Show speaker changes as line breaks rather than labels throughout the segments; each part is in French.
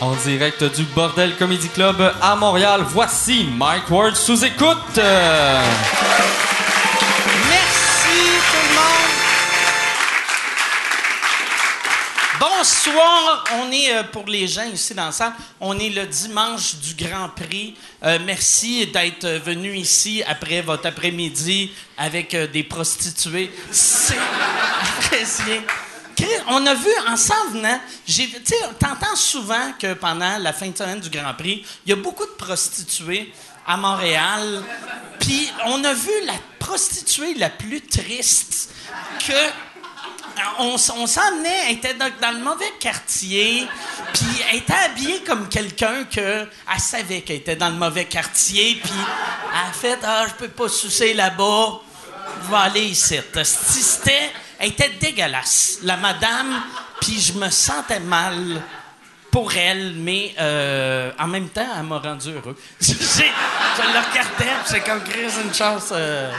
En direct du Bordel Comedy Club à Montréal, voici Mike Ward sous écoute. Euh,
Merci tout le monde. Bonsoir, on est euh, pour les gens ici dans la salle, on est le dimanche du Grand Prix. Euh, merci d'être euh, venu ici après votre après-midi avec euh, des prostituées. C'est apprécié. Chris, On a vu en s'en venant, j'ai, tu sais, t'entends souvent que pendant la fin de semaine du Grand Prix, il y a beaucoup de prostituées à Montréal. Puis on a vu la prostituée la plus triste que on, s- on s'en venait, elle était dans, dans le mauvais quartier, puis elle était habillée comme quelqu'un que elle savait qu'elle était dans le mauvais quartier, puis elle a fait Ah, je peux pas sucer là-bas, je vais aller ici. Esti, C'était, elle était dégueulasse, la madame, puis je me sentais mal pour elle, mais euh, en même temps, elle m'a rendu heureux. J'ai- je la regardais, puis c'est comme Chris, une chance. euh,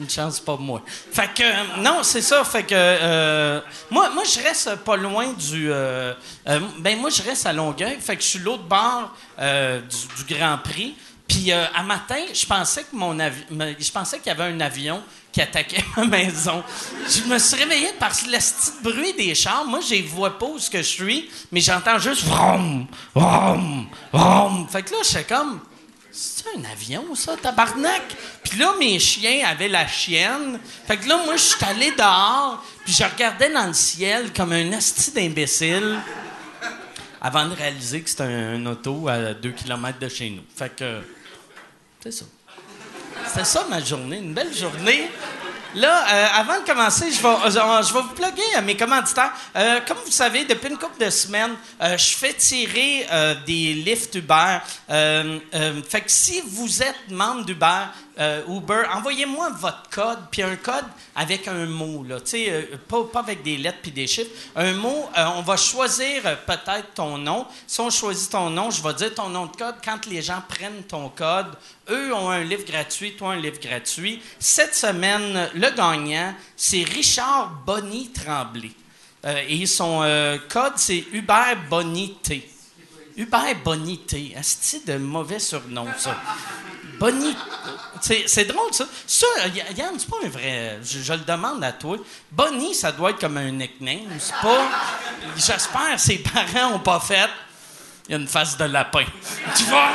une chance pas moi. Fait que euh, non, c'est ça. Fait que euh, moi, moi je reste pas loin du. euh, euh, ben moi je reste à Longueuil. Fait que je suis l'autre bord euh, du, du Grand Prix. Puis euh, à matin, je pensais que mon avi- me- je pensais qu'il y avait un avion qui attaquait ma maison. Je me suis réveillé par le petit bruit des chars. Moi, je les vois pas où ce que je suis, mais j'entends juste vroom, vroom, vroom. Fait que là, je suis comme c'est un avion, ça, tabarnak? Puis là, mes chiens avaient la chienne. Fait que là, moi, je suis allé dehors, puis je regardais dans le ciel comme un asti d'imbécile avant de réaliser que c'était un, un auto à 2 km de chez nous. Fait que. C'est ça. C'était ça ma journée, une belle journée. Là, euh, avant de commencer, je vais, euh, je vais vous plugger euh, mes commanditaires. Euh, comme vous savez, depuis une couple de semaines, euh, je fais tirer euh, des lifts Uber. Euh, euh, fait que si vous êtes membre d'Uber, euh, Uber, envoyez-moi votre code, puis un code avec un mot, là. Tu sais, euh, pas, pas avec des lettres puis des chiffres. Un mot, euh, on va choisir euh, peut-être ton nom. Si on choisit ton nom, je vais dire ton nom de code. Quand les gens prennent ton code, eux ont un livre gratuit, toi un livre gratuit. Cette semaine, le gagnant, c'est Richard Bonny Tremblay. Euh, et son euh, code, c'est Hubert Bonny T. Hubert Bonny T. Asti de mauvais surnom, ça. Bonny. C'est c'est drôle, ça. Ça, euh, Y- Yann, c'est pas un vrai. Je, je le demande à toi. Bonny, ça doit être comme un nickname. C'est pas. J'espère que ses parents ont pas fait. Il y a une face de lapin. Tu vois?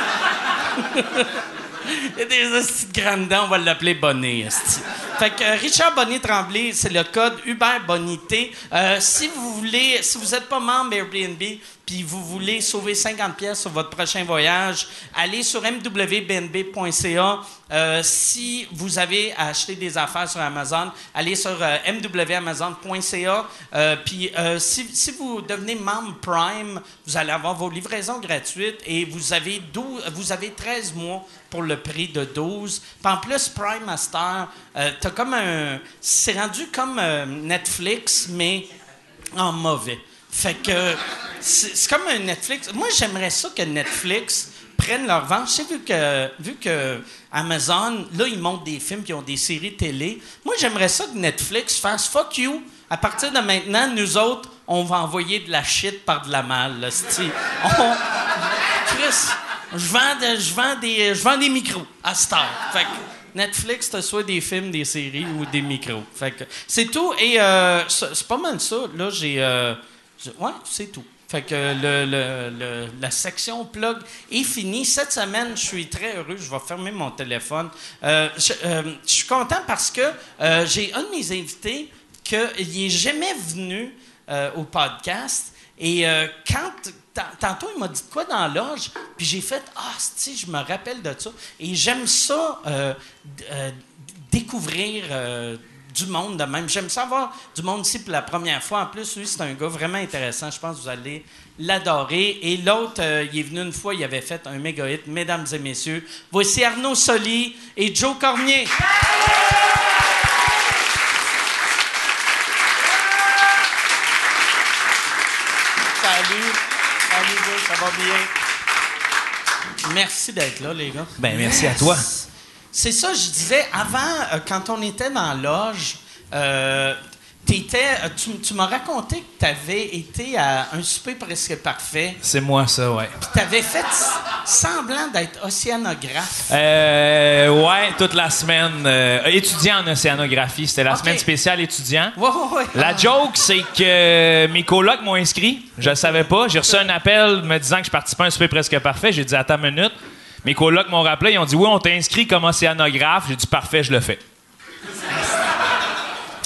Il y a des hosties de grandes dents, on va l'appeler Bonnet, hostie. Fait que euh, Richard Bonnet Tremblay, c'est le code Hubert Bonité. Euh, si vous voulez, si vous n'êtes pas membre Airbnb, puis vous voulez sauver 50 pièces sur votre prochain voyage, allez sur mwbnb.ca. Euh, si vous avez acheté des affaires sur Amazon, allez sur euh, mwamazon.ca. Euh, puis euh, si, si vous devenez membre Prime, vous allez avoir vos livraisons gratuites et vous avez, 12 vous avez 13 mois pour le prix de 12. Puis en plus, Prime Master, euh, t'as comme un. C'est rendu comme euh, Netflix, mais en mauvais. Fait que c'est c'est comme un Netflix. Moi, j'aimerais ça que Netflix prenne leur revanche. Tu sais, vu que, vu que Amazon, là, ils montent des films, puis ils ont des séries télé. Moi, j'aimerais ça que Netflix fasse fuck you. À partir de maintenant, nous autres, on va envoyer de la shit par de la malle, là, c'ti. On- Chris, je vends, de- je vends des, je vends des micros à cette heure. Fait que Netflix, t'as soit des films, des séries ou des micros. Fait que c'est tout. Et euh, c'est c'est pas mal ça. Là, j'ai. euh, j'ai- ouais, c'est tout. Fait que le, le- le- la section plug est finie. Cette semaine, je suis très heureux. Je vais fermer mon téléphone. Euh, je, euh, je suis content parce que euh, j'ai un de mes invités qu'il n'est jamais venu euh, au podcast. Et euh, quand. tant- Tantôt, il m'a dit de quoi dans la loge, puis j'ai fait Ah, si, je me rappelle de ça. Et j'aime ça, euh, d- euh, découvrir euh, du monde de même. J'aime ça avoir du monde ici pour la première fois. En plus, lui, c'est un gars vraiment intéressant. Je pense que vous allez l'adorer. Et l'autre, euh, il est venu une fois, il avait fait un méga hit, Mesdames et messieurs. Voici Arnaud Soli et Joe Cormier. Salut. Salut, Joe, ça va bien? Merci d'être là, les gars.
Ben, merci à toi.
C'est ça, je disais, avant, euh, quand on était dans la loge, euh, t'étais- euh, tu, m- tu m'as raconté que tu avais été à un souper presque parfait,
C'est moi, ça, ouais.
puis tu avais fait s- semblant d'être océanographe.
Euh, ouais, toute la semaine. euh, étudiant en océanographie. C'était la
Ok.
semaine spéciale étudiant.
Ouais, ouais, ouais.
La joke, c'est que mes colocs m'ont inscrit. Je le savais pas. J'ai reçu un appel me disant que je participais à un souper presque parfait. J'ai dit, attends une minute. Mes colocs m'ont rappelé. Ils ont dit, oui, on t'a inscrit comme océanographe. J'ai dit, parfait, je le fais.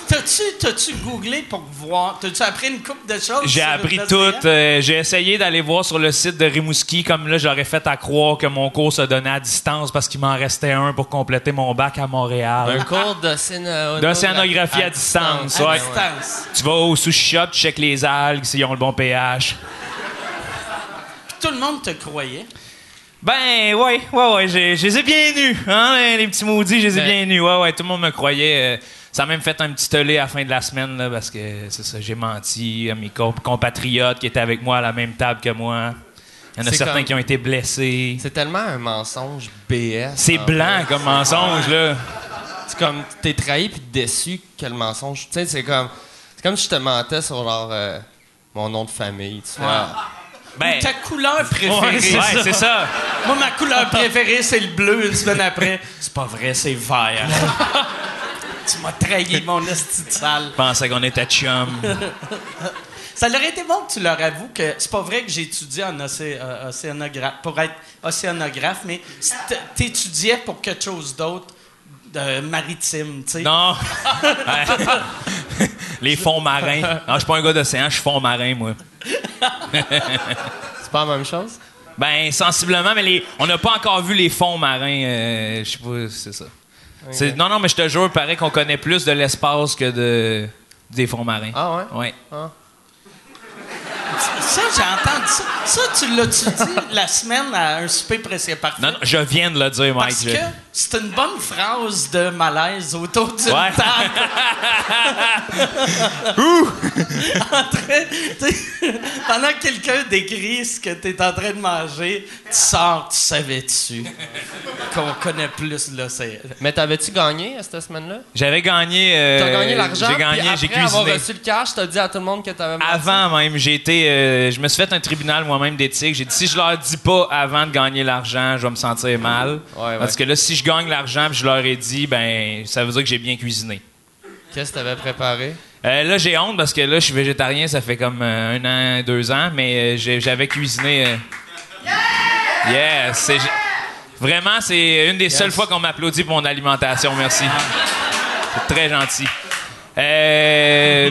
T'as-tu, t'as-tu googlé pour voir? T'as-tu appris une coupe de choses?
J'ai
sur
appris
le
tout.
VCA?
euh, j'ai essayé d'aller voir sur le site de Rimouski, comme là, j'aurais fait à croire que mon cours se donnait à distance parce qu'il m'en restait un pour compléter mon bac à Montréal.
Un cours d'océano-
D'océanographie à distance,
À
euh, ouais.
Ah,
distance.
Tu vas au sushi shop, tu checkes les algues, s'ils ont le bon pH.
Puis tout le monde te croyait.
Ben, ouais, ouais, ouais, j'ai- je les ai bien nus, hein, les, les petits maudits, je les ai
Ben-
bien nus. Ouais, ouais, tout le monde me croyait. euh, ça a même fait un petit tollé à la fin de la semaine, là, parce que c'est ça, j'ai menti à mes co- compatriotes qui étaient avec moi à la même table que moi. Il y en a
C'est
certains
comme-
qui ont été blessés.
C'est tellement un mensonge BS.
C'est
en
blanc
fait.
comme mensonge, là.
C'est comme t'es trahi puis déçu que le mensonge. Tu sais, c'est comme c'est comme si je te mentais sur genre euh, mon nom de famille. Tu vois.
Ben,
Ta couleur préférée.
ouais, c'est ça.
Moi, ma couleur préférée, c'est le bleu. Une semaine après, c'est pas vrai, c'est vert. tu m'as trahi, mon esti de sale.
Je pensais qu'on était chum.
Ça leur aurait été bon que tu leur avoues que c'est pas vrai que j'ai étudié en océ- euh, océanographe, pour être océanographe, mais si t- t'étudiais pour quelque chose d'autre, de maritime, tu sais.
Non. Ouais. Les fonds marins. Non, je suis pas un gars d'océan, je suis fond marin, moi.
C'est pas la même chose.
Ben, sensiblement, mais les, on n'a pas encore vu les fonds marins. euh, je sais pas, c'est ça. C'est- Non, non, mais je te jure, paraît qu'on connaît plus de l'espace que de, des fonds marins.
Ah ouais?
Ouais.
Ah.
Ça, j'ai entendu ça. Ça, tu l'as-tu dit la semaine à un souper presque parfait?
Non, non, je viens de le dire, Mike.
Parce
je-
que c'est une bonne phrase de malaise autour d'une
Ouais.
table. Ouh! en train, t'sais, pendant que quelqu'un décrit ce que t'es en train de manger, tu sors, tu savais-tu qu'on connaît plus l'océan.
Euh,
Mais t'avais-tu gagné à cette semaine-là?
J'avais gagné. euh,
T'as gagné l'argent.
J'ai gagné,
puis
j'ai
après avoir
cuisiné. Ah.
reçu le cash, t'as dit à tout le monde que t'avais menti.
Avant même, j'ai été, euh, je me suis fait un tribunal moi-même d'éthique. J'ai dit si je leur dis pas avant de gagner l'argent, je vais me sentir mal.
Ouais, ouais.
Parce que là, si je gagne l'argent, puis je leur ai dit, ben, ça veut dire que j'ai bien cuisiné.
Qu'est-ce que t'avais préparé?
Euh, là, j'ai honte parce que là, je suis végétarien, ça fait comme euh, un an, deux ans, mais euh, j'ai- j'avais cuisiné. euh, Yeah! c'est- Vraiment, c'est une des seules fois qu'on m'applaudit pour mon alimentation. Merci. C'est très gentil. Euh,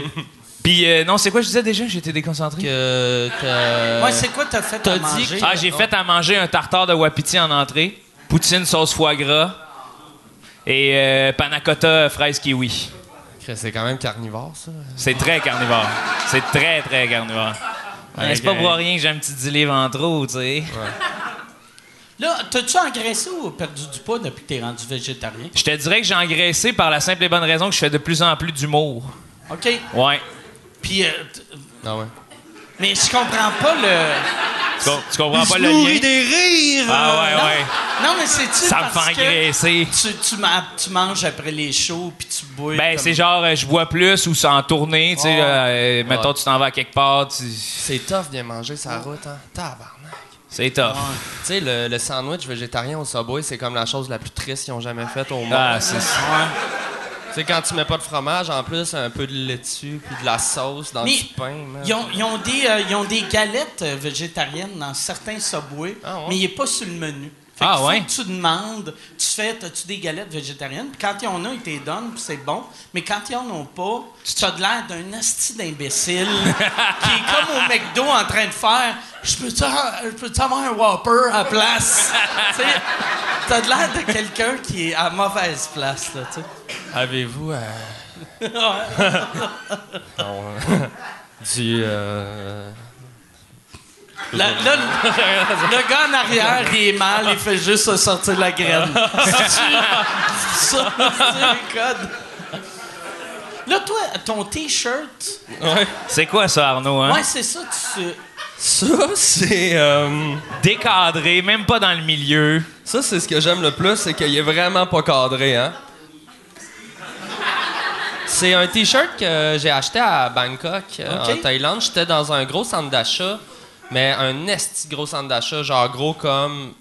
Puis, euh, non, c'est quoi je disais déjà? J'étais déconcentré.
Que t'as-
Moi, c'est quoi t'as fait
T'as
à
dit
manger?
Ah, j'ai fait à manger un tartare de wapiti en entrée, poutine sauce foie gras et euh, panna cotta fraise kiwi.
Chris, C'est quand même carnivore, ça.
C'est très carnivore. C'est très, très carnivore. Mais c'est pas
Ok.
pour rien que j'ai un petit délire en trop, tu sais.
Là, t'as-tu engraissé ou perdu du poids depuis que t'es rendu végétarien?
Je te dirais que j'ai engraissé par la simple et bonne raison que je fais de plus en plus d'humour.
OK.
Ouais.
Puis, euh, t-
Non, Ah ouais.
mais je comprends pas le...
Tu, com- tu comprends pas le lien?
des rires!
Ah ouais,
non,
ouais.
Non, mais c'est-tu
Ça me
parce
fait
que...
engraisser.
Tu, tu, ma- tu manges après les shows, puis tu bois.
Ben,
comme-
c'est genre, euh, je bois plus ou c'est en tournée, tu sais.
Ouais.
euh, mettons,
Ouais.
tu t'en vas à quelque part, tu...
C'est tough bien manger sa route, hein. Tabarnak.
c'est tough.
Tu sais, le, le sandwich végétarien au Subway, c'est comme la chose la plus triste qu'ils ont jamais faite au monde.
Ah, c'est
C'est quand tu mets pas de fromage, en plus, un peu de laitue puis de la sauce dans
Mais
du pain. man.
ils ont, ils ont des, euh, ils ont des galettes euh, végétariennes dans certains subways,
Ah ouais?
mais il n'est pas sur le menu. Fait
Ah
qu'il faut
ouais?
que tu demandes, tu fais, as-tu des galettes végétariennes? Puis quand ils en ont, ils te les donnent, puis c'est bon. Mais quand ils en ont pas, tu as de l'air d'un asti d'imbécile qui est comme au McDo en train de faire Je peux-tu avoir- je peux-tu avoir un Whopper à place? tu as de l'air de quelqu'un qui est à mauvaise place, là, tu sais.
Avez-vous euh, non, euh, du. euh,
Là, là, le, le gars en arrière, il est mal, il fait juste sortir la graine. C'est ça, c'est le code. Là, toi, ton T-shirt,
C'est quoi ça, Arnaud, hein?
ouais, c'est ça, tu...
Ça, c'est. euh,
Décadré, même pas dans le milieu.
ça, c'est ce que j'aime le plus, c'est qu'il est vraiment pas cadré, hein. C'est un t-shirt que j'ai acheté à Bangkok, euh,
Ok.
en Thaïlande. J'étais dans un gros centre d'achat, mais un esti gros centre d'achat, genre gros comme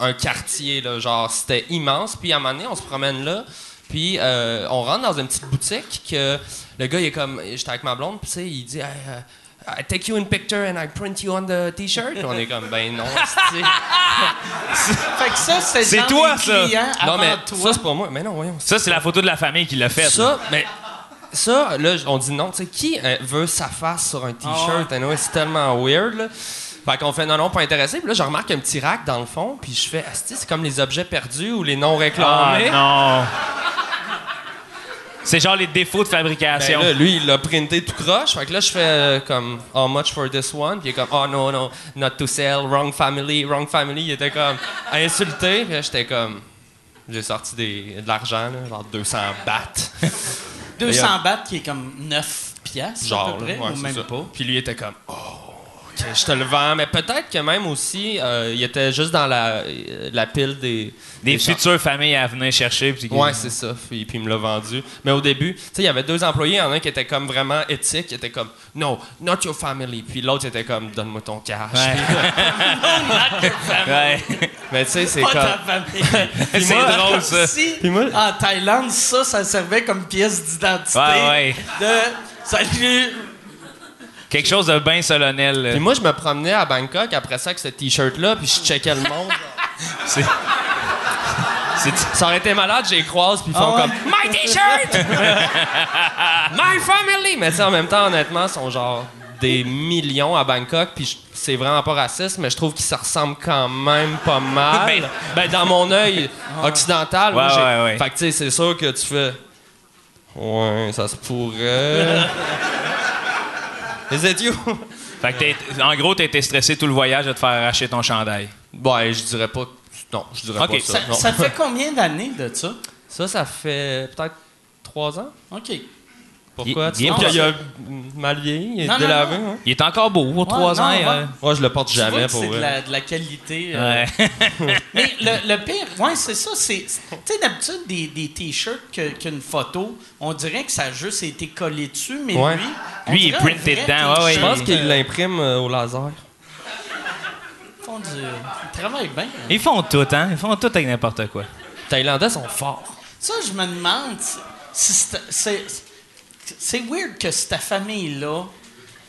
un quartier, là, genre c'était immense. Puis à un moment donné, on se promène là, puis euh, on rentre dans une petite boutique que le gars, il est comme, j'étais avec ma blonde, puis tu sais, il dit, Hey, euh, I take you in picture and I print you on the t-shirt. Puis on est comme, ben non, esti.
Fait que ça, c'est
C'est
genre
toi,
des
ça.
clients
non
avant
mais
toi.
ça c'est pas moi. Mais non, voyons.
Ça, c'est la photo de la famille qui l'a faite.
Ça, mais ça, là, on dit non. Tu sais, qui euh, veut sa face sur
Ah
un t-shirt? Anyway, c'est tellement weird, là. Fait qu'on fait non, non, pas intéressé. Puis là, je remarque un petit rack dans le fond, puis je fais, Asti, c'est comme les objets perdus ou les non
Ah
réclamés.
non. C'est genre les défauts de
Ben
fabrication.
là, lui, il l'a printé tout croche. Fait que là, je fais euh, comme, how much for this one? Puis il est comme, oh no, no, not to sell, wrong family, wrong family. Il était comme insulté. Puis là, j'étais comme, j'ai sorti des, de l'argent, là, genre 200 bahts.
200 bahts qui est comme 9 piastres à
genre,
peu près,
là, ouais,
ou
c'est
même
ça.
pas.
Puis lui il était comme, oh, ok, je te le vends, mais peut-être que même aussi, euh, il était juste dans la, euh, la pile des
Des
gens.
futures familles à venir chercher. puis qui-
Ouais, c'est ça. Puis, puis il me l'a vendu. Mais au début, tu sais, il y avait deux employés. Il y en a un qui était comme vraiment éthique. Il était comme, no, not your family. Puis l'autre il était comme, donne-moi ton cash.
Ouais. Ouais.
Mais tu sais, c'est
Pas ta
comme.
famille.
C'est
moi,
drôle, ça.
Si,
Puis moi-
en Thaïlande, ça, ça servait comme pièce d'identité.
Ouais, ouais.
De salut.
Quelque chose de bien solennel. là.
Puis moi, je me promenais à Bangkok après ça avec ce t-shirt-là. Puis je checkais le monde.
C'est- c'est-
Ça aurait été malade, j'ai croise. Puis ils font
Ah ouais?
comme, my t-shirt! my family! Mais tu sais, en même temps, honnêtement, ils sont genre des millions à Bangkok. Puis je- c'est vraiment pas raciste, mais je trouve qu'ils se ressemblent quand même pas mal.
Ben, ben,
dans mon œil
Ah.
occidental, moi,
Ouais,
j'ai-
ouais, ouais.
Fait que, tu sais, c'est sûr que tu fais. Ouais, ça se pourrait. Is it you?
Fait que t'as- en gros, t'as été stressé tout le voyage à te faire arracher ton chandail.
Ben, je dirais pas. Non, je dirais
Ok,
pas ça.
Ça,
non.
ça fait combien d'années de ça?
ça, ça fait peut-être trois ans.
OK.
Pourquoi?
Il-
tu
il est
trouves
pas-
qu'il a mal vieilli, il
Non, non,
est délavé.
non.
hein?
Il est encore beau pour trois
non,
ans.
ouais.
euh.
Moi, je le porte
Tu vois
jamais
que
pour
c'est de
vrai.
la, de la qualité. euh,
Ouais.
Mais le, le pire, ouais, c'est ça. c'est- Tu sais, d'habitude, des, des t-shirts que- qu'une photo, on dirait que ça a juste été collé dessus, mais
Ouais.
lui. on
Lui, il
dirait
est
un
printé
vrai
dedans, ouais, ouais,
Je
t-shirt,
pense qu'il l'imprime euh, au laser.
euh, font du- Il travaille bien.
Ils font tout, hein? Ils font tout avec n'importe quoi.
Les Thaïlandais sont forts.
Ça, je me demande si c'est- c'est. C'est weird que cette famille-là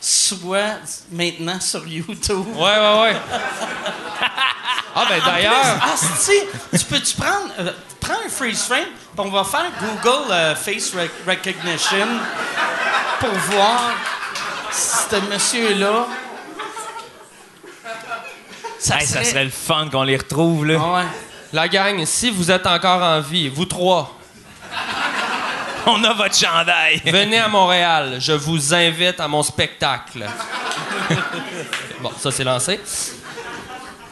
soit maintenant sur YouTube.
Ouais, ouais, ouais. ah, ben d'ailleurs.
Ah, si, tu peux-tu prendre. euh, prends un freeze frame, puis on va faire Google euh, Face Rec- Recognition pour voir ce monsieur-là. Ça,
Hey, ça serait le fun qu'on les retrouve, là.
Ouais.
La gang, si vous êtes encore en vie, vous trois,
On a votre chandail.
venez à Montréal. Je vous invite à mon spectacle. bon, ça c'est lancé.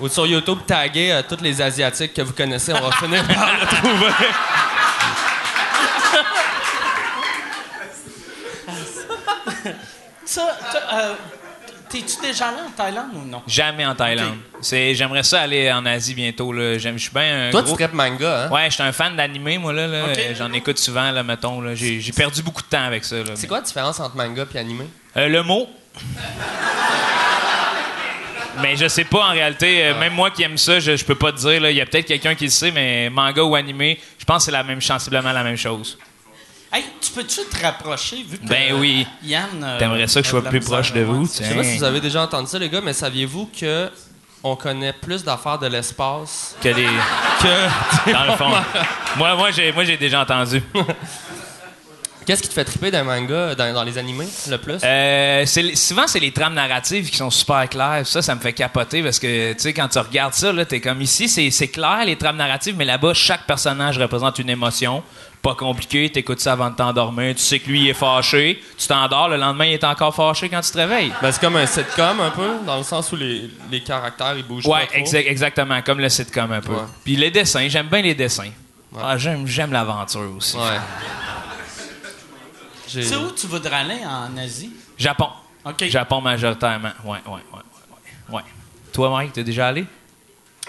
Ou sur YouTube, taguez euh, tous les Asiatiques que vous connaissez. On va finir par le trouver.
Ça, t'as, euh, t'es-tu déjà allé en Thaïlande ou non?
Jamais en Thaïlande. C'est, j'aimerais ça aller en Asie bientôt, là. J'aime, je suis bien un
Toi, tu
gros...
traites manga, hein?
Ouais, je suis un fan d'animé, moi, là. là.
Ok.
Euh, J'en écoute souvent, là, mettons. Là. J'ai, j'ai perdu beaucoup de temps avec ça, là.
C'est quoi la différence entre manga et animé?
Euh, le mot. Mais je sais pas en réalité, euh, même moi qui aime ça, je, je peux pas te dire. là. Il y a peut-être quelqu'un qui le sait, mais manga ou animé, je pense que c'est la même, sensiblement la même chose.
Hey, tu peux-tu te rapprocher vu que.
Ben oui.
Yann. euh,
T'aimerais ça que je
a de
sois
la
plus
misère,
proche de
ouais.
vous,
Je sais pas si
tiens,
vous avez déjà entendu ça, les gars, mais saviez-vous que on connaît plus d'affaires de l'espace
que les-
que.
dans le fond. moi, moi, j'ai, moi, j'ai déjà entendu.
Qu'est-ce qui te fait triper d'un manga, dans, dans les animés, le plus?
Euh, c'est- souvent, c'est les trames narratives qui sont super claires. Ça, ça me fait capoter parce que, tu sais, quand tu regardes ça, là, t'es comme ici, c'est c'est clair, les trames narratives, mais là-bas, chaque personnage représente une émotion. Pas compliqué, t'écoutes ça avant de t'endormir, tu sais que lui, il est fâché, tu t'endors, le lendemain, il est encore fâché quand tu te réveilles.
Ben, c'est comme un sitcom un peu, dans le sens où les, les caractères ils bougent
Ouais,
pas trop.
exac- exactement, comme le sitcom un peu.
Ouais.
Puis les dessins, j'aime bien les dessins. Ah, j'aime j'aime l'aventure aussi.
Ouais. J'ai-
Tu sais où tu voudrais aller en Asie?
Japon.
OK.
Japon majoritairement. Ouais, ouais, ouais, ouais, ouais. ouais. Toi, Mike, t'es déjà allé?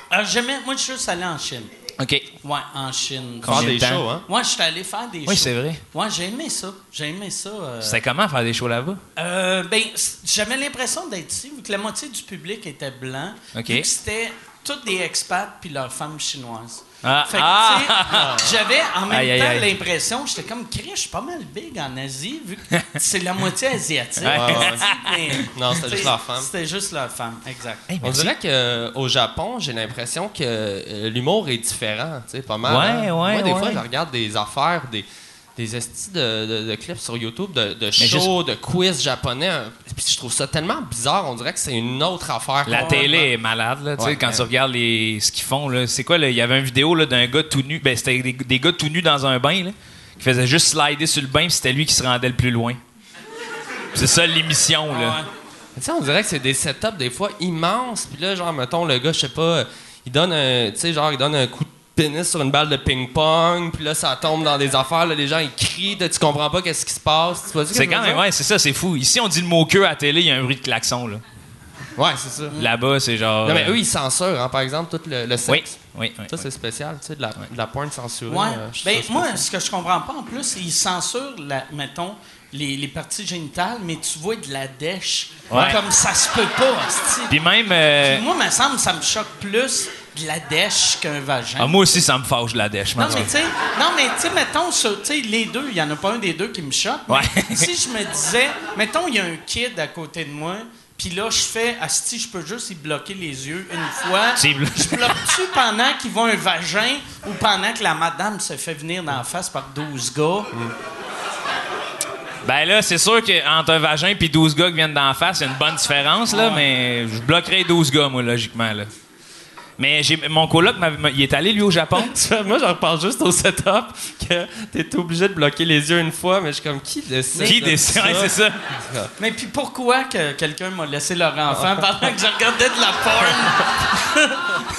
Ah, Alors, jamais. Moi, je suis juste allé en Chine.
OK.
Ouais, en Chine.
Combien
Faire
de
des
temps?
shows, hein?
Moi, je suis allé faire des
Oui, c'est vrai.
Moi, j'ai aimé ça. J'ai aimé ça. euh,
C'était comment faire des shows là-bas?
Euh, ben, c- j'avais l'impression d'être ici, vu que la moitié du public était blanc.
OK.
Vu que C'était toutes des expats puis leurs femmes chinoises.
Ah,
Fait que,
ah!
tu sais, j'avais en même
Aïe, aïe,
temps
aïe.
l'impression, j'étais comme, Chris, je suis pas mal big en Asie, vu que c'est la moitié asiatique.
Ouais, ouais.
Mais-
Non, c'était
tu sais,
juste leurs femmes.
C'était juste leur femme, exact.
Hey,
On
merci.
dirait qu'au Japon, j'ai l'impression que euh, l'humour est différent, tu sais, pas mal.
Ouais,
hein.
ouais,
Moi, des
ouais.
fois, je regarde des affaires, des, des estis de, de- de clips sur YouTube, de, de
juste-
shows, de quiz japonais. hein. Puis je trouve ça tellement bizarre. On dirait que c'est une autre affaire.
La
complètement.
télé est malade, là, tu sais,
Ouais.
quand tu regardes les, ce qu'ils font. là. C'est quoi, là? Il y avait une vidéo là, d'un gars tout nu. Ben, c'était des, des gars tout nus dans un bain, là, qui faisait juste slider sur le bain, puis c'était lui qui se rendait le plus loin. C'est ça l'émission,
Ah
là.
Tu sais, on dirait que c'est des setups des fois immenses. Puis là, genre, mettons, le gars, je sais pas, il donne un, tu sais, genre, il donne un coup de pénis sur une balle de ping-pong. Puis là, ça tombe dans des affaires. Là, les gens, ils crient. là, tu comprends pas qu'est-ce qui se passe. Tu vois ce que
C'est
je veux
quand même,
dire?
ouais, c'est ça, c'est fou. Ici, on dit le mot queue à la télé, il y a un bruit de klaxon, là.
Ouais, c'est ça.
Là-bas, c'est genre.
Hum. Non, mais
euh,
eux, ils censurent, hein, par exemple, tout le, le sexe.
Oui, oui, oui.
Ça, c'est spécial, tu sais, de la, de la porn censurée.
Ouais.
euh, je
Ben,
trouve ça
moi, ce que je comprends pas en plus, ils censurent, la, mettons, les, les parties génitales, mais tu vois de la dèche.
Ouais.
Comme ça se peut pas, hostie.
Puis même. euh,
Puis
Hum.
Moi, me semble, ça me choque plus de la dèche qu'un vagin.
ah, moi aussi, ça me fâche de la dèche,
non,
en tout
mais tu
cas.
sais, non, mais tu sais, mettons, sur- tu sais, les deux, il n'y en a pas un des deux qui me choque.
Ouais.
mais si je me disais, mettons, il y a un kid à côté de moi, puis là, je fais, asti, je peux juste y bloquer les yeux une fois.
C'est blo-
Je bloque-tu pendant qu'il voit un vagin ou pendant que la madame se fait venir d'en face par 12 gars?
Mm. Ben là, c'est sûr qu'entre un vagin puis 12 gars qui viennent d'en face, il y a une bonne différence, là, mais je bloquerais 12 gars, moi, logiquement, là. Mais j'ai, mon coloc, m'avait- m'a- il est allé, lui, au Japon.
Tu vois, Moi, je reparle juste au setup que t'es obligé de bloquer les yeux une fois, mais je suis comme, qui décide?
qui
de
décide?
ça?
Ouais, c'est ça.
Mais puis pourquoi que quelqu'un m'a laissé leur enfant pendant que je regardais de la porn?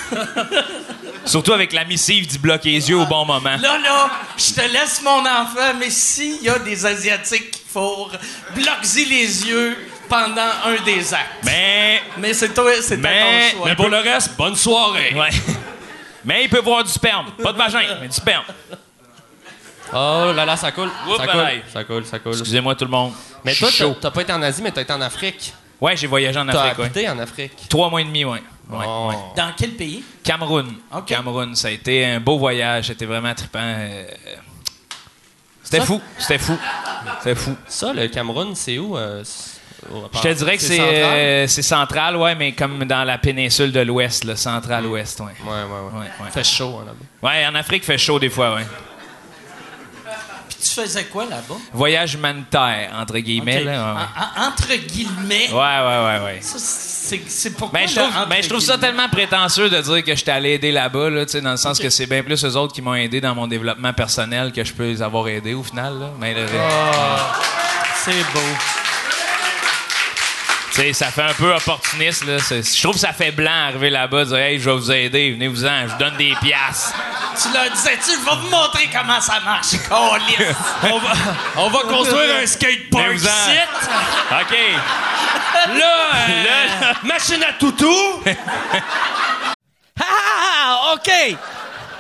Surtout avec la missive du bloquer les yeux au bon moment.
Là, là, je te laisse mon enfant, mais s'il y a des Asiatiques qui fourrent, bloque-y les yeux pendant un des actes.
Mais,
Mais c'est toi, c'est à
mais,
ton choix.
pour le reste, bonne soirée. Ouais. Mais il peut voir du sperme. Pas de vagin, mais du sperme.
Oh là là, ça coule.
Oups,
ça, coule.
aïe.
ça coule, ça coule.
Excusez-moi, tout le monde.
Mais
ben, Je
toi,
suis
t'as-
chaud.
t'as pas été en Asie, mais t'as été en Afrique.
Ouais, j'ai voyagé en
T'as
Afrique, ouais.
habité en Afrique.
Trois mois et demi, ouais. Ouais.
Oh.
Dans quel pays?
Cameroun.
Ok.
Cameroun, ça a été un beau voyage. C'était vraiment trippant. Euh, C'était fou. C'était fou. C'était fou.
Ça, le Cameroun, c'est où? euh, c'est- au rapport-
Je te dirais que c'est
central?
euh, c'est central, ouais, mais comme dans la péninsule de l'Ouest, le central-ouest, ouais.
Ouais, ouais, ouais.
Ouais, ouais.
Fait chaud, hein, là-bas.
Ouais, en Afrique, fait chaud des fois, ouais.
Puis tu faisais quoi là-bas?
Voyage humanitaire, entre guillemets,
Ok. Ah.
là, ouais, ouais.
En- en- entre guillemets.
Ouais, ouais, ouais, ouais.
Ça, c'est c'est pourquoi.
Mais je
le
trouve,
entre
ben, je trouve ça
guillemets?
tellement prétentieux de dire que je t'allais aider là-bas, là, tu sais, dans le sens que c'est bien plus eux autres qui m'ont aidé dans mon développement personnel que je peux les avoir aidés au final. Là. Mais, le-
C'est beau.
Tu sais, ça fait un peu opportuniste, là. C'est- Je trouve que ça fait blanc arriver là-bas, dire, hey, je vais vous aider, venez-vous-en, je vous donne des piastres.
Tu leur disais-tu, je vais vous montrer comment ça marche, câlisse.
On va, on va construire un skatepark
Venez-vous-en.
OK. Là, euh, machine à toutou.
Ah, OK.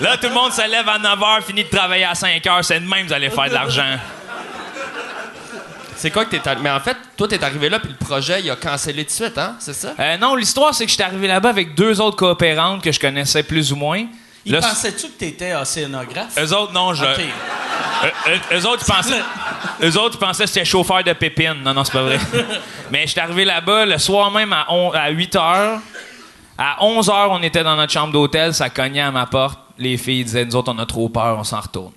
Là, tout le monde se lève à 9h, finit de travailler à 5h. C'est de même, vous allez faire de l'argent.
C'est quoi que t'es allé- Mais en fait, toi, t'es arrivé là, puis le projet, il a cancellé tout de suite, hein? C'est ça?
Euh, non, l'histoire, c'est que j'étais arrivé là-bas avec deux autres coopérantes que je connaissais plus ou moins.
Ils
Là,
pensaient-tu que t'étais océanographe?
Eux autres, non, je.
OK.
Euh, eux, eux autres, ils pensaient, eux autres, ils pensaient que c'était chauffeur de pépines. Non, non, c'est pas vrai. Mais j'étais arrivé là-bas le soir même à, on- à 8 h. À 11 h, on était dans notre chambre d'hôtel. Ça cognait à ma porte. Les filles disaient Nous autres, on a trop peur, on s'en retourne.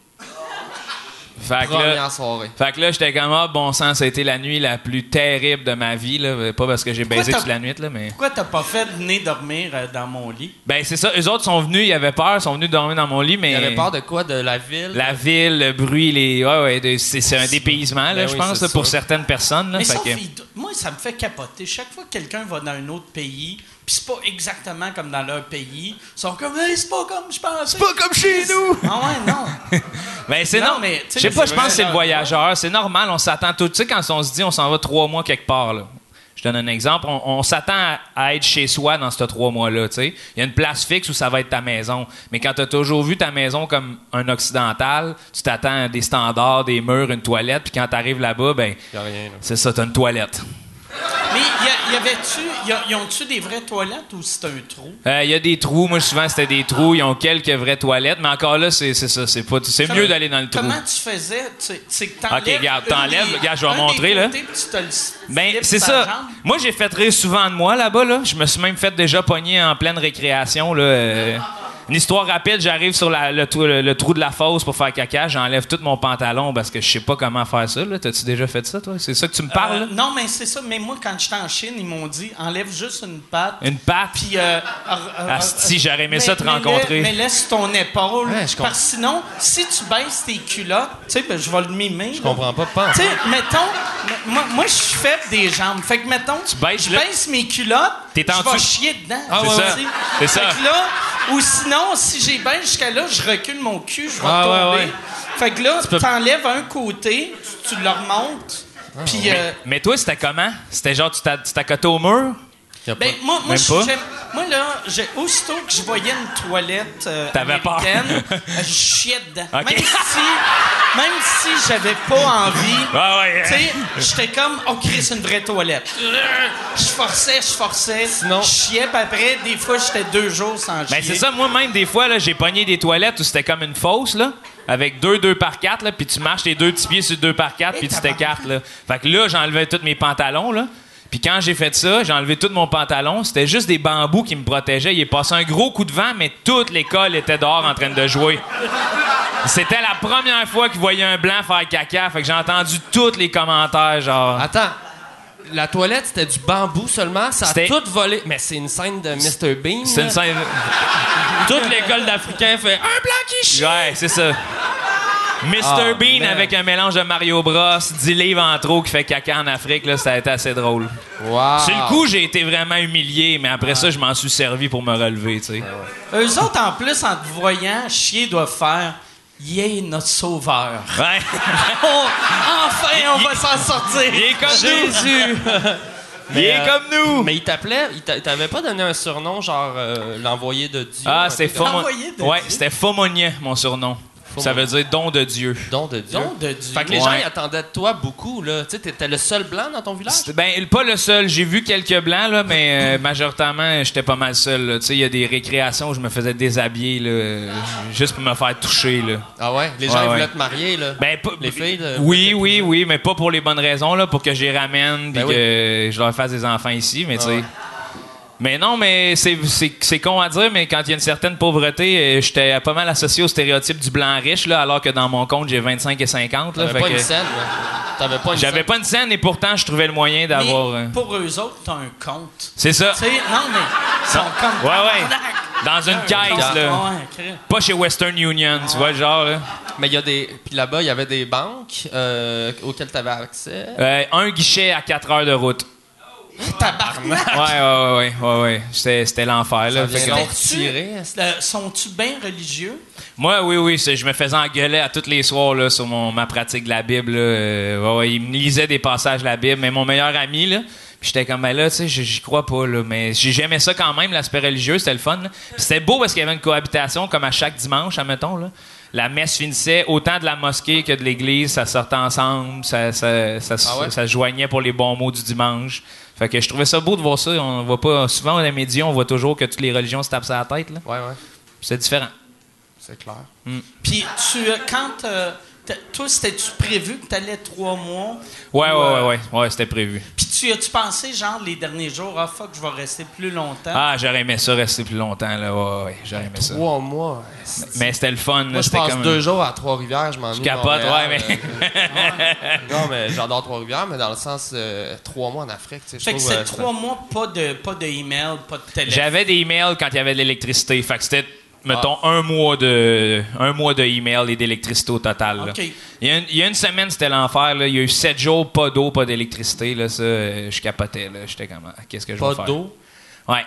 Fait que là,
Première soirée.
fait que là, j'étais comme, ah, bon sang, ça a été la nuit la plus terrible de ma vie, là. Pas parce que j'ai baisé
t'as-
toute la nuit, là, mais.
Pourquoi t'as pas fait venir dormir euh, dans mon lit?
Ben, c'est ça. Eux autres sont venus, ils avaient peur, sont venus dormir dans mon lit, mais.
Il avait peur de quoi De la ville
La ville, le bruit, les. Ouais, ouais, de- c'est c'est un dépaysement, là,
Ben
je
oui,
pense,
c'est
là, pour
ça.
certaines personnes. Là,
Mais
Fait
sauf,
que-
il do- moi, ça me fait capoter. Chaque fois que quelqu'un va dans un autre pays, puis c'est pas exactement comme dans leur pays, ils sont comme, Hey, c'est pas comme je pensais. C'est pas comme chez nous! Ah ouais, non.
Ben, c'est
Non,
non,
mais, tu sais,
Je sais pas,
c'est
je pense
vrai,
que c'est le
là,
voyageur. C'est normal, on s'attend tout. Tu sais, quand on se dit on s'en va trois mois quelque part, là. Je donne un exemple. On, on s'attend à, à être chez soi dans ces trois mois-là, tu sais. Il y a une place fixe où ça va être ta maison. Mais quand t'as toujours vu ta maison comme un occidental, tu t'attends à des standards, des murs, une toilette. Puis quand t'arrives là-bas, ben,
Y a rien, là.
c'est ça, t'as une toilette.
Mais y, a- y avait-tu, y, a- y ont-tu des vraies toilettes ou c'est un trou?
Il Euh, y a des trous. Moi, souvent, c'était des trous. Ils ont quelques vraies toilettes. Mais encore là, c'est c'est ça. C'est pas- c'est mieux d'aller dans le trou.
Comment tu faisais? Tu, c'est que t'enlèves.
Ok, regarde,
une
t'enlèves,
des-
regarde, je vais
un des
montrer, là.
côtés, puis tu te le s-
Ben,
slips
c'est
sur
ça.
la jambe.
Moi, j'ai fait rire souvent de moi là-bas. Là. Je me suis même fait déjà pogner en pleine récréation. Là. euh, Une histoire rapide, j'arrive sur la- le, trou, le- le trou de la fosse pour faire caca. J'enlève tout mon pantalon parce que je sais pas comment faire ça. là. T'as-tu déjà fait ça, toi? C'est ça que tu me parles?
Euh,
là?
non, mais c'est ça. Mais moi, quand j'étais en Chine, ils m'ont dit enlève juste une patte.
Une patte.
Puis. euh, ar- ar- ar-
Asti, j'aurais aimé
mais-
ça te
mais
rencontrer.
la- Mais laisse ton épaule.
Ouais, je comprends.
parce que sinon, si tu baisses tes culottes, tu sais, ben, je vais le mimer.
Je comprends pas, pas.
Tu sais, mettons, m- moi, moi je suis faible des jambes. Fait que, mettons,
baisses
je
là.
baisse mes culottes,
T'es en
je vais
dessous.
chier dedans.
Ah,
tu
ouais,
sais.
ouais. C'est ça.
Fait que là, ou sinon, si j'ai bien jusqu'à là, je recule mon cul, je vais
Ah, ouais,
tomber.
ouais.
Fait que là, tu t'enlèves un côté, tu, tu le remontes,
Ah,
puis... euh,
Mais toi, c'était comment? C'était genre, tu t'a- tu t'accotais au mur?
Y a
ben,
pas-
moi, moi,
Même
je-
pas?
j'aime- moi, là, j'ai, aussitôt que je voyais une toilette euh,
T'avais peur.
américaine, euh, je chiais dedans.
Ok.
Même si, même si j'avais pas envie,
Ah ouais,
tu sais, j'étais comme, oh Chris, une vraie toilette. Je forçais, je forçais,
Sinon-
je chiais, puis après, des fois, j'étais deux jours sans chier.
Ben, c'est ça, moi-même, des fois, là, j'ai pogné des toilettes où c'était comme une fosse, là, avec deux 2 par 4, là, puis tu marches tes deux petits pieds sur deux par 4, puis tu t'écartes, là. Fait que là, j'enlevais tous mes pantalons, là. Puis quand j'ai fait ça, j'ai enlevé tout mon pantalon. C'était juste des bambous qui me protégeaient. Il est passé un gros coup de vent, mais toute l'école était dehors en train de jouer. C'était la première fois qu'ils voyaient un blanc faire caca. Fait que j'ai entendu tous les commentaires, genre...
Attends. La toilette, c'était du bambou seulement. Ça a
C'était-
tout volé. Mais c'est une scène de Mr. Bean.
C'est une
là.
scène...
Toute l'école d'Africains fait un blanc qui chie.
Ouais, c'est ça. Mr.
Ah,
Bean
merde.
avec un mélange de Mario Bros, 10 livres en trop qui fait caca en Afrique, là, ça a été assez drôle.
Wow.
Sur le coup, j'ai été vraiment humilié, mais après ça, je m'en suis servi pour me relever, tu sais.
Eux autres, en plus, en te voyant, chier doivent faire, yeah, notre sauveur.
Ouais.
On- enfin, on va s'en sortir.
Il est comme nous!
Jésus.
Il est
euh,
comme nous!
Mais il t'appelait, il t'a- il t'avait pas donné un surnom, genre euh, l'envoyé de Dieu.
Ah,
un
c'était
truc comme-
Fomon...
Envoyé de
Ouais,
Dieu.
c'était Fomonier, mon surnom. Ça veut dire don de Dieu.
Don de Dieu.
Don de Dieu.
Fait que les gens,
Ouais.
ils attendaient de toi beaucoup, là. Tu sais, t'étais le seul blanc dans ton village.
C'était- Ben, pas le seul. J'ai vu quelques blancs, là, mais euh, majoritairement, j'étais pas mal seul. là. Tu sais, il y a des récréations où je me faisais déshabiller, là, euh, juste pour me faire toucher, là.
Ah ouais, les gens,
Ouais,
ils
ouais.
voulaient te marier, là.
Ben, pas-
Les filles euh, de-
oui, oui, oui, mais pas pour les bonnes raisons, là, pour que je les ramène, puis
Ben oui. Ah
que je leur fasse des enfants ici, mais tu sais.
ouais.
Mais non, mais c'est- c'est c'est con à dire, mais quand il y a une certaine pauvreté, euh, j'étais pas mal associé au stéréotype du blanc riche, là, alors que dans mon compte, j'ai 25 et 50. là,
T'avais
fait
pas
que
une scène, là. T'avais pas une
J'avais
scène.
pas une scène et pourtant, je trouvais le moyen
Mais
d'avoir. euh,
pour eux autres, t'as un compte.
C'est ça.
Tu sais, non, mais ils sont comme...
Ouais, ouais.
Tabarnak.
Dans une caisse, là.
Ouais, crée.
Pas chez Western Union, tu vois, le genre, là.
Mais il y a des. Puis là-bas, il y avait des banques euh, auxquelles t'avais accès.
Euh, un guichet à 4 heures de route.
Tabarnak.
Ouais, ouais, ouais, ouais, ouais, ouais. C'était c'était l'enfer, là. Fait que-
Ils ont
T'es-tu-
retiré, est-ce-
Euh, Sont-tu bien religieux?
Moi, oui, oui, c'est- je me faisais engueuler à tous les soirs là, sur mon, ma pratique de la Bible. Là, Euh, ouais, ouais, il me lisait des passages de la Bible, mais mon meilleur ami, là, puis j'étais comme, ben là, tu sais, j'y j'y crois pas, là, mais j'- j'aimais ça quand même, l'aspect religieux, c'était le fun. là. Puis C'était beau parce qu'il y avait une cohabitation comme à chaque dimanche, admettons. Là. La messe finissait autant de la mosquée que de l'église, ça sortait ensemble, ça, ça, ça, se-
Ah ouais?
ça se joignait pour les bons mots du dimanche. Fait que je trouvais ça beau de voir ça. On voit pas, souvent, dans les médias, on voit toujours que toutes les religions se tapent sur la tête. là.
Ouais, ouais.
C'est différent.
C'est clair.
Puis tu, euh, quand euh, T'as- Toi, c'était-tu prévu que t'allais trois mois?
Ouais,
Ou,
ouais, ouais,
euh,
ouais, ouais, c'était prévu.
Puis tu as-tu pensé, genre, les derniers jours, ah fuck, je vais rester plus longtemps?
Ah, j'aurais aimé ça rester plus longtemps, là. Ouais, ouais, j'aurais aimé ça.
Hein? Trois mois.
Mais c'était le fun, là.
Moi, je
C'était
passe
comme.
deux jours euh, à Trois-Rivières, je m'en
Je capote, ouais, mais.
non, mais j'adore Trois-Rivières, mais dans le sens euh, trois mois en Afrique, tu sais, je
fait que
trouve.
c'est
euh,
trois mois, pas de, pas de email, pas de téléphone.
J'avais des emails quand il y avait de l'électricité. Fait que c'était,
Ah.
mettons, un mois de un mois de email et d'électricité au total. là.
OK.
Il, y a une, il y a une semaine, c'était l'enfer. là. Il y a eu sept jours, pas d'eau, pas d'électricité. Là, ça, euh, je capotais. Là. J'étais comme, ah, qu'est-ce que je vais
Pas
faire?
d'eau?
Ouais.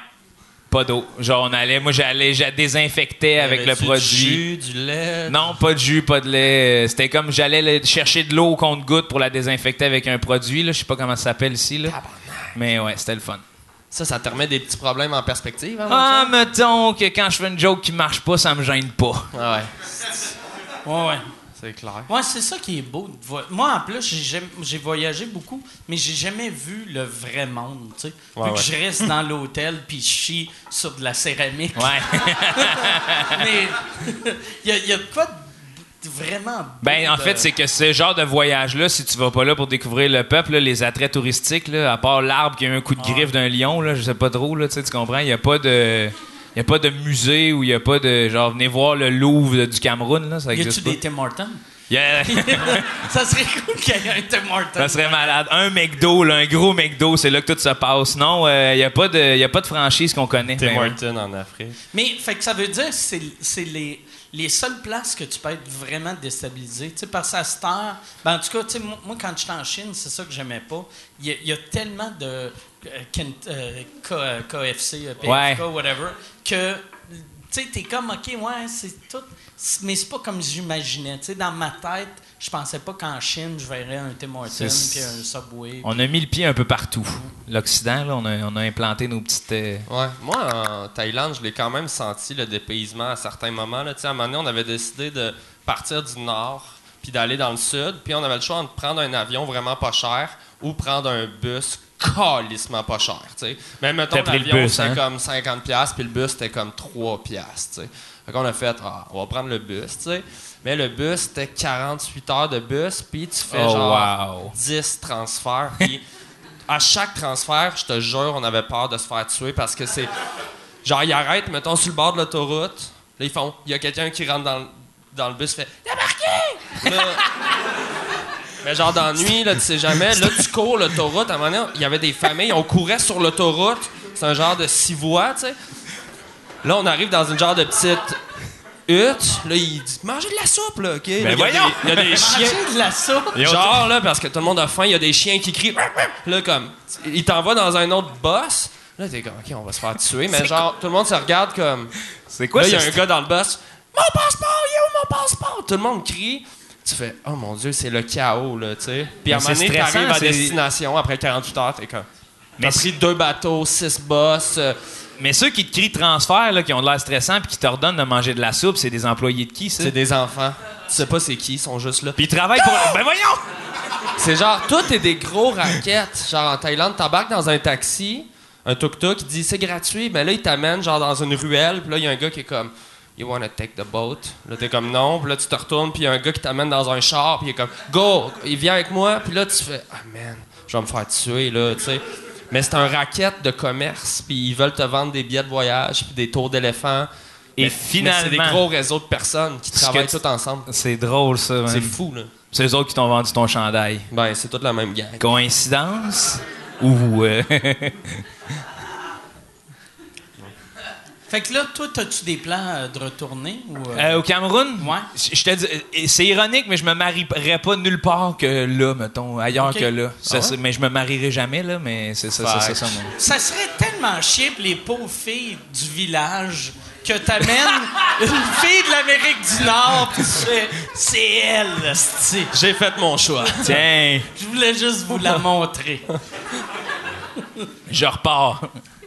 Pas d'eau. Genre, on allait, moi, j'allais, je désinfectais avec le
Avais-tu
produit.
Du jus, du lait.
Non, pas de jus, pas de lait. Euh, C'était comme j'allais le- chercher de l'eau contre goutte pour la désinfecter avec un produit. Là. Je sais pas comment ça s'appelle ici. Là. Mais ouais, c'était le fun.
Ça, ça te remet des petits problèmes en perspective. hein,
Ah, mettons que quand je fais une joke qui marche pas, ça me gêne pas.
mon chum? Ah ouais,
Ouais, ouais.
c'est clair.
Ouais, c'est ça qui est beau. de vo- Moi, en plus, j'ai jamais- j'ai voyagé beaucoup, mais j'ai jamais vu le vrai monde, tu sais. Vu
Ouais,
que
ouais.
je reste dans l'hôtel puis je chie sur de la céramique.
Ouais.
Mais il y, a- il y a de quoi de vraiment beau
Ben, en
de-
fait, c'est que ce genre de voyage-là, si tu vas pas là pour découvrir le peuple, là, les attraits touristiques, là, à part l'arbre qui a eu un coup de griffe d'un lion, là, je sais pas trop, là, tu sais, tu comprends, il y a pas de... Il a pas de musée ou il n'y a pas de. Genre, venez voir le Louvre du Cameroun, là, ça
Y a-tu
existe pas.
des Tim Hortons?
Y a-
ça serait cool qu'il y ait un Tim Hortons.
Ben, ça serait malade. Un McDo, là, un gros McDo, c'est là que tout se passe. Non, il n'y a, pas de- y a pas de franchise qu'on connaît.
Tim
Ben ouais.
Hortons en Afrique.
Mais fait que ça veut dire que c'est c'est les, les seules places que tu peux être vraiment déstabilisé. Tu sais, parce que à cette heure, ben, en tout cas, tu sais, moi, moi, quand j'étais en Chine, c'est ça que j'aimais pas. Il y, a- il y a tellement de euh, Ken- euh, K- euh, KFC, euh, PFK,
Ouais.
whatever, que tu sais, t'es comme, OK, ouais, c'est tout. c'est- Mais c'est pas comme j'imaginais. Tu sais, dans ma tête, je pensais pas qu'en Chine, je verrais un Tim Hortons
C'est-
puis un Subway.
On a mis le pied un peu partout. L'Occident, là, on a, on a implanté nos petites. euh,
Ouais. Moi, en Thaïlande, je l'ai quand même senti le dépaysement à certains moments. Là. Tu sais, À un moment donné, on avait décidé de partir du nord puis d'aller dans le sud. Puis on avait le choix entre prendre un avion vraiment pas cher ou prendre un bus calissement pas cher. tu sais. Mais mettons,
T'as pris le
l'avion,
bus,
c'était
hein?
comme 50 pièces puis le bus, c'était comme 3 pièces. tu sais. Fait qu'on a fait, ah, on va prendre le bus. tu sais. Mais le bus, c'était 48 heures de bus. Puis tu fais
Oh,
genre
wow.
10 transferts. Puis à chaque transfert, je te jure, on avait peur de se faire tuer parce que c'est. Genre, ils arrêtent, mettons, sur le bord de l'autoroute. Là, ils font. Il y a quelqu'un qui rentre dans, le- dans le bus, fait Débarquez! Là- mais genre, dans la nuit, là, tu sais jamais. Là, tu cours l'autoroute. À un moment donné, il y avait des familles, on courait sur l'autoroute. C'est un genre de six voies, tu sais. Là, on arrive dans une genre de petite hutte. Là, il dit Mangez de la soupe, là, OK? Là, il y a
Ben voyons!
des- Il y a des chiens.
Manger de la soupe!
Genre, là, parce que tout le monde a faim, il y a des chiens qui crient. Là, comme, il t'envoie dans un autre boss. Là, t'es comme, OK, on va se faire tuer. Mais genre, tout le monde se regarde comme.
C'est
Là, il y a
ce-
un gars dans le boss. Mon passeport, il est où mon passeport? Tout le monde crie. Tu fais, oh mon Dieu, c'est le chaos, là, tu sais. Puis à un
Mais
moment
c'est
donné, t'arrives
stressant,
à
c'est-
destination après 48 heures, t'es comme.
Mais
T'as pris deux bateaux, six boss. euh,
Mais ceux qui te crient transfert, là, qui ont de l'air stressant puis qui t'ordonnent de manger de la soupe, c'est des employés de qui, ça?
c'est des enfants. Tu sais pas c'est qui, ils sont juste là.
Puis ils travaillent pour. Ben voyons!
C'est genre, tout est des gros raquettes. Genre, en Thaïlande, t'embarques dans un taxi, un tuk-tuk, il dit c'est gratuit, mais là, il t'amène genre dans une ruelle, puis là, il y a un gars qui est comme You wanna take the boat? Là, t'es comme non, puis là, tu te retournes, puis il y a un gars qui t'amène dans un char, puis il est comme Go! Il vient avec moi, puis là, tu fais Ah man, je vais me faire tuer, là, tu sais. Mais c'est un racket de commerce, puis ils veulent te vendre des billets de voyage, puis des tours d'éléphant.
Et
Mais- mais C'est des
finalement-
gros réseaux de personnes qui
Ce
travaillent
que tu-
tout ensemble.
C'est drôle, ça, man.
C'est fou, là.
C'est eux autres qui t'ont vendu ton chandail.
Ben, c'est toute la même gang.
Coïncidence? Ou. euh,
Fait que là, toi, as-tu des plans euh, de retourner? Ou, euh,
euh, au Cameroun?
Ouais.
Je je te dis, euh, c'est ironique, mais je me marierais pas nulle part que là, mettons, ailleurs
Ok.
que
Ah
là. Ça, c'est- Mais je me marierai jamais, là, mais c'est ça, c'est ça, ça, mon-
Ça serait tellement chier pour les pauvres filles du village que t'amènes une fille de l'Amérique du Nord pis tu fais c'est elle, là, c'ti.
J'ai fait mon choix.
Tiens,
Je voulais juste vous la montrer.
je repars.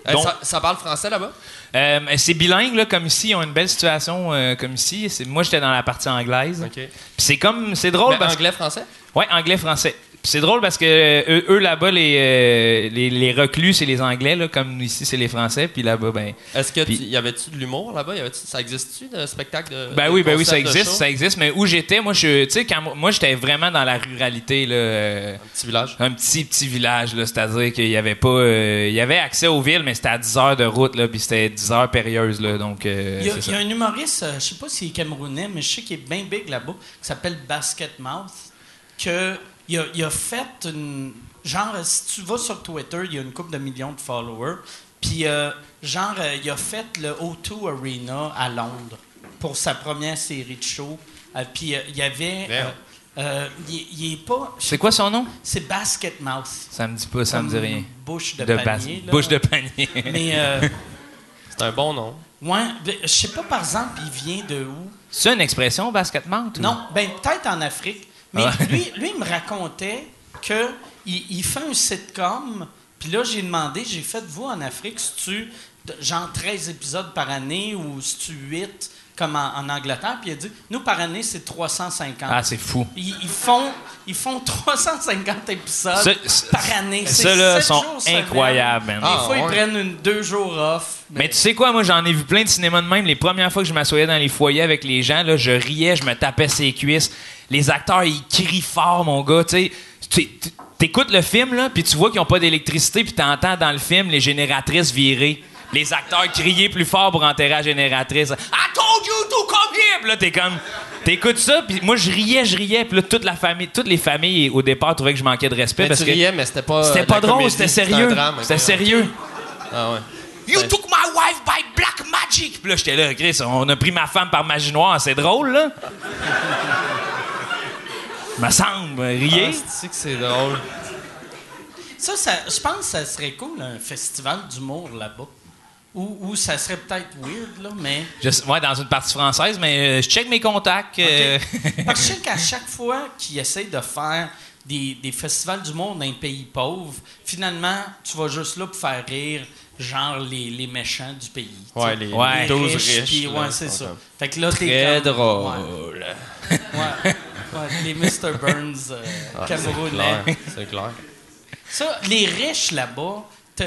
Hey,
Donc-
Euh, ça, ça parle français là-bas?
Euh, c'est bilingue, là, comme ici. Ils ont une belle situation, euh, comme ici. C'est- Moi, j'étais dans la partie anglaise.
OK.
Puis c'est comme. C'est drôle
Mais
parce que.
anglais, français?
Ouais, anglais, français. Puis c'est drôle parce que euh, eux, eux, là-bas, les, euh, les, les reclus, c'est les Anglais, là, comme nous, ici, c'est les Français. Puis là-bas, ben.
Est-ce que tu-
Puis-
y avait-tu de l'humour là-bas? Y avait-tu- ça existe-tu de spectacle
Euh,
de.
Ben
de
oui, ben oui, ça
concept de
existe,
show?
ça existe. Mais où j'étais, moi, je, tu sais, quand moi- moi, j'étais vraiment dans la ruralité, là. euh,
Petit village.
un petit petit village là, c'est-à-dire qu'il y avait pas euh, il y avait accès aux villes mais c'était à 10 heures de route là puis c'était 10 heures périlleuse là donc euh,
Il y, a,
c'est ça.
il y a un humoriste, euh, je sais pas s'il est camerounais, mais je sais qu'il est bien big là-bas, qui s'appelle Basket Mouth, que il a, il a fait une... Genre, si tu vas sur Twitter, il y a une couple de millions de followers, puis euh, genre, euh, il a fait le O2 Arena à Londres pour sa première série de shows. Euh, puis euh, il y avait... euh,
Merde.
euh, il, il est pas...
C'est quoi son nom
C'est Basket Mouth.
Ça me dit pas, ça me dit
Comme
rien.
Bouche de,
bas-
panier. là.
bouche de panier.
Mais, euh,
C'est un bon nom.
ouais, ben, je sais pas, par exemple, il vient de où.
C'est une expression basket mount ou-
Non, ben peut-être en Afrique. Mais
Ah.
lui, lui, il me racontait que il, il fait un sitcom. Puis là, j'ai demandé, j'ai fait, vous, en Afrique, si tu genre 13 épisodes par année ou si tu 8 comme en, en Angleterre? Puis il a dit, nous, par année, c'est 350.
Ah, c'est fou.
ils, ils font, ils font 350 épisodes
Ça, c'est-
par année.
ça,
C'est
là,
sept
sont
jours semaine.
incroyables, man.
Des
Ah,
fois, ils
ouais.
prennent une, deux jours off.
Mais tu sais quoi, moi j'en ai vu plein de cinéma de même. Les premières fois que je m'assoyais dans les foyers avec les gens, là, je riais, je me tapais ses cuisses. Les acteurs, ils crient fort, mon gars. Tu sais, Tu- tu- t'écoutes le film, là, puis tu vois qu'ils ont pas d'électricité, puis t'entends dans le film les génératrices virer. Les acteurs crier plus fort pour enterrer la génératrice. I told you to come here! Puis là, t'es comme. T'écoutes ça, puis moi, je riais, je riais, puis là, toute la famille, toutes les familles, au départ, trouvaient que je manquais de respect.
Mais
parce
tu
que
riais, mais c'était pas.
C'était
euh,
pas
de la
drôle,
comédie,
c'était
un
sérieux.
drame, ok.
C'était sérieux.
Ah ouais.
You took my wife by black magic. Ben, Puis là, j'étais là, Chris, on a pris ma femme par magie noire, c'est drôle, là. Me semble, riez.
Ah, c'est-tu que c'est drôle.
Ça, ça- je pense que ça serait cool, un festival d'humour là-bas. Ou, ou ça serait peut-être weird, là, mais.
Je sais- ouais, dans une partie française, mais euh, je check mes contacts. euh,
Parce que je sais qu'à chaque fois qu'ils essayent de faire des, des festivals d'humour dans les pays pauvres, finalement, tu vas juste là pour faire rire, genre, les, les méchants du pays. tu sais.
Ouais, les,
Ouais.
les
Les
12 riches.
puis
là,
ouais, c'est
sont
ça.
comme-
Fait que là, t'es
Très
comme-
drôle.
Ouais, ouais, ouais, les Mr. Burns euh,
Ah, c'est
camerounais.
clair. C'est clair.
Ça, les riches là-bas, t'as-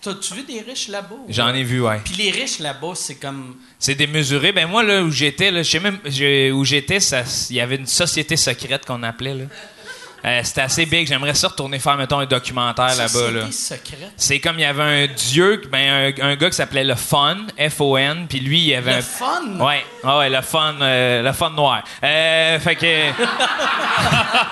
t'as-tu vu des riches là-bas?
J'en ai vu, ouais.
Puis les riches là-bas, c'est comme.
C'est démesuré. Ben moi, là, où j'étais, là, je sais même je- où j'étais, ça- il y avait une société secrète qu'on appelait, là. Euh, C'était assez big. J'aimerais ça retourner faire, mettons, un documentaire Ah, là-bas, là.
Société secrète.
C'est comme il y avait un dieu, ben, un, un gars qui s'appelait le Fun, F-O-N, puis lui, il y avait
Le
un-
fun.
Ouais, ah ouais, le fun, euh, le fun noir. Euh, fait que.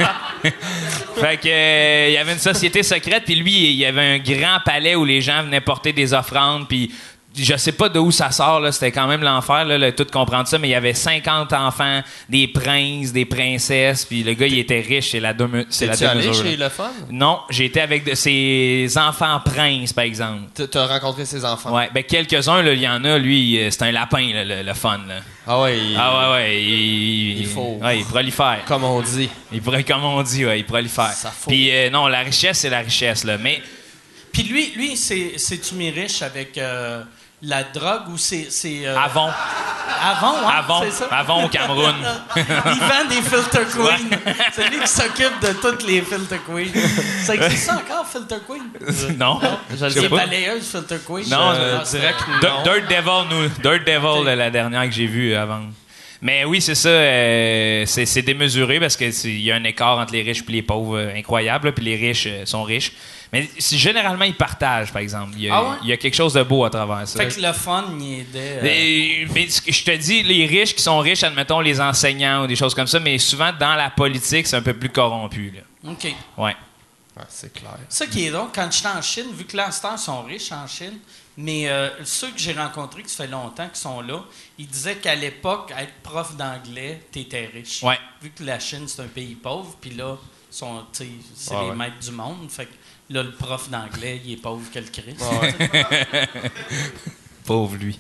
fait que euh, il y avait une société secrète, puis lui, il y avait un grand palais où les gens venaient porter des offrandes, puis je sais pas d'où ça sort, là, c'était quand même l'enfer, là, le- tout comprendre ça, mais il y avait 50 enfants, des princes, des princesses, puis le gars, il était riche, c'est la demi- c'est la
T'es-tu allé
démesure,
chez
là.
Le Fun?
Non, j'ai été avec de- ses enfants princes, par exemple.
T- T'as rencontré ses enfants?
Ouais, ben quelques-uns, là, il y en a, lui, euh, c'est un lapin, là, le, le fun, là.
Ah ouais. il-
Ah ouais, ouais. Il,
Il faut.
Ouais, il prolifère.
Comme on dit.
Il pourrait, comme on dit, ouais, il prolifère.
Ça faut.
Puis euh, non, la richesse, c'est la richesse, là. Mais
Puis lui, lui c'est, c'est-tu mes riches avec euh, la drogue ou c'est. c'est euh,
avant,
avant, hein,
avant,
c'est ça?
avant au Cameroun.
Il vend des filter queens. C'est lui qui s'occupe de toutes les filter queens. Ça existe ça encore, filter queen?
non,
je le
sais
Les
pas.
balayeuses filter queen.
Non,
euh,
je
dirais que
Dirt-
non.
Dirt Devil, nous. Dirt Devil, la dernière que j'ai vue euh, avant. Mais oui, c'est ça. euh, c'est c'est démesuré parce qu'il y a un écart entre les riches et les pauvres euh, incroyable. là, Puis les riches euh, sont riches. Mais c'est- généralement, ils partagent, par exemple. Il y, a,
Ah ouais?
il y a quelque chose de beau à travers ça.
Fait que le fun, il aidait. euh,
Mais, mais ce que je te dis, les riches qui sont riches, admettons les enseignants ou des choses comme ça, mais souvent dans la politique, c'est un peu plus corrompu. Là.
OK.
Ouais.
Ah, c'est clair.
Ça qui est drôle, quand j'étais en Chine, vu que là, à cette heure, ils sont riches en Chine, mais euh, ceux que j'ai rencontrés, qui ça fait longtemps qu'ils sont là, ils disaient qu'à l'époque, être prof d'anglais, t'étais riche.
Ouais.
Vu que la Chine, c'est un pays pauvre, puis là, sont, tu sais, c'est
Ouais,
les
ouais.
maîtres du monde. Fait que là, le prof d'anglais, il est pauvre que le Christ.
Pauvre lui.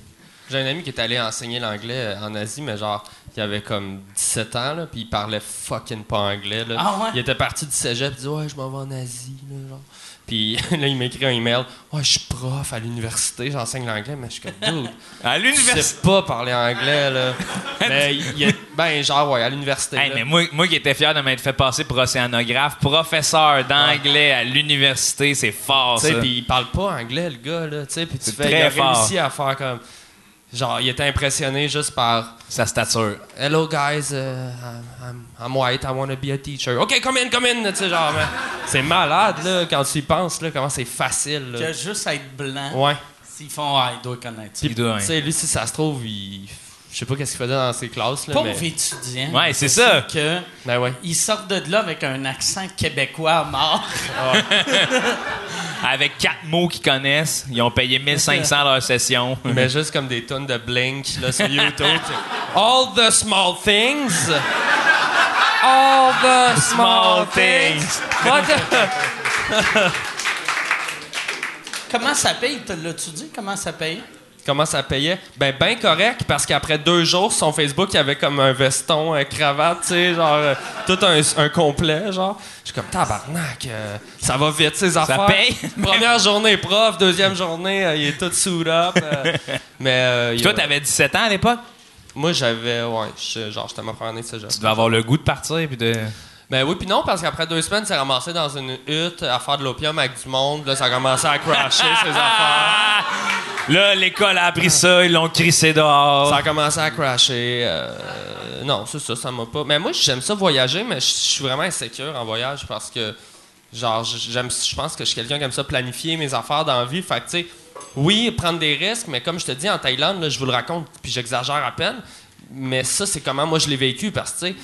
J'ai un ami qui est allé enseigner l'anglais euh, en Asie, mais genre, il avait comme 17 ans, là, puis il parlait fucking pas anglais. Là.
Ah ouais?
Il était parti du cégep, il dit Ouais, je m'en vais en Asie. Là, genre. Puis là, il m'écrit un email. Ouais, je suis prof à l'université, j'enseigne l'anglais, mais je suis comme, dude.
À
Je
l'université.
sais pas parler anglais, là. Mais il y a- ben, genre, ouais, à l'université.
Hey,
là.
mais moi, moi qui étais fier de m'être fait passer pour océanographe, professeur d'anglais à l'université, c'est fort
Tu sais,
ça.
puis il parle pas anglais, le gars, là. Tu sais, puis tu
C'est
fais, il
très
a
fort.
réussi à faire comme. Genre, il était impressionné juste par.
Sa stature.
Hello guys, uh, I'm, I'm, I'm white, I want to be a teacher. OK, come in, come in. Tu sais, genre, mais c'est malade, là, quand tu y penses, là, comment c'est facile,
Que
là.
juste être blanc,
Ouais.
s'ils font, ah, il doit connaître ça.
Il doit, hein.
Tu sais, lui, si ça se trouve, il. Je sais pas qu'est-ce qu'il faisait dans ses classes, là.
Pauvre
mais...
étudiant.
Ouais, c'est ça.
Que
Ben ouais.
ils sortent de là avec un accent québécois à mort.
Avec quatre mots qu'ils connaissent, ils ont payé 1500 leur session.
Mais juste comme des tonnes de blink là, sur YouTube. All the small things. All the small,
Small
things. What the-
Comment ça paye? Te L'as-tu dit? Comment ça paye?
Comment ça payait? Ben, ben correct, parce qu'après deux jours, son Facebook, il y avait comme un veston, un cravate, tu sais, genre, euh, tout un, un complet, genre. Je suis comme, tabarnak, euh, ça va vite, ces affaires.
paye.
Première journée, prof. Deuxième journée, euh, il est tout sous up. euh, mais, euh, il-
Toi, t'avais 17 ans à l'époque?
Moi, j'avais, ouais, je- genre, j'étais ma première année de cégep.
Tu devais avoir le goût de partir puis de.
Ben oui, puis non, parce qu'après deux semaines, c'est ramassé dans une hutte à faire de l'opium avec du monde. Là, ça a commencé à crasher ses affaires.
Ah! Là, l'école a appris ça, ils l'ont crissé dehors.
Ça a commencé à crasher. euh, non, c'est ça, ça m'a pas. Mais moi, j'aime ça voyager, mais je suis vraiment insécure en voyage parce que, genre, j'aime, je pense que je suis quelqu'un qui aime ça planifier mes affaires dans la vie. Fait que, tu sais, oui, prendre des risques, mais comme je te dis, en Thaïlande, là, je vous le raconte, puis j'exagère à peine. Mais ça, c'est comment moi je l'ai vécu parce que, tu sais,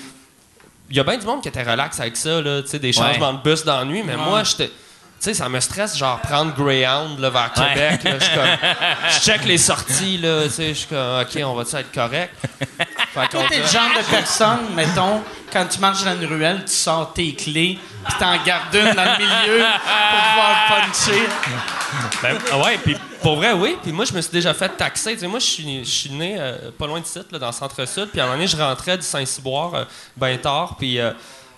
il y a bien du monde qui était relax avec ça, là, tu sais, des changements de bus dans la nuit, mais moi, j'étais. Tu sais, ça me stresse, genre, prendre Greyhound là, vers
Ouais.
Québec. là, Je suis comme- je check les sorties, là, tu sais, je suis comme, OK, on va-tu être correct? Fait qu'on
Toi, t'es le genre de personne, mettons, quand tu marches dans une ruelle, tu sors tes clés, puis t'en gardes une dans le milieu pour pouvoir puncher.
Ben, ah ouais, puis pour vrai, oui. Puis moi, je me suis déjà fait taxer. Tu sais, moi, je suis, je suis né euh, pas loin de site, là, dans le centre-sud. Puis à un moment donné, je rentrais du Saint-Cyboire, euh, ben tard. Puis euh,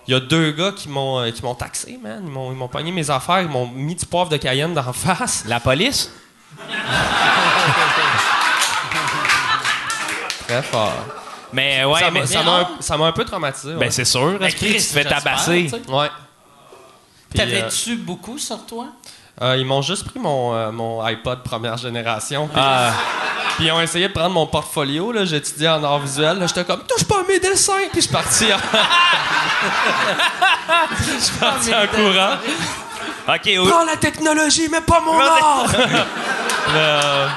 il y a deux gars qui m'ont euh, qui m'ont taxé, man. Ils m'ont, ils m'ont pogné mes affaires. Ils m'ont mis du poivre de Cayenne d'en face.
La police?
Très fort.
Mais ouais,
ça,
mais.
m'a, ça, m'a un, ça m'a un peu traumatisé. ouais.
Ben c'est sûr,
Mais
esprit, tu te
Christ,
fais
j'espère,
tabasser.
tu sais.
Ouais. Puis, euh,
T'avais-tu beaucoup sur toi?
euh, ils m'ont juste pris mon, euh, mon iPod première génération. Puis,
Ah.
puis ils ont essayé de prendre mon portfolio. Là. J'étudiais en art visuel. Là. J'étais comme, touche pas à mes dessins. Puis je suis parti en- parti en courant.
Ok, oui.
Prends Oh, la technologie, mais pas mon art! là,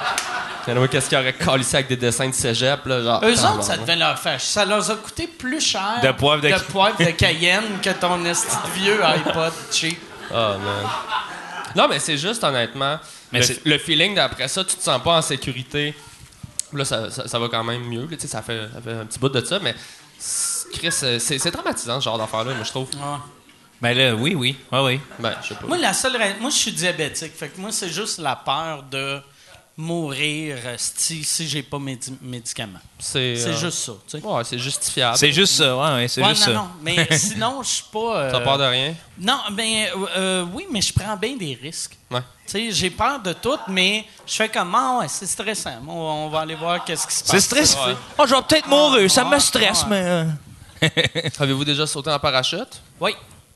anyway, qu'est-ce qu'il aurait calissé avec des dessins de cégep, là, genre...
Eux
ah,
autres, ça
bon,
devait leur faire. Ça leur a coûté plus cher
De poivre de-
poivre de Cayenne que ton esti de vieux iPod cheap.
ah, man. Non, mais c'est juste, honnêtement,
Mais
le,
c'est-
le feeling d'après ça, tu te sens pas en sécurité. Là, ça, ça- ça va quand même mieux, là, tu sais, ça fait, ça fait un petit bout de ça, mais... c'est- Chris, euh, c'est c'est traumatisant, ce genre d'affaire-là, moi, je trouve.
Ouais.
Ben là, oui, oui. Ouais, oui.
Ben, je sais pas.
Moi, la seule ra- Moi, je suis diabétique. Fait que moi, c'est juste la peur de mourir euh, si, si j'ai pas mes di- médicaments.
C'est
C'est
euh,
juste ça, tu sais.
Ouais, c'est justifiable.
C'est juste ça, ouais, ouais, c'est
Ouais,
juste
non,
ça.
non. Mais sinon, je suis pas. euh,
T'as peur de rien?
Non, mais oui, mais je prends bien des risques.
Ouais.
Tu sais, j'ai peur de tout, mais je fais comme, ah ouais, c'est stressant. On, on va aller voir qu'est-ce qui se passe.
C'est stressant. Oh, je vais peut-être mourir, ça me stresse,
Ouais.
mais. euh,
Avez-vous déjà sauté en parachute?
Oui.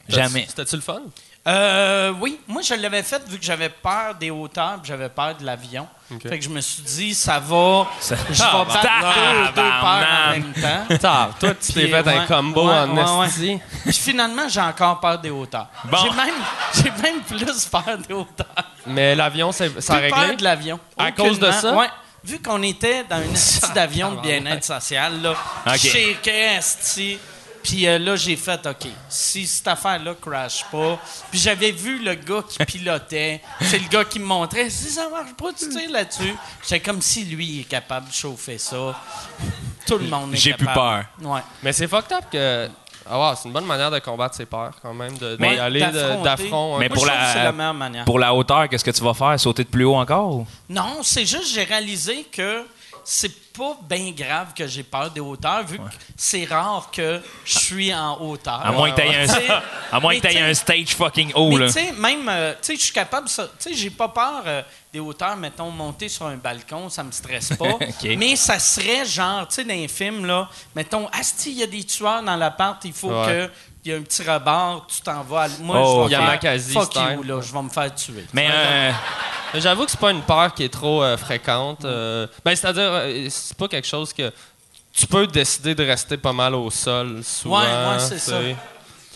Jamais.
C'était-tu le fun?
Euh, oui, moi je l'avais fait vu que j'avais peur des hauteurs, puis j'avais peur de l'avion. Fait que je me suis dit ça va, je
Ça-
vais
Ah,
battre deux, deux peurs en
tabarnak.
même temps.
Tard, toi, tu t'es
Puis,
fait un
ouais,
combo
ouais,
en
ouais, ouais.
esti.
Puis finalement, j'ai encore peur des hauteurs.
Bon.
J'ai même j'ai même plus peur des hauteurs.
Mais l'avion, c'est- ça a
Plus peur
réglé.
de l'avion.
À cause de ça?
Ouais. Vu qu'on était dans une esti d'avion de bien-être social, là,
Ok.
je shakeais esti. Puis euh, là, j'ai fait, OK, si cette affaire-là crash pas... Puis j'avais vu le gars qui pilotait. C'est le gars qui me montrait. Si ça marche pas, tu tires là-dessus. J'étais comme si lui est capable de chauffer ça. Tout le monde est
J'ai plus
capable. Ouais.
Mais c'est fucked up que. Ah, wow, c'est une bonne manière de combattre ses peurs, quand même, de,
Mais-
d'y aller de-
D'affronter.
d'affront. hein.
Mais
Moi,
pour
je
la-
trouve que c'est la meilleure manière.
Pour la hauteur, qu'est-ce que tu vas faire? Sauter de plus haut encore? ou-
Non, c'est juste j'ai réalisé que c'est pas bien grave que j'ai peur des hauteurs, vu que c'est rare que je suis en hauteur.
À moins que t'aies un,
Tu sais,
à moins
mais
que t'aies
tu sais,
un stage fucking haut,
mais
là.
tu sais, même, euh, tu sais, je suis capable, ça- tu sais, j'ai pas peur euh, des hauteurs, mettons, monter sur un balcon, ça me stresse pas.
Ok.
Mais ça serait genre, tu sais, dans les films, là, mettons, Asti, il y a des tueurs dans l'appart, il faut
Ouais.
que. Il y a un petit rebord, tu t'en vas. à l- Moi,
Oh,
je vais faire
Yamakasi
fuck
style.
you, là, je vais me faire tuer.
Mais euh,
Mais J'avoue que c'est pas une peur qui est trop euh, fréquente. euh, ben, c'est-à-dire, euh, c'est pas quelque chose que tu peux décider de rester pas mal au sol souvent.
Ouais, ouais, c'est
tu sais.
ça.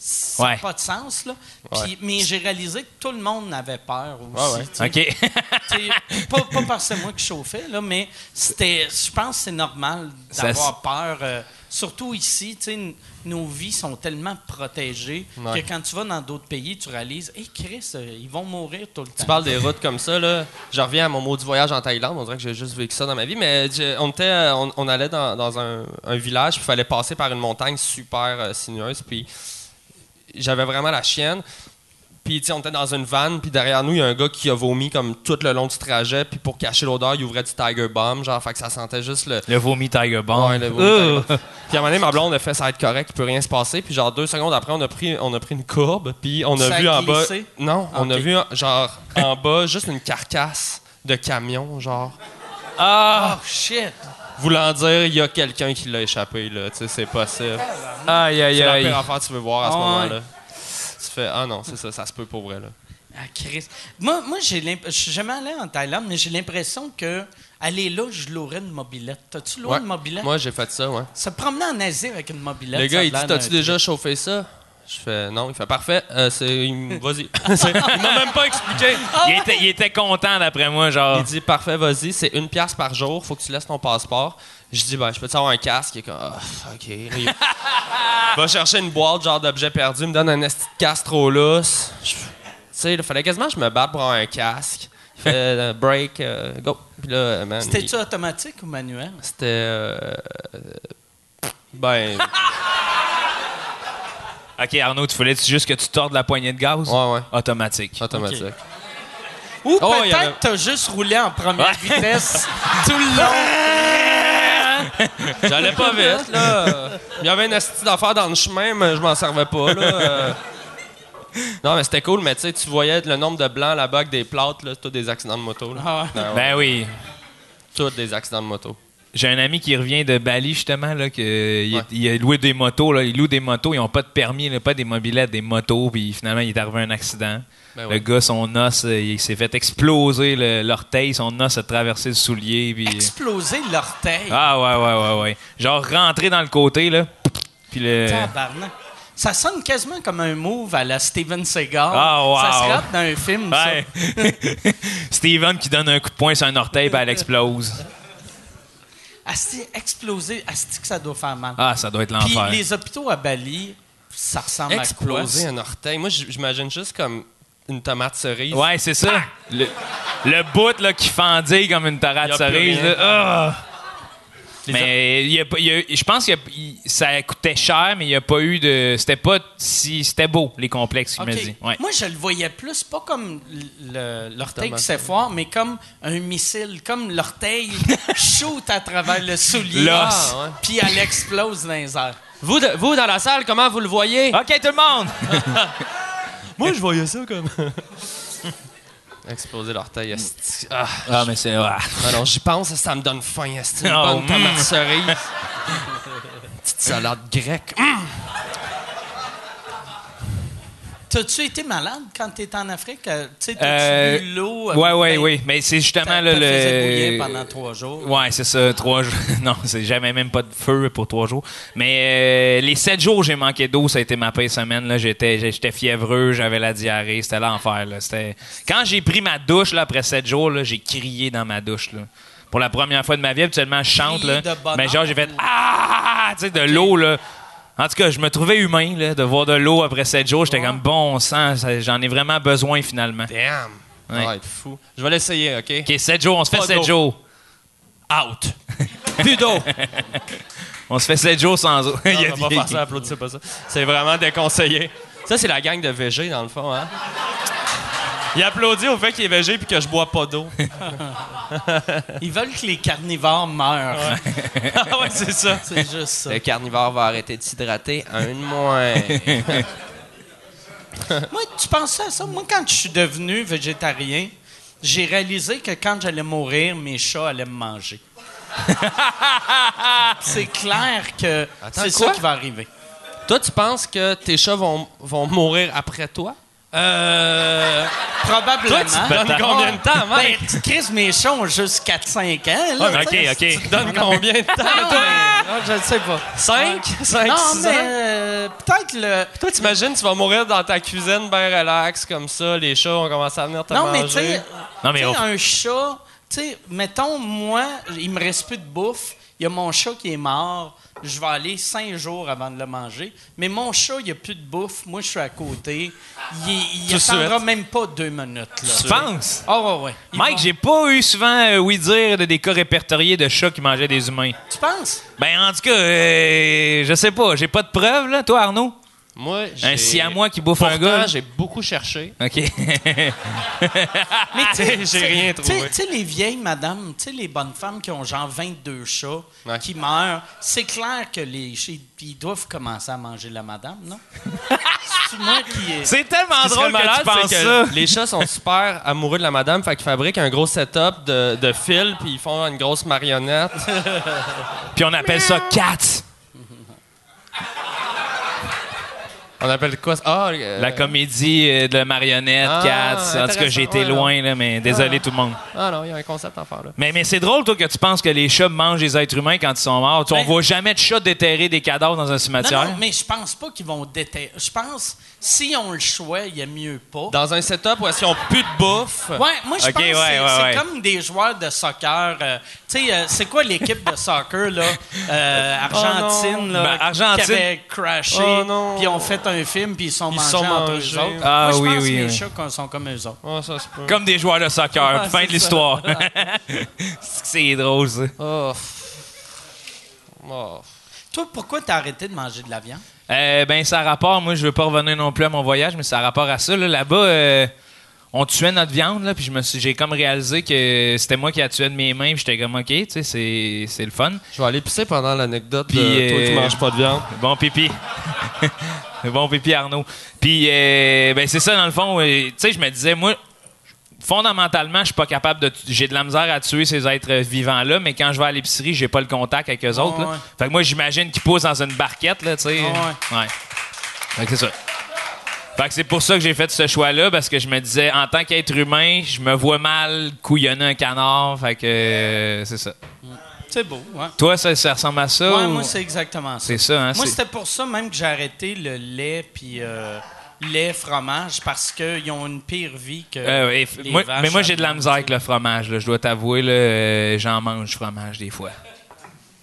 Ça n'a
Ouais.
pas de sens, là. Puis- mais j'ai réalisé que tout le monde avait peur aussi.
Ouais, ouais.
tu sais.
OK.
Tu sais, pas, pas parce que c'est moi qui chauffais, là, mais c'était, je pense que c'est normal
Ça
d'avoir peur. euh, surtout ici, tu sais, n- nos vies sont tellement protégées
Ouais.
que quand tu vas dans d'autres pays, tu réalises, hé Chris, euh, ils vont mourir tout le temps.
Tu parles des routes comme ça, là. Je reviens à mon mot du voyage en Thaïlande. On dirait que j'ai juste vécu ça dans ma vie. Mais je- on, était, euh, on, on allait dans, dans un, un village, puis il fallait passer par une montagne super euh, sinueuse. Puis j'avais vraiment la chienne. Puis, tu sais, on était dans une vanne, puis derrière nous, il y a un gars qui a vomi comme tout le long du trajet, puis pour cacher l'odeur, il ouvrait du Tiger Bomb, genre, fait que ça sentait juste le.
le vomi Tiger Bomb.
Ouais, le vomi Tiger Bomb. Puis à un moment donné, ma blonde a fait ça va être correct, il peut rien se passer, puis genre deux secondes après, on a pris, on a pris une courbe, puis on a
Ça a
vu en bas.
glissé?
Non, on a
Ok.
vu genre en bas juste une carcasse de camion, genre.
Oh shit!
Voulant dire, il y a quelqu'un qui l'a échappé, là, tu sais, c'est possible.
Aïe, aïe,
C'est la
aïe.
pire affaire que tu veux voir à ce
Ah,
moment-là. Tu fais, ah non, c'est ça, ça se peut pour vrai, là.
Ah, Chris. Moi, moi j'ai l'imp- je suis jamais allé en Thaïlande, mais j'ai l'impression que aller là, je louerais une mobilette. T'as-tu loué
Ouais.
une mobilette?
Moi, j'ai fait ça, ouais.
Se promener en Asie avec une mobilette.
Le
ça
gars,
a
il dit
l'air
T'as-tu
d'un
déjà chauffé ça Je fais Non. Il fait Parfait. Euh, c'est- il- Vas-y. C'est- il m'a même pas expliqué.
Ah
Il était, il était content, d'après moi, genre.
Il dit Parfait, vas-y. C'est une pièce par jour. Faut que tu laisses ton passeport. Je dis Ben, je peux-tu avoir un casque Il est comme Ah, OK. Il va chercher une boîte, genre d'objet perdu. Il me donne un esti de casque trop lousse. Je- Tu sais, il fallait quasiment que je me batte pour avoir un casque. Il fait euh, Break, euh, go. Puis là, man. il-
C'était-tu automatique ou manuel?
C'était. euh, euh, ben.
OK, Arnaud, tu voulais juste que tu tordes la poignée de gaz?
Ouais, ouais.
Automatique.
Automatique.
Ou
Oh, il y
peut-être
avait-
que t'as juste roulé en première vitesse tout le long.
J'allais pas vite, là. Il y avait une astuce d'affaires dans le chemin, mais je m'en servais pas, là. Euh, Non, mais c'était cool, mais tu sais, tu voyais le nombre de blancs là-bas avec des plates, là, c'est tous des accidents de moto, là.
Ah,
Ah ouais,
Ben oui.
Tous des accidents de moto.
J'ai un ami qui revient de Bali, justement, là, que, euh, il,
Ouais.
il a loué des motos, là. Il loue des motos, ils ont pas de permis, là, pas des mobilettes, des motos, puis finalement, il est arrivé à un accident.
Ben
le
ouais.
gars, son os, euh, il s'est fait exploser le- l'orteil, son os a traversé le soulier, puis...
exploser l'orteil.
Ah ouais, ouais, ouais, ouais. Genre rentrer dans le côté, là, puis le...
Tabarnak. Ça sonne quasiment comme un move à la Steven Seagal.
Ah, wow.
Ça se rate dans un film,
Ouais. Steven qui donne un coup de poing sur un orteil, puis elle explose.
ça. Asti, exploser, asti que ça doit faire mal.
Ah, ça doit être
Puis
l'enfer.
les hôpitaux à Bali, ça ressemble à quoi?
Exploser
ça?
un orteil. Moi, j- j'imagine juste comme une tomate cerise.
Ouais, c'est ça. Le, le bout là, qui fendille comme une
Y
tarate
a plus
cerise.
rien.
là. Ah! Mais il y a pas- il y a eu- je pense que ça coûtait cher, mais il n'y a pas eu de. C'était pas si. C'était beau, les complexes, qu'il
Ok.
me dit. Ouais.
Moi, je le voyais plus, pas comme le- l'orteil
Thomas.
qui s'effondre, mais comme un missile, comme l'orteil shoot à travers le soulier,
L'os.
Ah, ouais.
puis elle explose dans les airs.
Vous, de- vous, dans la salle, comment vous le voyez?
OK, tout le monde!
Moi, je voyais ça comme. Exploser l'orteil, esti. Ah,
Ah, mais c'est. ah.
alors j'y pense, ça me donne faim, esti. Une
Oh,
bonne tomate
mm.
cerise. Petite salade grecque. Mm.
T'as-tu été malade quand t'étais en Afrique? Euh, Tu sais, t'as-tu
Euh,
bu l'eau?
Ouais, ouais,
Ben,
oui. Mais c'est
t'as-
justement
t'as
là,
fait
le.
bouillir pendant trois jours.
Ouais, c'est ça, trois jours. Non, c'est jamais même pas de feu pour trois jours. Mais euh, les sept jours, j'ai manqué d'eau, ça a été ma pire semaine. Là, j'étais, j'étais fiévreux, j'avais la diarrhée, c'était l'enfer. Là. C'était... Quand j'ai pris ma douche là, après sept jours, là, j'ai crié dans ma douche. Là. Pour la première fois de ma vie, habituellement, je chante.
Crier
Là,
de bonheur
mais genre, j'ai fait
ou-
Ah! Tu sais, de l'eau, là. En tout cas, je me trouvais humain là, de voir de l'eau après sept jours. J'étais comme bon sang, ça- j'en ai vraiment besoin finalement.
Damn!
Ouais.
Ouais. être fou. Je vais l'essayer, OK?
Ok, sept jours, on se fait
Pas
sept
d'eau.
jours.
Out! Plus d'eau!
On se fait sept jours sans eau. Il y a
Non, on va
des-
pas faire ça, applaudissez pas ça. C'est vraiment déconseillé. Ça, c'est la gang de VG, dans le fond, hein? Il applaudit au fait qu'il est VG puis que je bois pas d'eau.
Ils veulent que les carnivores meurent.
ah ouais, c'est ça.
C'est juste ça.
Le carnivore va arrêter de s'hydrater un de moins.
Moi, tu pensais à ça? Moi, quand je suis devenu végétarien, j'ai réalisé que quand j'allais mourir, mes chats allaient me manger. c'est clair que
Attends,
c'est
quoi?
ça qui va arriver.
toi, tu penses que tes chats vont, vont mourir après toi?
Euh, probablement.
Toi, tu te donnes combien de temps,
Ben,
mec?
Chris, mes chats ont juste 4-5 ans. là,
Ouais,
tu sais.
ok, ok.
Tu te donnes combien de temps, toi?
Ah, je ne sais pas.
Cinq? Cinq,
Non,
six
mais
ans?
euh, peut-être le...
Toi, t'imagines, tu vas mourir dans ta cuisine bien relax, comme ça, les chats vont commencer à venir te
Non,
manger.
mais tu sais,
Non, mais
tu sais,
on-
un chat, tu sais, mettons, moi, il me reste plus de bouffe, il y a mon chat qui est mort, je vais aller cinq jours avant de le manger, mais mon chat, il n'y a plus de bouffe, moi, je suis à côté, il
Tout de
n'attendra
suite.
même pas deux minutes.
Tu
Là.
penses?
Ah ouais, ouais. Ils
Mike,
vont-
j'ai pas eu souvent, euh, oui dire, de des cas répertoriés de chats qui mangeaient des humains.
Tu penses?
Ben, en tout cas, euh, je sais pas, j'ai pas de preuves, là, toi, Arnaud?
Moi,
Ben,
Un
j'ai-
siamois qui bouffe un
Pourtant,
gars.
j'ai beaucoup cherché.
OK.
Mais tu sais,
J'ai
tu sais,
rien
tu sais,
trouvé.
Tu sais, les vieilles madames, tu sais, les bonnes femmes qui ont genre 22 chats,
Ouais.
qui meurent, c'est clair que les chats, ils doivent commencer à manger la madame, non? c'est moi qui ai-
c'est tellement
Ce qui serait
Ah, drôle que
malade,
tu penses
c'est que
ça.
Les chats sont super amoureux de la madame, fait qu'ils fabriquent un gros setup de, de fil, puis ils font une grosse marionnette.
Puis on appelle ça cats,
On appelle quoi ça? Ah, euh,
la comédie euh, de marionnette,
Ah,
cats. En tout cas, j'ai été
intéressant, ouais,
loin, là, mais désolé tout le monde.
ah non, il y a un concept à faire là.
Mais, mais c'est drôle, toi, que tu penses que les chats mangent les êtres humains quand ils sont morts. Tu sais,
Ben-
on voit jamais de chats déterrer des cadavres dans un
Non,
cimetière.
non, mais je pense pas qu'ils vont déterrer. Je pense, s'ils ont le choix, il y a mieux pas.
Dans un setup où est-ce qu'ils ont plus de bouffe.
Ouais, moi, je pense
Ok,
que
ouais,
c'est
ouais,
c'est
ouais.
comme des joueurs de soccer. euh, tu sais, euh, c'est quoi l'équipe de soccer, là? Euh, Argentine,
Oh non.
là.
Ben, Argentine.
Qui avait crashé,
Oh non.
puis ils ont fait un film, puis ils sont
Ils
mangés
sont
entre
mangés.
eux autres.
Ah,
moi, je
oui,
pense
oui,
que les
oui.
chats con- sont comme eux autres.
Ouais, Ah, ça, c'est pas...
Comme des joueurs de soccer.
Ouais,
fin
c'est
de
ça.
l'histoire. C'est que c'est drôle, ça.
Oh. Oh.
Toi, pourquoi t'as arrêté de manger de la viande?
Euh, ben, ça a rapport. Moi, je veux pas revenir non plus à mon voyage, mais ça a rapport à ça. là. Là-bas, euh, on tuait notre viande, là, puis je me suis- j'ai comme réalisé que c'était moi qui la tuais de mes mains, puis j'étais comme, OK, tu sais, c'est c'est le fun.
Je vais aller pisser pendant l'anecdote
Puis,
de toi qui
euh,
manges pas de viande.
Bon pipi. bon pipi, Arnaud. Puis, euh, ben, c'est ça, dans le fond. euh, tu sais, je me disais, moi, fondamentalement, je suis pas capable de. tu- J'ai de la misère à tuer ces êtres vivants-là, mais quand je vais à l'épicerie, j'ai pas le contact avec eux autres. là.
ouais.
Fait que moi, j'imagine qu'ils poussent dans une barquette, là, tu sais.
Ah
ouais. Fait que c'est ça. Fait que c'est pour ça que j'ai fait ce choix-là, parce que je me disais, en tant qu'être humain, je me vois mal couillonner un canard. Fait que euh, c'est ça.
C'est beau, ouais.
Toi, ça, ça ressemble à ça?
Ouais,
ou-
moi, c'est exactement ça.
C'est ça, hein?
Moi,
c'est-
c'était pour ça même que j'ai arrêté le lait puis euh, lait fromage parce qu'ils ont une pire vie que.
Euh, et f-
les
moi-
vaches
mais moi, j'ai de la
allemandes.
misère avec le fromage. là. Je dois t'avouer, là, euh, j'en mange du fromage des fois.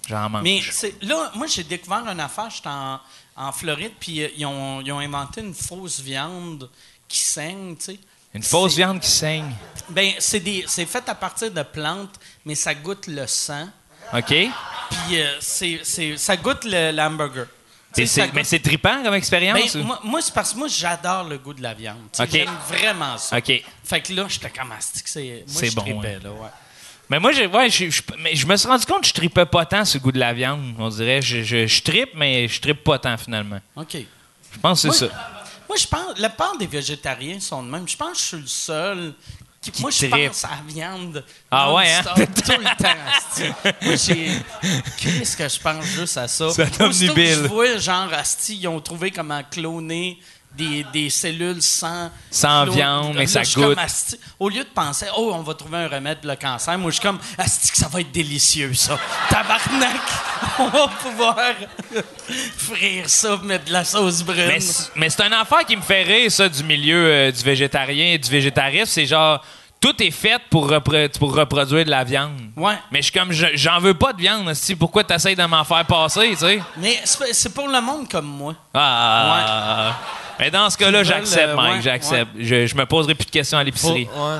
J'en mange.
Mais c'est- là, moi, j'ai découvert une affaire. J'étais en, en Floride, puis euh, ils, ont, ils ont inventé une fausse viande qui saigne, tu sais.
Une fausse
c'est-
viande qui saigne.
Ben, c'est des- c'est fait à partir de plantes, mais ça goûte le sang.
OK?
Puis euh, c'est- c'est- ça goûte le, l'hamburger. Tu sais,
Et
ça
c'est-
goûte-
Mais c'est trippant comme expérience?
Ben,
ou-
moi, moi, c'est parce que moi, j'adore le goût de la viande. Tu sais,
OK.
J'aime vraiment ça.
OK.
Fait que là, j'étais comme astique. C'est moi,
C'est
je
bon,
tripais,
hein.
là, ouais.
Mais moi, j'ai- ouais, je, je- mais je me suis rendu compte que je tripais pas tant ce goût de la viande, on dirait. Je, je, je trippe, mais je trippe pas tant finalement.
OK.
Je pense que c'est
Moi-
ça.
Moi, je pense. La part des végétariens sont de même. Je pense que je suis le seul. Qui, moi, je
trippe.
pense à la viande.
Ah ouais, hein?
non-stop, Tout le temps. asti. Moi, j'ai. Qu'est-ce que je pense juste à ça?
Ça
Aussitôt que Je
t'omnibile.
vois, genre, Asti, ils ont trouvé comment cloner des, des cellules sans.
Sans
clone-
viande, mais
Là,
ça
je suis comme,
goûte.
Asti, au lieu de penser, oh, on va trouver un remède pour le cancer, moi, je suis comme, Asti, que ça va être délicieux, ça. Tabarnak! On va pouvoir frire ça, mettre de la sauce brune.
Mais, c'est- mais c'est une affaire qui me fait rire, ça, du milieu euh, du végétarien et du végétarisme. C'est genre, tout est fait pour, repro- pour reproduire de la viande.
Ouais.
Mais je suis comme, je- j'en veux pas de viande, si pourquoi t'essayes de m'en faire passer, tu sais?
Mais c'est c'est pour le monde comme moi.
Ah. Mais dans ce cas-là,
Ils veulent,
j'accepte,
euh,
Mike,
ouais,
j'accepte. Je, je me poserai plus de questions à
Faut-
l'épicerie.
ouais.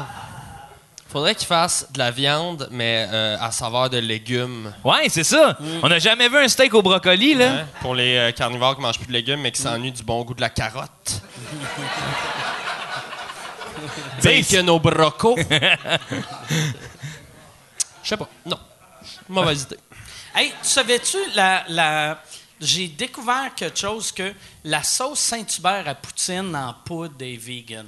Faudrait qu'ils fassent de la viande, mais euh, à saveur de légumes.
Ouais, c'est ça.
Mm.
On n'a jamais vu un steak au brocoli, là.
Hein? Pour les euh, carnivores qui mangent plus de légumes, mais qui s'ennuient du bon goût de la carotte. Bacon au broco. Je sais pas. Non. Mauvaise idée.
Hey, tu savais-tu, la, la- j'ai découvert quelque chose que la sauce Saint-Hubert à poutine en poudre est vegan.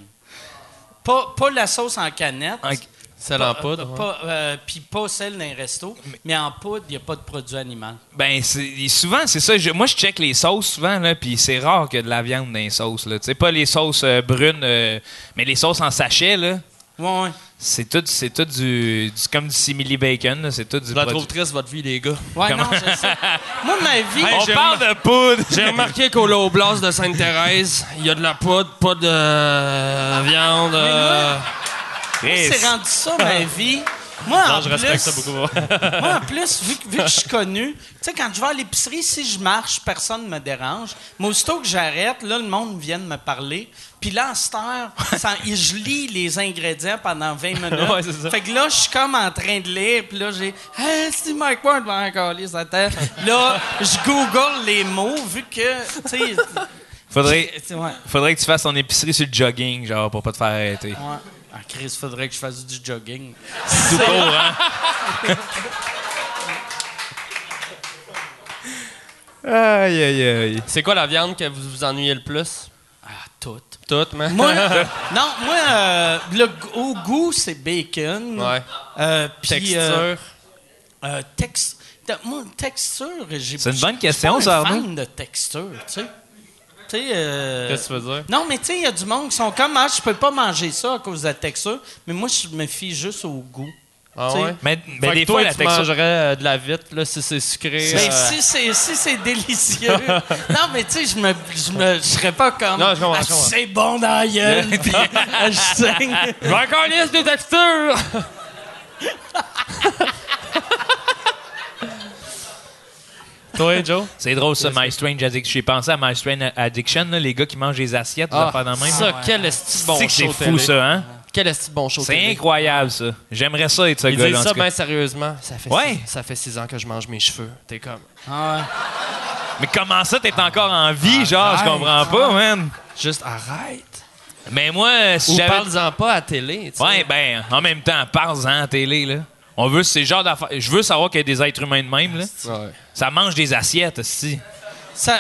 Pas, pas la sauce en canette.
Ok.
Celle
Pas-
en poudre. ouais.
pas, euh, Puis pas celle d'un resto. Mais en poudre, il n'y a pas de produit animal.
Ben, c'est- souvent, c'est ça. Je- moi, je check les sauces souvent, là, puis c'est rare qu'il y a de la viande dans les sauces, là. Tu sais, pas les sauces euh, brunes, euh, mais les sauces en sachet, là.
Ouais, ouais.
C'est tout, c'est tout du, du- comme du simili bacon, là. C'est tout du.
Je la
produit-
trouve triste, votre vie, les gars.
Ouais,
Comment-
non, je sais. Moi, ma vie.
On
j'ai
parle de poudre.
J'ai remarqué qu'au Loblas de Sainte-Thérèse, il y a de la poudre, pas de euh, viande. euh,
Chris.
c'est rendu ça, ma vie. Moi, en
je respecte
plus-
ça beaucoup.
Moi, en plus, vu, que- vu que je suis connu, tu sais, quand je vais à l'épicerie, si je marche, personne ne me dérange. Mais aussitôt que j'arrête, là, le monde vient de me parler. Puis là, en cette heure, ça- et je lis les ingrédients pendant 20 minutes.
Ouais, c'est ça.
Fait que là, je suis comme en train de lire. Puis là, j'ai « Hey, c'est Mike Ward, va encore lire sa tête. » Là, je google les mots, vu que, tu sais...
Faudrait,
tu sais, Ouais,
faudrait que tu fasses ton épicerie sur le jogging, genre, pour pas te faire arrêter.
ouais. Ah, Chris, faudrait que je fasse du jogging.
Tout court, hein? aïe, aïe, aïe.
C'est quoi la viande que vous vous ennuyez le plus?
Ah, tout.
Toute, man.
Moi, non, moi, euh, le go- au goût, c'est bacon.
Ouais.
Euh, puis,
Texture.
euh, euh, tex- te- moi, texture, j'ai
C'est une bonne
je-
question,
je suis pas
ça,
un
Arnaud.
fan de texture, tu sais. Tu sais, euh,
Qu'est-ce que tu veux dire?
Non, mais tu sais, il y a du monde qui sont comme, ah, je peux pas manger ça à cause de la texture, mais moi, je me fie juste au goût.
Ah
tu sais.
ouais?
Mais, mais
Fait que
des
toi,
fois, la
tu
texture.
mangerais euh, de la vitre, là, si c'est sucré.
Mais
euh,
Ben, si c'est si c'est délicieux. non, mais tu sais, je me je me je serais pas comme
Non, je comprends,
Ah,
je comprends.
c'est bon dans la gueule, puis ah, je saigne.
Je vais encore liste des textures! Toi, Joe?
C'est drôle, ça, My Strange Addiction. J'ai pensé à My Strange Addiction, là, les gars qui mangent les assiettes,
Ah,
ah, pendant même.
ça, quel est bon
c'est
show
que c'est
télé.
fou, ça, hein?
Quel est bon show
C'est
télé.
incroyable, ça. J'aimerais ça être ce
Ils
gars-là.
disent
en
ça
tout cas.
bien sérieusement. Ça fait,
Ouais.
six, ça fait six ans que je mange mes cheveux. T'es comme...
Ah ouais.
Mais comment ça, t'es encore en vie, genre, je comprends pas, man.
Juste arrête.
Mais moi,
Ou
si j'avais.
parle-en pas à la télé. tu sais.
Ouais, ben, en même temps, parle-en à la télé, là. On veut, c'est le genre d'affaires. Je veux savoir qu'il y a des êtres humains de même, là.
Ouais.
Ça mange des assiettes, si.
Ça.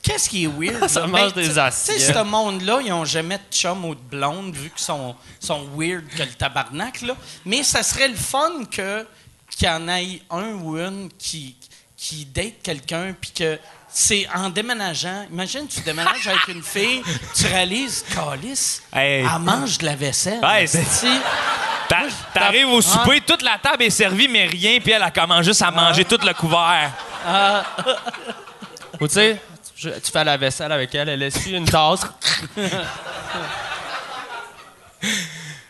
Qu'est-ce qui est weird?
Ça
là?
mange
Ben,
des
tu- tu sais,
assiettes.
ce monde-là, ils n'ont jamais de chum ou de blonde, vu qu'ils sont, sont weird que le tabarnak, là. Mais ça serait le fun que qu'il y en ait un ou une qui, qui date quelqu'un, puis que c'est en déménageant. Imagine, tu déménages avec une fille, tu réalises, Calice,
Hey.
elle mange de la vaisselle.
Hey, c'est-
Si.
T'a- T'arrives au souper, toute la table est servie, mais rien, puis elle, elle commence juste à manger tout le couvert.
Ou tu sais, tu tu fais la vaisselle avec elle, elle essuie une tasse.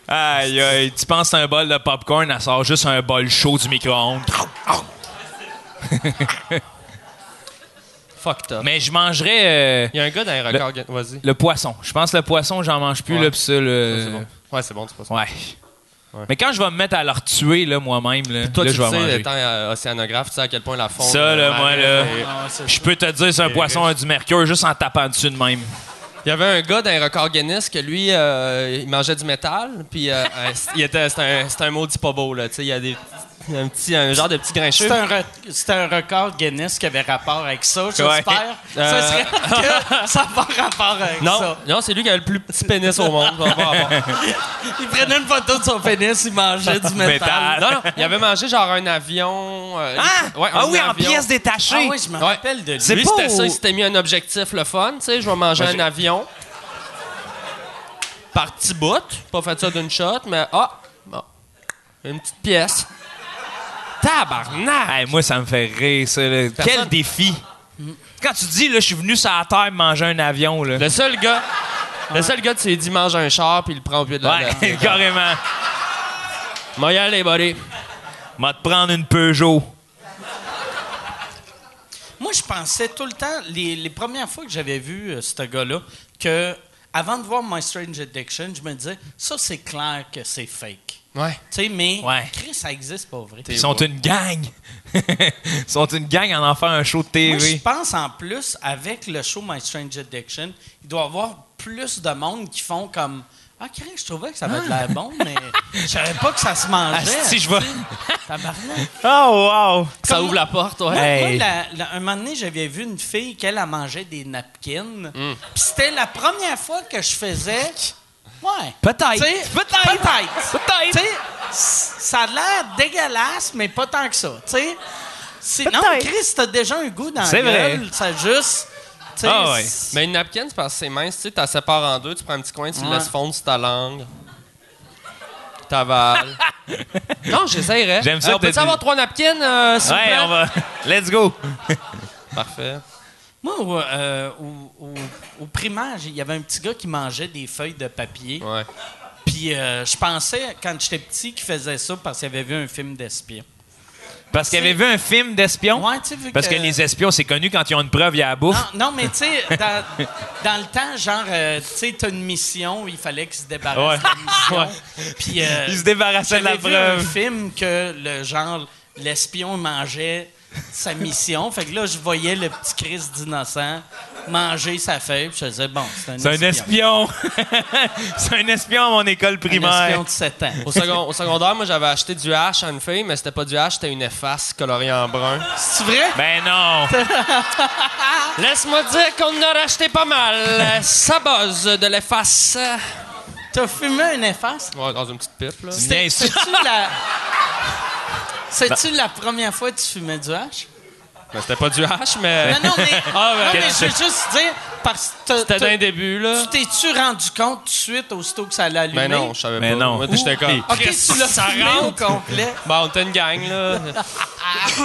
Aïe, aïe, tu penses que c'est un bol de popcorn, elle sort juste un bol chaud du micro-ondes.
Fuck up.
Mais je mangerais euh,
Il y a un gars dans les records. Guin- Vas-y.
le poisson. Je pense que le poisson, j'en mange plus,
Ouais.
là, pis ça, le...
C'est bon. Ouais, c'est bon, c'est pas ça.
Ouais. Mais quand je vais me mettre à leur tuer, là, moi-même, là,
Toi,
là,
tu
je vais
sais,
manger.
étant euh, océanographe, tu sais à quel point la faune.
Ça, là,
euh,
moi, là,
marine,
je peux te dire, c'est un poisson a du mercure juste en tapant dessus de même.
Il y avait un gars d'un record Guinness que lui, euh, il mangeait du métal, puis euh, euh, il était, c'était un, c'était un maudit pas beau, là. Tu sais, il y a des, il y a un petit, un genre de petit grincheux.
C'est un, re- c'est un record Guinness qui avait rapport avec ça, j'espère.
Ouais.
Ça
Euh.
serait que ça n'a pas rapport avec
Non,
ça.
non, c'est lui qui avait le plus petit pénis au monde. par rapport à-
Il prenait une photo de son pénis, il mangeait du métal.
Métal.
Non, non, il avait mangé genre un avion. euh,
Hein?
Ah,
ouais,
ah
un
oui, en
avion.
pièces détachées.
Ah oui, je me
Ouais.
rappelle de lui.
C'est
Lui,
pas
c'était
au-
ça, il s'était mis un objectif le fun, tu sais, je vais manger un
j'ai-
avion. Par petits bouts, pas fait ça d'une shot, mais ah, bon. une petite pièce.
Tabarnak! Hey, moi, ça me fait rire, ça. là. Quel défi!
Mm.
Quand tu dis, là, je suis venu sur la terre manger un avion, là.
Le seul gars, le seul gars, tu lui dis mange un char puis il le prend au pied de la lettre.
Ouais, carrément.
Moi, y aller, buddy.
Va te prendre une Peugeot.
Moi, je pensais tout le temps, les, les premières fois que j'avais vu euh, ce gars-là, que avant de voir My Strange Addiction, je me disais, ça, c'est clair que c'est fake.
Ouais.
Tu sais, mais
Ouais.
Chris, ça existe pas vrai.
Ils sont une gang. Ils sont une gang en en faire un show de
Moi, je
TV.
pense en plus, avec le show My Strange Addiction, il doit y avoir plus de monde qui font comme Ah, Chris, je trouvais que ça avait de l'air bon, mais je savais pas que ça se mangeait.
Ah. si je vais.
Tabarnak.
Oh, wow!
Ça
Comme-
ouvre la porte, ouais.
Hey.
Moi, la- la- un moment donné, j'avais vu une fille qu'elle a mangé des napkins.
Mm.
Puis c'était la première fois que je faisais. Ouais.
Peut-être.
Tu sais,
Peut-être.
Peut-être.
Peut-être.
Tu sais, c- ça a l'air dégueulasse, mais pas tant que ça. Tu sais, C'est- non,
Peut-être.
Chris, t'as déjà un goût dans la
C'est vrai.
gueule. Ça juste. tu sais,
Ah ouais.
c'est-
Mais une napkin, c'est parce que c'est mince, tu sais, t'as sépares en deux, tu prends un petit coin, tu le
Ouais.
laisses fondre sur ta langue. T'avales. non, j'essayerais.
J'aime ça,
Euh, on peut
t'as dit-
avoir trois napkins, euh, s'il vous
Ouais,
plaît?
on va. Let's go!
Parfait.
Moi, au, euh, au- au- au primaire, il y avait un petit gars qui mangeait des feuilles de papier.
Ouais.
Puis euh, je pensais, quand j'étais petit, qu'il faisait ça parce qu'il avait vu un film d'espion.
Parce qu'il avait vu un film d'espion.
Ouais, euh, tu sais, vu
Parce que les espions, c'est connu quand ils ont une preuve, il y a la bouffe.
Non, non, mais tu sais, dans, dans le temps, genre, euh, tu sais, t'as une mission, il fallait qu'ils se débarrassent de la mission. Puis, euh,
Ils se débarrassaient de la
Ah, j'avais vu un
preuve.
film que le genre, l'espion mangeait sa mission. Fait que là, je voyais le petit Christ d'innocent manger sa feuille. Puis je disais, bon, c'est un
C'est un
espion.
espion. c'est un espion à mon
Un
école
espion
primaire.
de 7 ans.
Au, second- au secondaire, moi, j'avais acheté du H à une fille, mais c'était pas du H, c'était une efface colorée en brun.
C'est vrai?
Ben non.
Laisse-moi dire qu'on en a racheté pas mal. Ça buzz de l'efface.
T'as fumé un efface?
Ouais, dans une petite pipe, là.
C'était-
Bien sûr. Ben.
C'est-tu la... C'est-tu la première fois que tu fumais du hash?
Mais c'était pas du H, mais.
Non, non, mais,
Ah, ben,
non, mais
quel-
je veux juste dire, parce que t'as-
C'était
t'as-
d'un début, là.
tu t'es-tu rendu compte tout de suite, aussitôt que ça allait allumer?
Mais non, je savais
Mais
pas.
Ben non.
Moi, j'étais comme.
OK, tu l'as
ça
fumé au
rentre.
complet.
Bon, on était une gang, là.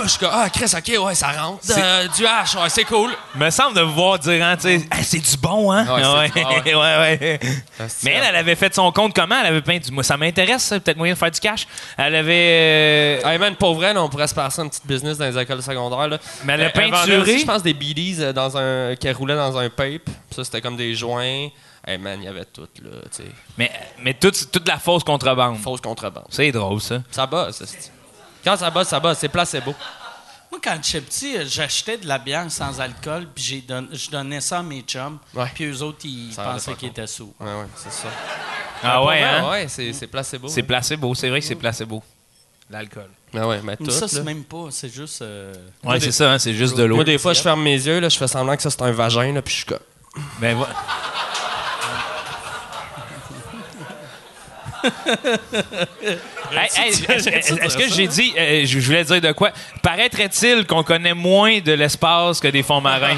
je suis comme, ah, Chris, ok, ouais, ça rentre. Euh, du H, ouais, c'est cool.
Me semble de vous voir dire, hein, tu sais, Hey, c'est du bon, hein?
Ouais, c'est-
ouais, Ah, ouais, ouais.
c'est
Mais elle, elle avait fait son compte comment? Elle avait peint du. Moi, ça m'intéresse, ça, peut-être moyen de faire du cash. Elle avait. euh,
Hey man, pour vrai, là, on pourrait se passer un petit business dans les écoles secondaires. Là.
Mais elle a
Euh, elle vendait
peinturé.
aussi, je pense, des BDs euh, dans un... qu'elle roulait dans un pape. Ça, c'était comme des joints. Hey man, il y avait tout, là, tu sais.
Mais, mais toute, toute la fausse contrebande.
Fausse contrebande.
C'est drôle, ça.
Ça bosse, ça, c'est- Quand ça bosse, ça bosse. C'est placebo.
Moi, quand j'étais petit, euh, j'achetais de la bière sans alcool, puis j'ai don- je donnais ça à mes chums,
Ouais.
puis eux autres, ils
Ça rendait
pensaient
pas
qu'ils
compte.
étaient sous.
Ouais, ouais, c'est ça.
Ah
Pour
ouais,
vrai,
hein?
Ouais, c'est c'est placebo.
C'est
hein.
placebo, c'est vrai que c'est placebo. L'alcool.
Ouais, ouais, mais tout.
Mais ça, c'est
là.
même pas, c'est juste... euh,
Ouais, c'est ça, hein, c'est juste de l'eau.
Moi, des fois, je ferme mes yeux, là, je fais semblant que ça, c'est un vagin, là, puis je suis comme.
Ben, voilà. Hey, hey, Est-ce est-ce que j'ai dit, euh, je je voulais dire de quoi? Paraîtrait-il qu'on connaît moins de l'espace que des fonds marins?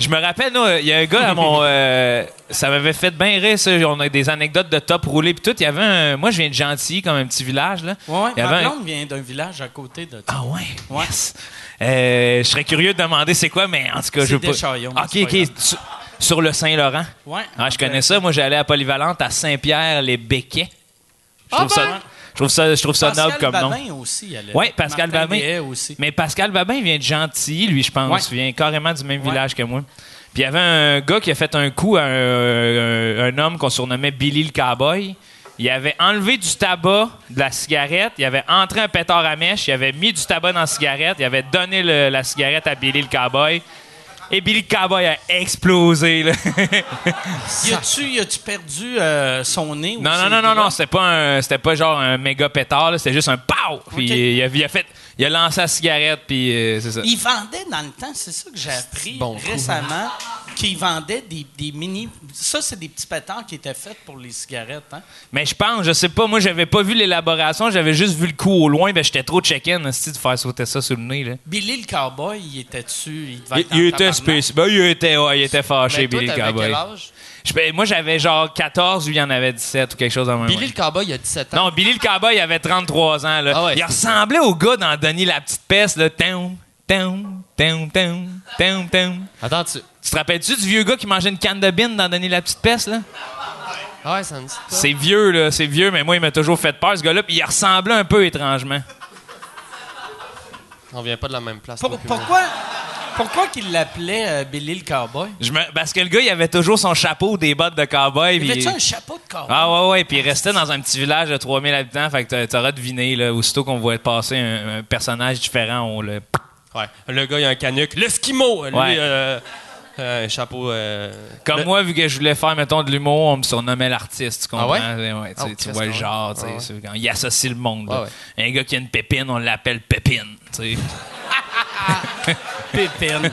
Je me rappelle, nous, il y a un gars à mon. euh, ça m'avait fait bien rire, ça. On a des anecdotes de top roulé puis tout. Il y avait un. Moi, je viens de Gentilly, comme un petit village, là.
Ouais, ouais.
Il y
Ma
avait un-
blonde vient d'un village à côté de
Ah ouais?
Ouais.
Yes. Euh, je serais curieux de demander c'est quoi, mais en tout cas,
C'est
je veux
des
pas.
Chaillons,
Ah,
c'est
OK,
pas
OK. Sur, sur le Saint-Laurent.
Ouais.
Ah, je connais ça. Moi, j'allais à Polyvalente à Saint-Pierre-les-Béquets. Je trouve ça. Je trouve ça, je trouve ça
Ah Pascal
noble comme nom.
Babin aussi. elle est-
Oui, Pascal
Martin
Babin.
Dehaye aussi.
Mais Pascal Babin vient de Gentilly, lui, je pense.
Ouais.
Il vient carrément du même
Ouais.
village que moi. Puis il y avait un gars qui a fait un coup à un, un- un homme qu'on surnommait Billy le Cowboy. Il avait enlevé du tabac de la cigarette, il avait entré un pétard à mèche, il avait mis du tabac dans la cigarette, il avait donné le- la cigarette à Billy le Cowboy. Et Billy le Cowboy a explosé. là.
Y a-tu, y a-tu perdu euh, son nez?
non, non, non, non, non, c'était pas, un- c'était pas genre un méga pétard, là, c'était juste un pow! Puis
Ok.
il, a, il a fait, il a lancé la cigarette, puis euh, c'est ça.
Il vendait dans le temps, c'est ça que j'ai appris
bon coup.
récemment, qu'il vendait des, des mini. Ça, c'est des petits pétards qui étaient faits pour les cigarettes. Hein?
Mais je pense, je sais pas, moi j'avais pas vu l'élaboration, j'avais juste vu le coup au loin, mais j'étais trop check-in hostie, de faire sauter ça sous le nez. Là.
Billy le cowboy, il était dessus. Il, devait
Il,
être
il
en
était
tabarnak.
spécial. Ben, il était, ouais, il était fâché,
Mais toi,
Billy le
t'avais
Cowboy.
quel âge?
Je- ben, moi j'avais genre 14, lui il en avait 17 ou quelque chose en même
Billy
ouais.
le cowboy, il a 17 ans.
Non, Billy le Cowboy il avait 33 ans. Là.
Ah ouais,
il
c'est-
ressemblait au gars dans Denis la petite peste, là. Toum, toum, toum, toum, toum, toum.
Attends, tu.
Tu te rappelles-tu du vieux gars qui mangeait une canne de bine dans Denis la petite peste, là?
Ah ouais, ça me dit. pas.
C'est vieux, là, c'est vieux, mais moi il m'a toujours fait peur, ce gars-là, puis il ressemblait un peu étrangement.
On vient pas de la même place.
Pour-
toi puis moi.
pourquoi pourquoi qu'il l'appelait euh, Billy le cowboy?
Je me- Parce que le gars, il avait toujours son chapeau, des bottes de cowboy.
Il
puis-
avait-tu un chapeau de cowboy?
Ah ouais, ouais, puis il restait dans un petit village de 3000 habitants, fait que t'a- t'auras deviné, là, aussitôt qu'on voit passer un, un personnage différent, on le...
Ouais. Le gars, il a un canuc. L'Eskimo, lui,
Ouais.
euh, euh, un chapeau. euh,
Comme
le-
moi, vu que je voulais faire, mettons, de l'humour, on me surnommait l'artiste, tu comprends?
Ah ouais?
tu sais,
Oh,
tu
Christ,
vois le
ah ouais.
genre, tu sais,
Ah ouais.
c'est quand il associe le monde. là.
Ah
Un gars qui a une pépine, on l'appelle Pépine, tu sais.
Pépine.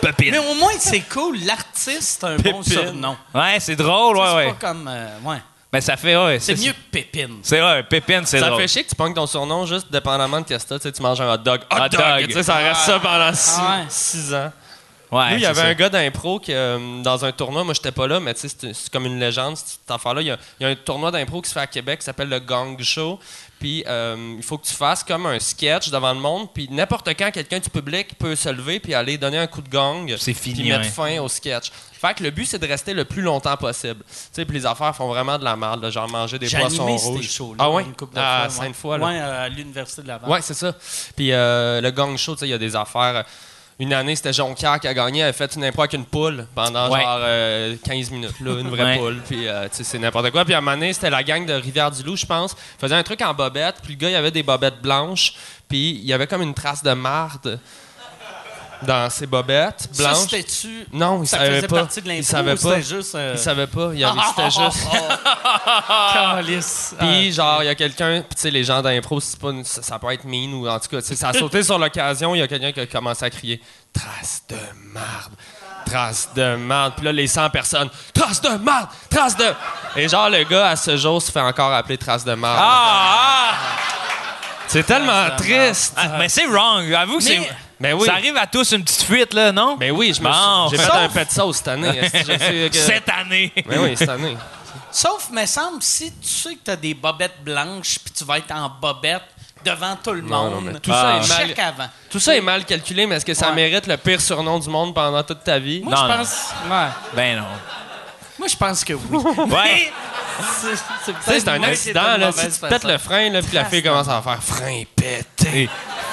Pépine.
Mais au moins, c'est cool. L'artiste a un bon
Pépine.
surnom.
Ouais, c'est drôle, ouais,
c'est
ouais.
pas comme. euh, ouais.
Mais ça fait, ouais,
C'est mieux que Pépine.
C'est vrai, Pépine, c'est
Ça
drôle.
fait chier que tu pognes ton surnom juste dépendamment de Testa. Tu sais, tu manges un hot dog. Hot,
Hot
dog!
dog.
Tu sais, ça reste ça pendant 6
Ah ouais.
ans.
Ouais,
Nous, il y
c'est
avait
ça.
un gars d'impro qui, euh, dans un tournoi, moi j'étais pas là, mais tu sais, c'est- c'est comme une légende, cette affaire-là. Il y, a- il y a un tournoi d'impro qui se fait à Québec qui s'appelle le Gong Show. Puis euh, il faut que tu fasses comme un sketch devant le monde, puis n'importe quand quelqu'un du public peut se lever puis aller donner un coup de gong.
C'est fini,
Puis mettre
ouais.
fin au sketch. Fait que le but c'est de rester le plus longtemps possible. Tu sais, puis les affaires font vraiment de la merde, là, genre manger des
J'ai
poissons
animé
rouges.
ces shows-là.
ah ouais?
Une couple de
à
fois, ouais.
Sainte-Foy, là.
Ouais, euh, à l'Université de Laval.
Ouais, c'est ça. Puis euh, le gang show, tu sais, il y a des affaires. euh, Une année, c'était Jonquière qui a gagné. Elle a fait une impro avec une poule pendant
Ouais.
genre euh, 15 minutes, là, une vraie
Ouais.
poule. Puis euh, tu sais, c'est n'importe quoi. Puis à un moment donné, c'était la gang de Rivière-du-Loup, je pense. Ils faisaient un truc en bobette. Puis le gars, il avait des bobettes blanches. Puis il y avait comme une trace de marde dans ses bobettes
Ça,
blanches.
c'était-tu.
non, il
Ça
savait
faisait
pas.
partie de l'impro.
il savait
ou
pas.
C'était juste. euh, Oh.
Il savait pas. Il avait- c'était juste.
Calice.
Puis, genre, il y a quelqu'un, puis tu sais, les gens d'impro, c'est pas une- ça, ça peut être mine ou en tout cas, tu sais, ça a sauté sur l'occasion, il y a quelqu'un qui a commencé à crier Trace de marde, trace de marde. Puis là, les 100 personnes, trace de marde, trace de. Et genre, le gars, à ce jour, se fait encore appeler trace de marde.
Ah, ah!
c'est tellement triste.
Ah, mais c'est wrong. Avoue que c'est.
Mais-
Mais oui.
Ça arrive à tous une petite fuite, là, non?
Mais oui, je me suis-
Bon.
j'ai fait
Sauf-
un peu de sauce cette année. est-ce que je sais que-
Cette année.
Mais oui, cette année.
Sauf, me semble, si tu sais que t'as des bobettes blanches puis tu vas être en bobette devant tout le
Non,
monde.
non, mais tout ça est mal-
Check avant.
Tout ça est mal calculé, mais est-ce que ça
Ouais.
mérite le pire surnom du monde pendant toute ta vie?
Moi,
Non,
je
non.
pense. ouais.
Ben non.
Moi, je pense que oui.
Ouais.
C'est- c'est
Tu sais, c'est
peut-être
un
moi qui étais
accident,
une
là. Si
mauvaise
tu pètes
personne.
le frein, là, puis la fille commence à faire frein pété.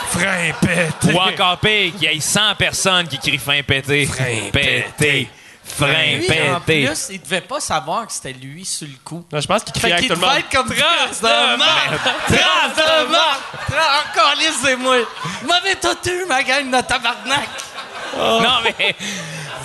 Frein pété.
Ou encore pire, qu'il y ait 100 personnes qui crient fin pété.
Frein
pété. Frein
Lui, en
pété.
plus, il devait pas savoir que c'était lui sur le coup.
Là, je pense qu'il crie
Fait
avec
qu'il
tout le
devait
monde.
être comme trace de mort! Trace de mort! Trace- Encore lisse, c'est moi! M'avez tout eu, ma gang de tabarnak!
Non, mais.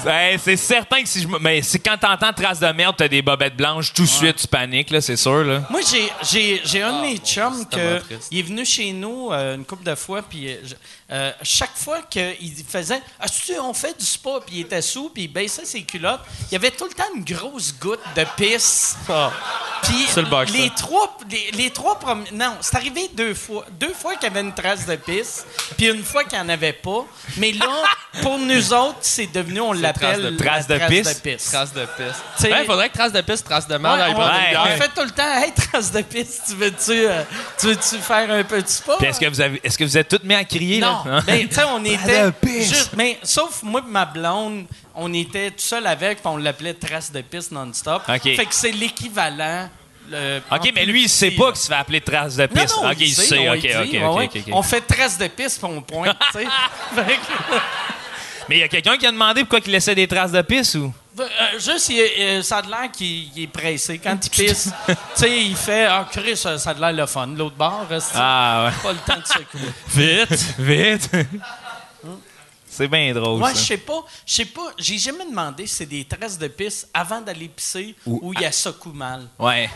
Hey, c'est certain que si je. me- Mais c'est quand t'entends trace de merde, t'as des bobettes blanches, tout de suite, tu paniques, là, c'est sûr, là.
Moi, j'ai, j'ai, j'ai un de
Ah,
mes chums
tellement
que,
triste.
il est venu chez nous euh, une couple de fois, puis euh, je- euh, chaque fois qu'il faisait Ah, tu sais, on fait du spa, puis il était sous, puis il baissait ses culottes, il y avait tout le temps une grosse goutte de pisse. Puis
Sur le box,
hein.
les,
ça.
trois, les, les trois premi- Non, c'est arrivé deux fois. Deux fois qu'il y avait une trace de pisse, puis une fois qu'il n'y en avait pas. Mais là, pour nous autres, c'est devenu, on l'appelle la
trace de pisse.
Trace de pisse.
T'sais-
Ouais, faudrait que trace de pisse, trace de merde,
Ouais,
aille
on,
prendre une
ouais.
bière.
on fait tout le temps, hey, trace de piste, tu veux-tu euh, tu veux-tu faire un petit pas?
Puis est-ce que vous avez. Est-ce que vous êtes toutes mis à crier,
non,
là? hein?
mais tu sais, on
de
était
pisse.
juste, mais sauf moi et ma blonde, on était tout seul avec, puis on l'appelait trace de piste non-stop.
OK.
Fait que c'est l'équivalent. le- en
OK, mais lui, il
plus
sait
petit,
pas
là.
qu'il se fait appeler trace de piste.
Non, non,
OK, il sait.
on
OK,
dit,
OK,
ouais,
OK,
ouais.
OK, OK.
On fait trace de piste, puis on pointe, tu sais. Fait que-
Mais il y a quelqu'un qui a demandé pourquoi il laissait des traces de piste ou.
Euh, juste, il- euh, ça a de l'air qu'il il est pressé. Quand il pisse, tu sais, il fait Ah, Chris, ça ça a de l'air le fun. L'autre bord, reste
Ah, ouais.
pas le temps de secouer.
Vite, vite. c'est bien drôle,
Moi, je
ça.
sais pas, je sais pas, j'ai jamais demandé si c'est des traces de pisse avant d'aller pisser
Ou-
ou il y a secoue mal.
Ouais.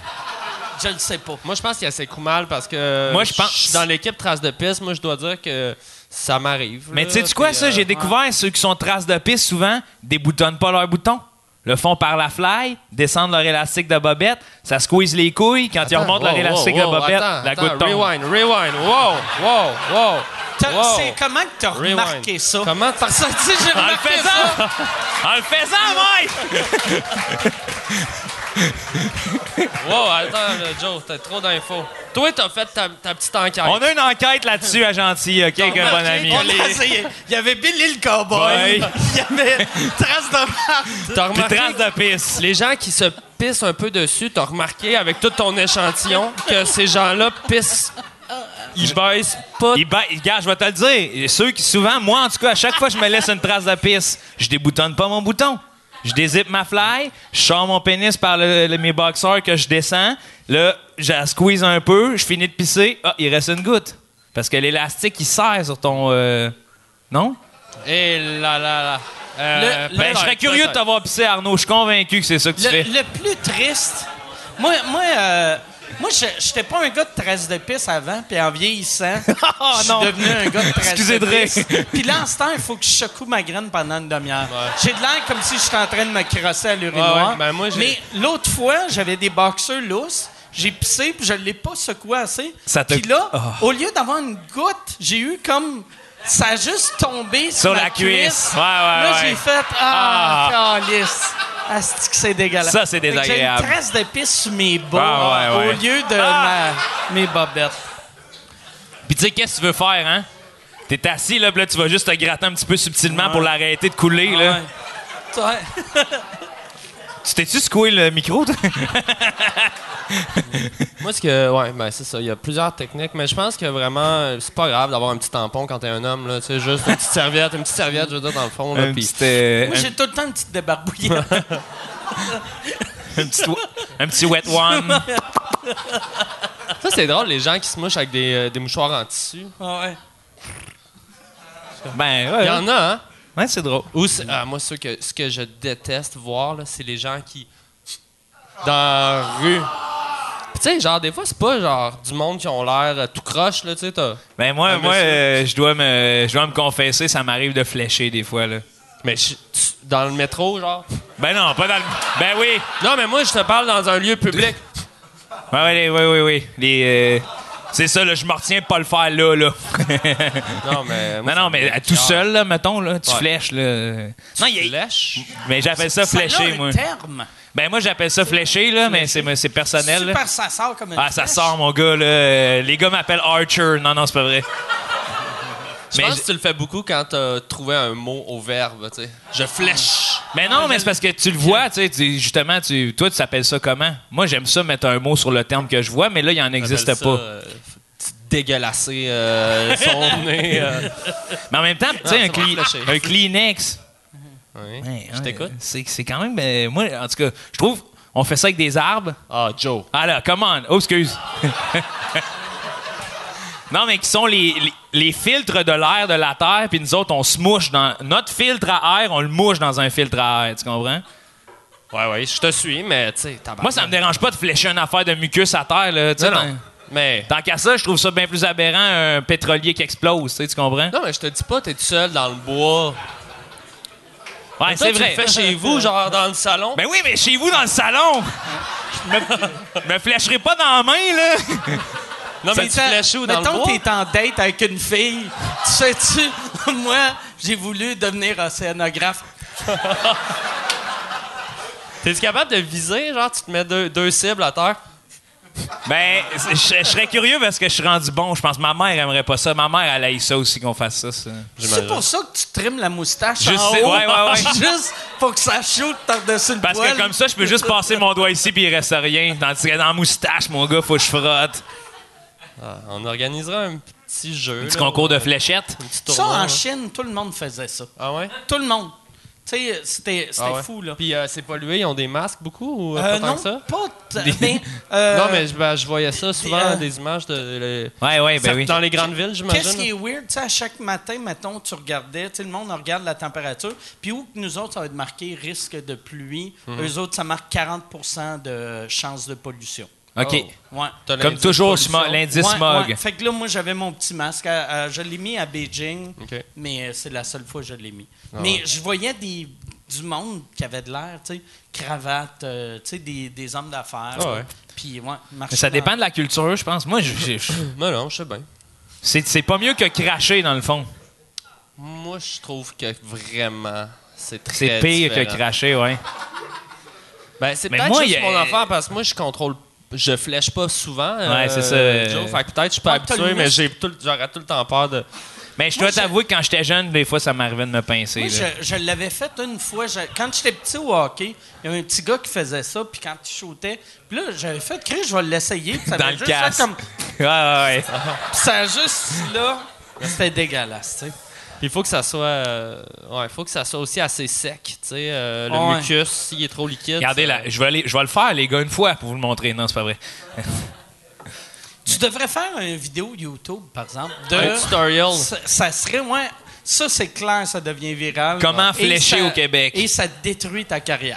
Je le sais pas.
Moi, je pense qu'il y a s'écroule mal parce que
Moi, je pense-
suis dans l'équipe trace de piste. Moi, je dois dire que ça m'arrive.
Mais
là,
tu sais, tu quoi,
puis,
ça?
euh,
J'ai découvert ceux qui sont traces de piste souvent déboutonnent pas leurs boutons. Le font par la fly, descendent leur élastique de bobette, ça squeeze les couilles. Quand ils
Attends,
remontent leur
wow,
élastique
wow,
de
wow,
bobette,
attends,
la
attends,
goutte tombe.
Rewind, rewind. Wow, wow, wow.
T'as-
wow.
C'est comment que t'as
Rewind.
remarqué ça?
Comment t'as-
Parce que, tu sais, j'ai
En le
remarqué ça.
faisant! en le faisant, Mike!
Wow, attends, là, Joe, t'as trop d'infos. Toi, t'as fait ta, ta petite enquête.
On a une enquête là-dessus à Gentil, OK, avec un bon ami.
On l'a essayé. Il y avait Billy le cowboy.
Ouais.
Il y avait traces de marde.
T'as
Puis
remarqué
traces de piste.
les gens qui se pissent un peu dessus, t'as remarqué avec tout ton échantillon que ces gens-là pissent. Ils baissent pas.
Il ba- il- Regarde, je vais te le dire. Ceux qui, souvent, moi, en tout cas, à chaque fois que je me laisse une trace de pisse, je déboutonne pas mon bouton. Je dézippe ma fly, je sors mon pénis par le- le- mes boxeurs que je descends. Là, je la squeeze un peu, je finis de pisser. Ah, il reste une goutte. Parce que l'élastique, il serre sur ton. euh, Non?
Et Eh là là là. Euh,
Le- le-
Ben, je serais curieux de t'avoir pissé, Arnaud. Je suis convaincu que c'est ça que tu
Le,
fais.
le plus triste, moi, moi, euh, moi, je- j'étais pas un gars de traces de pisse avant, puis en vieillissant, je suis
Ah, non.
devenu un gars de traces
Excusez
de
de rire.
pisse. Puis là, en ce temps, il faut que je secoue ma graine pendant une demi-heure. J'ai de l'air comme si j'étais en train de me crosser à l'urinoir.
Ouais, ouais, ben moi, j'ai-
Mais l'autre fois, j'avais des boxeurs lousses. J'ai pissé, puis je l'ai pas secoué assez.
Ça te-
Puis là,
Oh.
au lieu d'avoir une goutte, j'ai eu comme... Ça a juste tombé sur,
Sur
ma
la cuisse. Ouais, ouais,
là,
ouais.
j'ai fait... Ah, calice. Asti que c'est dégueulasse.
Ça, c'est
Fait que
désagréable.
J'ai une trace de pisse sur mes bas
Ah, ouais, ouais.
au lieu de
Ah!
ma- mes bobettes.
Puis tu sais, qu'est-ce que tu veux faire, hein? T'es assis, là, puis là, tu vas juste te gratter un petit peu subtilement pour l'arrêter de couler, là.
Ouais. Ouais.
Tu t'es-tu secoué le micro, toi?
Moi, ce que. Ouais, ben c'est ça. Il y a plusieurs techniques, mais je pense que vraiment, euh, c'est pas grave d'avoir un petit tampon quand t'es un homme, là. Tu sais, juste une petite serviette, une petite serviette, je veux dire, dans le fond, là.
Un
puis-
petit, euh,
Moi, j'ai tout le temps une petite débarbouillette.
un, un petit, wa- un petit wet one.
Ça, c'est drôle, les gens qui se mouchent avec des, euh, des mouchoirs en tissu.
Ah, ouais.
Ben,
Il
ouais,
y en a, hein?
ouais, c'est drôle.
Ou c'est- ah, moi, ce que, ce que je déteste voir, là, c'est les gens qui. dans la rue. Puis, tu sais, genre, des fois, c'est pas genre du monde qui ont l'air euh, tout croche, là, tu sais, t'as.
Ben, moi,
Ah,
moi
monsieur.
euh, je dois me je dois me confesser, ça m'arrive de flécher des fois, là.
Mais je- tu- dans le métro, genre.
Ben non, pas dans le... Ben oui!
Non, mais moi, je te parle dans un lieu public.
Ouais, ouais, Ben oui, oui, oui. Les... euh, C'est ça, là, je me retiens de pas le faire là, là.
Non, mais. moi,
non, non,
ça me
mais à tout seul, là, mettons, là, tu
Ouais.
flèches, là. Non, il y a-
Lèche.
Mais j'appelle ça
Ça a
flécher,
un
moi.
terme.
Ben moi, j'appelle ça flécher, là, mais c'est c'est personnel, là.
Super, ça sort comme une
Ah, ça
flèche.
sort, mon gars, là. Euh, Les gars m'appellent Archer. Non, non, c'est pas vrai.
Je
Mais
pense
je-
que tu le fais beaucoup quand t'as trouvé un mot au verbe, tu sais. Je flèche.
Mais non, mais c'est parce que tu le vois, tu sais, tu- justement, tu, toi, tu t'appelles ça comment? Moi, j'aime ça mettre un mot sur le terme que je vois, mais là, il en existe
Appelle ça,
pas.
euh, f- Dégueulasser euh, son nez. euh.
Mais en même temps, tu sais,
Non,
un,
ça va
cli-
flasher.
un Kleenex.
Ouais.
Ouais,
Je
ouais,
t'écoute.
C'est c'est quand même. euh, moi, en tout cas, je trouve, on fait ça avec des arbres.
Ah, Joe.
Ah là, come on. Oh, excuse. non, mais qui sont les, les, les filtres de l'air de la Terre, puis nous autres, on se mouche dans. Notre filtre à air, on le mouche dans un filtre à air, tu comprends?
Ouais, ouais, je te suis, mais tu sais,
Moi, ça me dérange hein. pas de flécher une affaire de mucus à terre, là. tu sais,
Non, non.
dans-
Mais.
Tant qu'à ça, je trouve ça bien plus aberrant un pétrolier qui explose, tu sais, tu comprends?
Non, mais je te dis pas, t'es tout seul dans le bois.
Ouais,
Toi,
c'est
tu
vrai.
le fais chez vous, genre dans le salon.
Ben oui, mais chez vous, dans le salon! Je me, me flécherai pas dans la main, là!
non, mais
Mais
tu
t'as-
flèches où dans le
Mettons
bois?
que t'es en date avec une fille. Tu sais-tu, moi, j'ai voulu devenir océanographe.
T'es-tu capable de viser, genre, tu te mets deux, deux cibles à terre?
Ben, je je serais curieux parce que je suis rendu bon. Je pense que ma mère aimerait pas ça. Ma mère, elle aille ça aussi qu'on fasse ça. ça.
C'est pour ça que tu trimes la moustache
Juste-
en haut.
ouais, ouais, ouais.
Juste pour que ça chute par-dessus le
Parce
poil.
que comme ça, je peux juste passer mon doigt ici puis il reste rien. Tandis que dans la moustache, mon gars, faut que je frotte.
Ah, on organisera un petit jeu.
Petit
là,
concours de
un
fléchettes.
Ça,
petit tournoi,
en
là.
Chine, tout le monde faisait ça.
Ah ouais?
Tout le monde. Tu sais, c'était c'était
Ah ouais.
fou, là.
Puis euh, c'est pollué, ils ont des masques beaucoup ou euh,
Euh,
pas tant
non,
que ça?
pas... t- mais, euh,
non, mais je- ben, je voyais ça souvent,
euh,
des images de, le-
Ouais, ouais, ben oui.
dans les grandes villes,
Qu'est-ce qui
j'imagine.
est weird, tu sais, à chaque matin, mettons, tu regardais, tu sais, le monde on regarde la température, puis où que nous autres, ça va être marqué risque de pluie,
Mhm.
eux autres, ça marque 40 de chance de pollution.
OK.
Ouais.
T'as
Comme
l'indice
toujours,
pollution.
smo- l'indice
Ouais,
smog.
ouais. Fait que là, moi, j'avais mon petit masque. à- à- je l'ai mis à Beijing,
Ok.
mais euh, c'est la seule fois que je l'ai mis.
Ah
mais
ouais.
je voyais des, du monde qui avait de l'air, tu sais, cravate, euh, tu sais, des, des hommes d'affaires.
Ah ouais.
Puis, ouais,
Mais
marcher
ça
dans-
dépend de la culture, je pense. Moi, je- je-
Non, non, je sais bien.
c'est c'est pas mieux que cracher, dans le fond.
Moi, je trouve que vraiment, c'est très
C'est pire
différent.
que cracher, ouais.
Ben, c'est
Mais
peut-être
moi,
juste
il y a-
mon affaire parce que moi, je contrôle. Je flèche pas souvent. euh,
Ouais, c'est ça. euh,
Joe, fait que peut-être je suis pas
Ah, t'as
habitué,
le
mais
muscle.
j'ai tout, le- j'aurais tout le temps peur de.
Mais je
Moi,
dois t'avouer que quand j'étais jeune, des fois, ça m'arrivait de me pincer.
Moi,
là.
je, je l'avais fait une fois. Je- quand j'étais petit au hockey, il y avait un petit gars qui faisait ça, puis quand il shootait, puis là, j'avais fait crier, je vais l'essayer. puis ça
Dans
avait
le
juste fait
casque.
comme-
Ouais, ouais, ouais.
puis ça a juste, là, c'était dégueulasse, tu sais.
Il faut que ça soit, euh, ouais, faut que ça soit aussi assez sec, tu sais, euh, le
Ouais.
mucus s'il est trop liquide. euh,
Regardez,
ça-
là, je vais, aller- je vais le faire, les gars, une fois pour vous le montrer. Non, c'est pas vrai.
Tu devrais faire une vidéo YouTube, par exemple, de...
Un tutorial.
Ça, ça serait, ouais... Ça, c'est clair, ça devient viral.
Comment
Et
flécher
ça-
au Québec.
Et ça détruit ta carrière.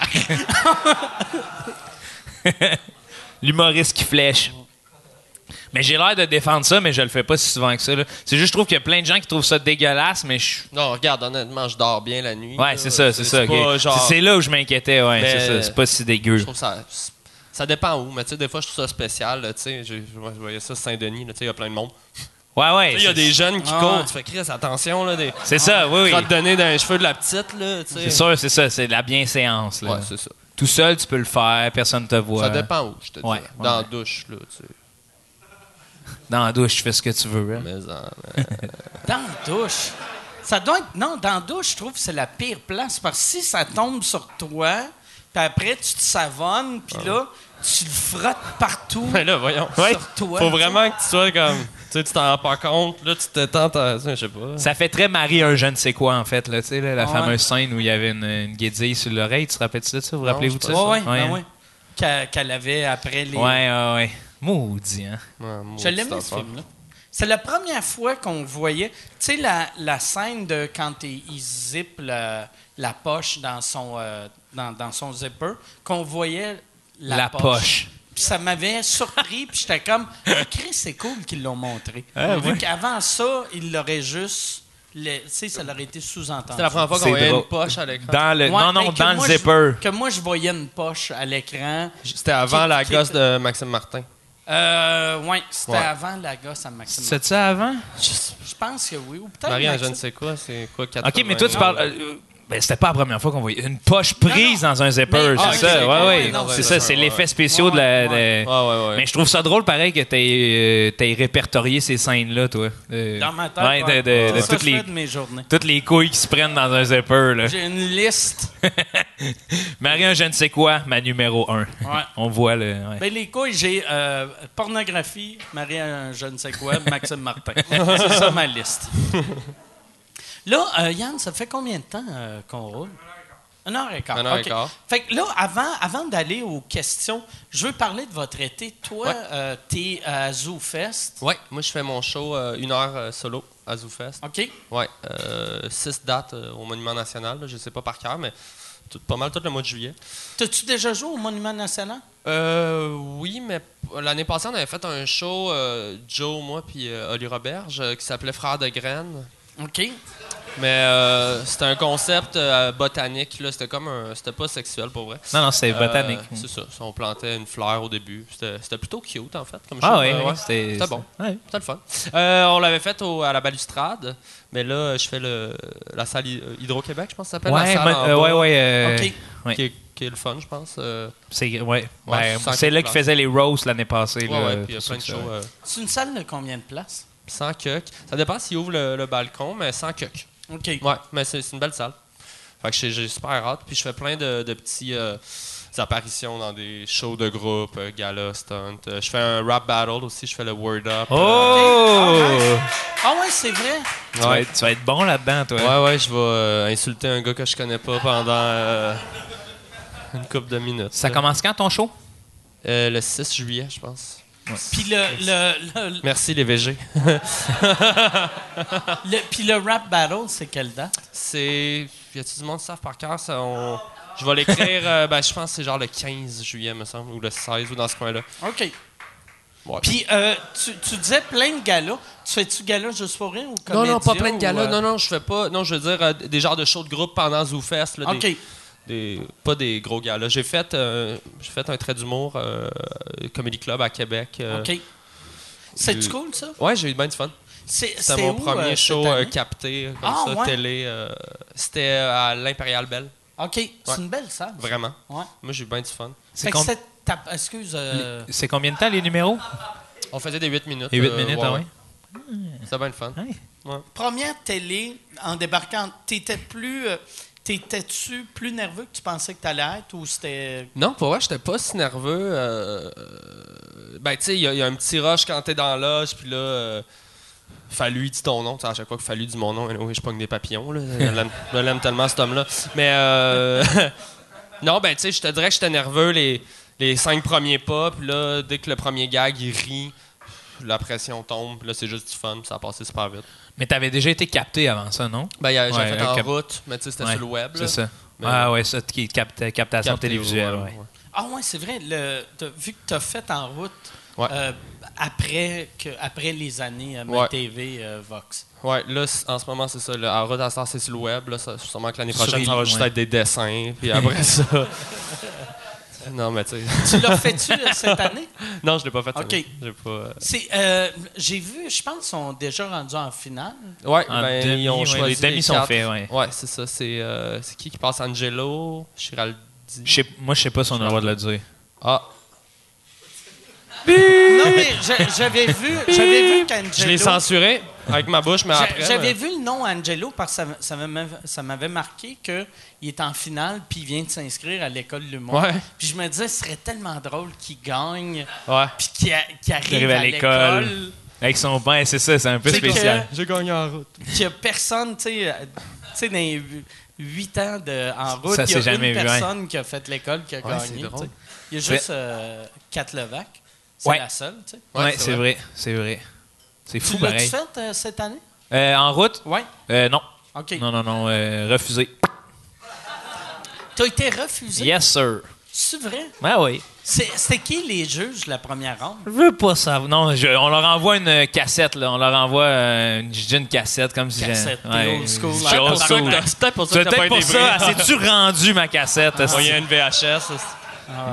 L'humoriste qui flèche. Mais j'ai l'air de défendre ça, mais je le fais pas si souvent que ça. là. C'est juste, je trouve qu'il y a plein de gens qui trouvent ça dégueulasse, mais je.
Non, regarde, honnêtement, je dors bien la nuit.
Ouais,
là.
c'est ça, c'est ça. ok.
pas genre-
C'est- C'est là où je m'inquiétais, ouais.
Mais-
C'est ça, c'est pas si dégueu.
Je trouve ça. Ça dépend où, mais tu sais, des fois, je trouve ça spécial. là, Tu sais, je, je- moi, je voyais ça Saint-Denis, là, tu sais, il y a plein de monde.
Ouais, ouais.
Tu sais, Il y a
c'est-
des jeunes qui
Ah.
courent. Tu fais, Chris, attention, là, des.
C'est ça, oui, oui.
te donner dans les cheveux de la petite, là, tu sais.
C'est sûr, c'est ça, c'est de la bienséance. Là.
Ouais, c'est ça.
Tout seul, tu peux le faire, personne te voit.
Ça dépend où, je te dis.
Ouais, ouais.
Dans la douche, là, tu sais.
Dans la douche, tu fais ce que tu veux. hein.
Mais, en-
Dans la douche. Ça doit être. Non, dans la douche, je trouve que c'est la pire place parce que si ça tombe sur toi, puis après, tu te savonnes,
Ah.
puis là, tu le frottes partout.
Ben
Mais là, voyons.
Ouais.
Sur toi, Faut vraiment que tu sois comme. Tu sais, tu t'en rends pas compte, là, tu te tentes à. tu sais, Je sais pas.
Ça fait très Marie un je ne sais quoi, en fait. Là, tu sais, là, la
Ah ouais.
fameuse scène où il y avait une, une guédille sur l'oreille. Tu te rappelles-tu de ça? Vous rappelez-vous de ça?
je
Ouais, ouais,
ouais.
ben ouais. Qu'a- Qu'elle avait après les.
Ouais, ouais, ouais. Maudit, hein?
Ouais, maudite
Je l'aimais, ce
affaire.
film-là. C'est la première fois qu'on voyait. Tu sais, la, la scène de quand il, il zippe la, la poche dans son, euh, dans, dans son zipper, qu'on voyait la,
La poche.
Puis ça m'avait surpris, puis j'étais comme, Ah, Chris, c'est cool qu'ils l'ont montré.
Ah,
Vu qu'avant ça, il l'aurait juste. le- Tu sais, ça l'aurait été sous-entendu.
C'était la première fois
C'est
qu'on voyait
drôle.
une poche à l'écran.
Dans le... non,
Ouais,
non,
mais que
dans le
moi, je-
zipper.
que moi, je voyais une poche à l'écran.
C'était avant
Qui-
la
qui-
gosse de Maxime Martin.
Euh, ouais, c'était
Ouais.
avant la gosse à Maxime.
C'est ça avant?
Je je pense que oui. Ou peut-être.
Marie, je
Maxime.
ne sais quoi, c'est quoi, 80
Ok, mais toi, tu parles. euh, euh, ben, c'était pas la première fois qu'on voyait une poche prise dans un zipper,
Mais-
c'est
Ah,
ça?
ok, ok,
ouais,
ouais,
ouais.
non,
c'est
ouais,
ça,
ouais,
c'est
ouais,
l'effet
ouais.
spéciaux de la. de-
Ouais,
Ouais, ouais, ouais.
Mais je trouve ça drôle, pareil, que t'aies, euh, t'aies répertorié ces scènes-là, toi. Euh,
Dans ma tête.
Ouais, de, de-
C'est
de
ça
toutes,
que je
les,
fais de mes journées.
toutes les couilles qui se prennent dans un zipper, là.
J'ai une liste.
Marie, un je ne sais quoi, ma numéro 1.
Ouais.
On voit le. ouais.
Ben, les couilles, j'ai euh, pornographie, Marie, un je ne sais quoi, Maxime Martin. C'est ça ma liste. Là, euh, Yann, ça fait combien de temps euh, qu'on roule? Une heure et quart.
Une heure et
OK.
quart.
Fait que là, avant, avant d'aller aux questions, je veux parler de votre été. Toi,
Ouais.
euh, t'es à ZooFest.
Ouais, moi, je fais mon show euh, une heure euh, solo à ZooFest.
OK?
Ouais, euh, six dates euh, au Monument National. là. Je sais pas par cœur, mais tout- pas mal tout le mois de juillet.
T'as-tu déjà joué au Monument National?
Euh, oui, mais p- l'année passée, on avait fait un show, euh, Joe, moi, puis euh, Oli Roberge, euh, qui s'appelait Frères de graines.
OK.
Mais euh, c'était un concept euh, botanique, là. C'était comme un. C'était pas sexuel pour vrai.
Non, non, c'est
Euh,
botanique.
c'est ça. On plantait une fleur au début. C'était c'était plutôt cute, en fait. Comme
Ah
show.
oui,
Euh,
ouais, c'était.
C'était bon.
Ouais.
C'était le fun. Euh, on l'avait fait au- à la balustrade, mais là, je fais le, la salle Hy- euh, Hydro-Québec, je pense que ça s'appelle. la
Ouais,
salle
mon-
en
euh,
bas,
ouais, ouais, euh,
OK.
ouais.
Qui, est, qui est le fun, je pense. euh,
C'est ouais.
Ouais,
Ben,
c'est
c'est là qu'ils
classe.
faisait les roasts l'année passée.
ouais,
là,
ouais, puis il y a
pour
plein de
ceux
shows.
qui-
euh,
C'est une salle de combien de places?
sans cuck. Ça dépend s'il ouvre le, le balcon, mais sans cuck.
OK.
Ouais, mais c'est c'est une belle salle. Fait que j'ai j'ai super hâte. Puis je fais plein de, de petits euh, des apparitions dans des shows de groupe, euh, gala, stunt. Euh, je fais un rap battle aussi, je fais le word up.
Oh!
Ah ouais, c'est vrai?
Tu,
Euh,
vas
ouais.
être, tu vas être bon là-dedans, toi.
Ouais, ouais, je vais euh, insulter un gars que je connais pas pendant euh, une couple de minutes.
Ça commence quand ton show?
Euh, le 6 juillet, je pense.
Puis le, le, le,
Merci les VG.
le- puis le rap battle, c'est quelle date?
C'est. Y a-tu du monde qui savent par cœur? Ça, on- Je vais l'écrire, euh, ben, je pense que c'est genre le 15 juillet, me semble, ou le 16, ou dans ce coin-là.
OK.
Ouais.
Puis euh, tu, tu disais plein de galas. Tu fais-tu galas juste pour rire ou
Non,
comédia
non, pas plein de
ou,
galas.
euh,
Non, non, je fais pas. Non, je veux dire euh, des genres de shows de groupe pendant ZooFest. Là,
OK.
des, des- pas des gros galas. J'ai fait, euh, j'ai fait un trait d'humour euh, Comedy Club à Québec. euh.
OK. C'est-tu
du-
cool, ça?
Ouais, j'ai eu bien du fun.
C'est
C'était mon
où,
premier
euh,
show
cette
euh,
année?
capté, euh, comme
Ah,
ça,
ouais.
télé. euh, C'était à l'Impérial Belle,
OK. C'est
euh, Ouais.
une belle salle. ça.
vraiment.
Ouais.
Moi, j'ai eu bien du fun.
C'est
Fait que
com-
c'est ta- Excuse. euh,
c'est combien de temps les numéros?
On faisait des 8 minutes.
Et 8
euh,
minutes,
ouais,
ah
ouais.
ouais.
C'était bien le fun.
Ouais.
Première télé, en débarquant, t'étais plus... euh, T'étais-tu plus nerveux que tu pensais que t'allais être ou c'était...
Non, pour vrai, j'étais pas si nerveux. euh, euh, ben, tu sais, il y, a- il y a un petit rush quand t'es dans la loge, puis là, euh, Fallu dit ton nom. Tu sais, à chaque fois que Fallu dit mon nom, anyway, je pogne des papillons. Là. Je l'aime- je l'aime tellement, cet homme-là. Mais, euh, non, ben, tu sais, je te dirais que j'étais nerveux les, les cinq premiers pas, puis là, dès que le premier gag, il rit, la pression tombe, puis là, c'est juste du fun, puis ça a passé super vite.
Mais t'avais déjà été capté avant ça, non?
Ben, il y a- j'avais
Ouais,
fait en
cap-
route, mais tu sais, c'était
Ouais,
sur le web. là.
C'est ça.
Mais-
ah ouais, ça, qui est capta- captation
Capté,
télévisuelle,
ouais,
ouais.
ouais.
Ah ouais, c'est vrai. le- t'as- vu que t'as fait en route
Ouais.
euh, après, que, après les années euh,
Ouais.
TV Vox.
Ouais, là, c- en ce moment, c'est ça. Là, en route à ça, c'est sur le web. Là, ça, sûrement que l'année
Sur
prochaine,
les
ça va
lignes,
juste
ouais.
être des dessins. Puis après ça. non, mais tu sais.
Tu l'as fait-tu euh, cette année?
Non, je l'ai pas fait.
Ok.
Tony. J'ai pas. euh,
C'est, euh, j'ai vu, je pense qu'ils sont déjà rendus en finale.
Ouais,
En
ben,
demi,
ils ont
ouais, les
choisi.
demi
les
sont
quatre.
faits, ouais.
Ouais, c'est ça. C'est euh, c'est qui qui passe Angelo Chiraldi.
Je sais- moi, je sais pas si on a le droit de le dire.
Ah,
Non, mais je- j'avais vu, j'avais vu qu'Angelo...
je l'ai censuré avec ma bouche, mais
J'a-
après.
J'avais
mais-
vu le nom Angelo parce que ça m- ça m'avait- ça m'avait marqué qu'il est en finale puis il vient de s'inscrire à l'école de l'humour.
Ouais.
Puis je me disais, ce serait tellement drôle qu'il gagne
Ouais.
puis qu'il a- qu'il arrive,
Arrive
à
à
l'école.
l'école. Avec son pain, c'est ça, c'est un peu
C'est
spécial.
J'ai gagné en route.
Qu'il n'y a personne, tu sais, euh, tu sais, dans les huit ans de, en route,
Ça,
il y a
c'est jamais
une
vu, hein.
personne qui a fait l'école qui a
Ouais, c'est
gagné.
drôle.
tu sais. Il y a
C'est-
juste euh, Kat Levac. C'est
Ouais.
la seule, tu sais.
Ouais, c'est vrai, c'est vrai. C'est fou,
Tu l'as-tu
pareil.
faite euh, cette année?
Euh, en route?
Oui.
Euh, non.
OK.
Non, non, non. euh, refusé.
Tu as été refusé.
Yes, sir.
C'est vrai?
Ben oui.
C'est- C'était qui les juges la première ronde?
Je veux pas savoir. Non, je- on leur envoie une euh, cassette, là. On leur envoie euh, une, je dis une cassette, comme si
Cassette,
j'ai-
t'es old school.
je
C'est
suis
pour
old
ça
school.
C'est peut-être pour ça
C'est
que t'as
peut-être
Ah, pas
pour
été pris.
ça. As-tu rendu ma cassette?
Il
esti?
y a une VHS.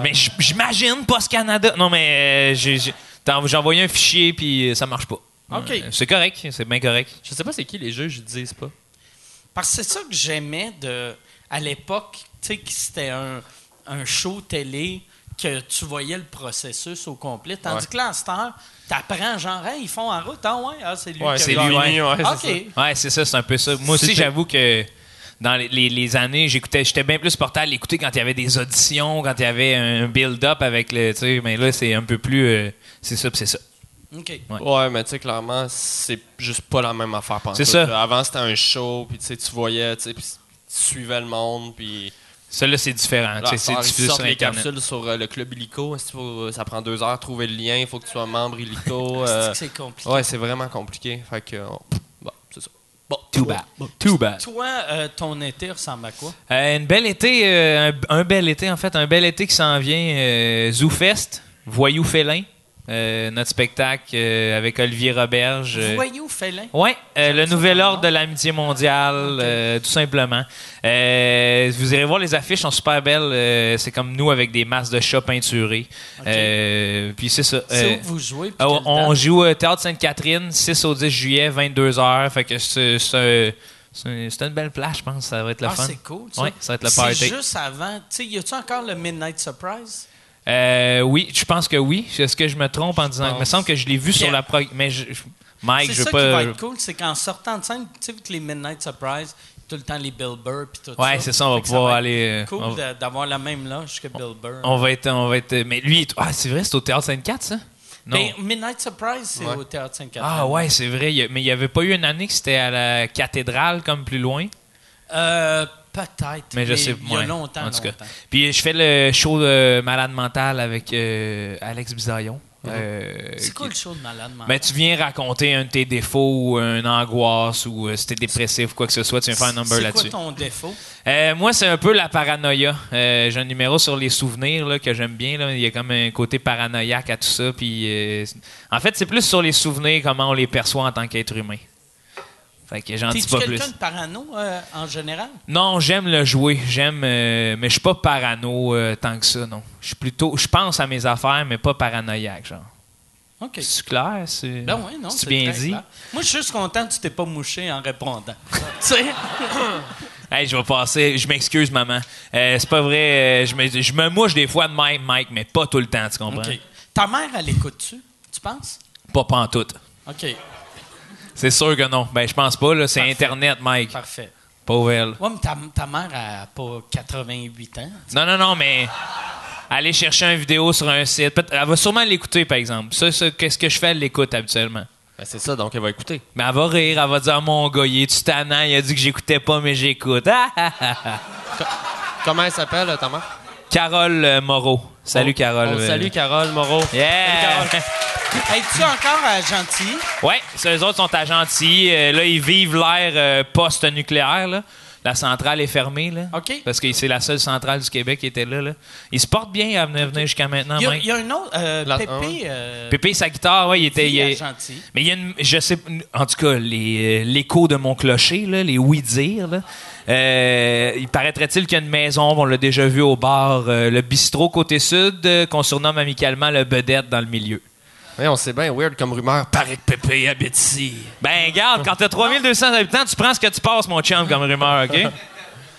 Mais j- j'imagine Post-Canada. Non, mais euh, j'ai- j'ai t'en- j'ai envoyé un fichier, puis euh, ça marche pas.
OK.
Euh, c'est correct, c'est bien correct.
Je sais pas c'est qui les jeux, je disais pas.
Parce que c'est ça que j'aimais de à l'époque, tu sais, que c'était un, un show télé que tu voyais le processus au complet. Tandis
Ouais.
que là, à cette heure, t'apprends genre, Hey, ils font en route, ah ouais, ah, c'est lui.
Ouais,
qui a
c'est
gagné.
lui, ouais.
ouais, c'est
OK.
ça.
Ouais, c'est ça, c'est un peu ça. Moi aussi,
C'était-
j'avoue que dans les, les- les années, j'écoutais, j'étais bien plus porté à l'écouter quand il y avait des auditions, quand il y avait un build-up avec le. Tu sais, mais là, c'est un peu plus. euh, c'est ça, puis c'est ça.
OK.
Ouais.
Ouais, mais tu sais, clairement, c'est juste pas la même affaire. pantoute,
C'est ça.
là. Avant, c'était un show, puis tu sais, tu voyais, tu sais, puis tu suivais le monde, puis.
Ça, là, c'est différent.
Là,
tu sais, c'est
alors, ils
diffusé
sortent
sur
les
Internet.
capsules sur euh, le club Illico. est-ce qu'il faut- euh, ça prend deux heures, trouver le lien, il faut que tu sois membre Illico.
Ah, C'est
euh,
que C'est compliqué.
ouais, c'est vraiment compliqué. Fait que. on- bon,
Too bad. Too bad.
Toi, euh, ton été ressemble à quoi?
Euh, une belle été, euh, un, un bel été en fait, un bel été qui s'en vient. euh, ZooFest, Voyou Félin, euh, notre spectacle euh, avec Olivier Roberge. euh,
Voyou félin.
Oui, euh, le nouvel ordre de l'amitié mondiale, euh, tout simplement. Euh, vous irez voir, les affiches sont super belles. euh, c'est comme nous avec des masses de chats peinturés. Euh, puis c'est ça.
C'est
euh,
où que vous jouez? puis
ah,
quelle
on
date?
joue au Théâtre Sainte-Catherine, 6 au 10 juillet, 22h. Fait que c'est, c'est- c'est- c'est une belle place, je pense. Ça va être le
Ah,
fun.
c'est cool. Ça.
Ouais, ça va être le
C'est
party.
juste avant. Tu sais, y a-tu encore le Midnight Surprise?
Euh, oui, je pense que oui. Est-ce que je me trompe en disant
pense.
Il me semble que je l'ai vu sur
Yeah.
la pro... Mais je- je- Mike,
c'est
je
ça
veux
qui
pas.
va être cool, c'est qu'en sortant de scène, tu sais, vu que les Midnight Surprise, tout le temps les Bill Burr puis tout ça.
Ouais, c'est ça, on va
Fait que
pouvoir
va être
aller, euh,
Cool
on va-
de- d'avoir la même loge que Bill Burr.
On va être, on va être. Mais lui, il est- ah, c'est vrai, c'est au théâtre Sainte-Cat, ça Non.
Ben, Midnight Surprise, c'est
Ouais.
au Théâtre 5
ah ouais, c'est vrai. Il y a- Mais il n'y avait pas eu une année que c'était à la cathédrale, comme plus loin.
Euh, Peut-être.
Mais je sais
Il y a
ouais,
longtemps.
En tout cas.
longtemps.
Puis je fais le show de Malade Mental avec euh, Alex Bisaillon.
Mhm.
euh,
C'est quoi
qui-
le show de malade, Mental?
Ben, tu viens raconter un de tes défauts ou une angoisse ou euh, si t'es dépressif quoi que ce soit, tu viens faire un number là-dessus.
C'est quoi ton défaut?
Euh, moi, c'est un peu la paranoïa. Euh, J'ai un numéro sur les souvenirs là, que j'aime bien. là. Il y a comme un côté paranoïaque à tout ça. Puis, euh, c'est- en fait, c'est plus sur les souvenirs, comment on les perçoit en tant qu'être humain. Fait que j'en dis
T'es-tu
pas plus.
quelqu'un de parano euh, en général?
Non, j'aime le jouer. J'aime, euh, mais je suis pas parano euh, tant que ça, non. Je suis plutôt, je pense à mes affaires, mais pas paranoïaque, genre.
OK.
C'est clair, c'est.
Ben ouais, non,
c'est-tu
c'est
bien
très
dit.
clair. Moi, je suis juste content que tu t'es pas mouché en répondant. tu sais?
Hey, je vais passer. Je m'excuse, maman. Euh, c'est pas vrai. euh, je, me, je me mouche des fois de même, Mike, mais pas tout le temps, tu comprends?
OK. Ta mère, elle écoute-tu, tu penses?
Pas pantoute.
OK,
C'est sûr que non. Ben, je pense pas, là. C'est
Parfait.
Internet, Mike.
parfait.
Pauvre elle.
Ouais, mais ta, ta mère a pas 88 ans.
Non, non, non, mais. Aller chercher une vidéo sur un site. Peut- Elle va sûrement l'écouter, par exemple. Ça, ça, qu'est-ce que je fais? Elle l'écoute habituellement.
Ben, c'est ça, donc elle va écouter.
Mais elle va rire, elle va dire Ah, Mon gars, il est-tu tannant? Il a dit que j'écoutais pas, mais j'écoute. Ah, ah, ah, ah.
Comment elle s'appelle, euh, ta mère?
Carole euh, Moreau. Salut,
On-
Carole.
on
Euh,
Salut, Carole Moreau.
Yeah!
Salut, Carole.
Es-tu encore euh, à Gentilly?
ouais, ça, eux autres sont à Gentilly. Euh, là, ils vivent l'ère euh, post-nucléaire, là. La centrale est fermée, là.
OK.
Parce que c'est la seule centrale du Québec qui était là, là. Ils se portent bien à venir, venir jusqu'à maintenant,
Il y a,
Mike.
il y a un autre, euh,
Ah, ben. La- euh,
Pépé, euh,
Pépé, sa guitare, ouais, il était.
vit à
il-
Gentilly.
Mais il y a une. Je sais. En tout cas, les, euh, l'écho de mon clocher, là, les oui-dire, là, euh, il paraîtrait-il qu'il y a une maison, on l'a déjà vu au bar, euh, le bistrot côté sud, euh, qu'on surnomme amicalement le bedette dans le milieu.
Ouais, on sait bien, weird comme rumeur. Paraît que Pépé habite ici.
Ben, garde, quand t'as 3200 habitants, tu prends ce que tu passes, mon chum, comme rumeur, OK?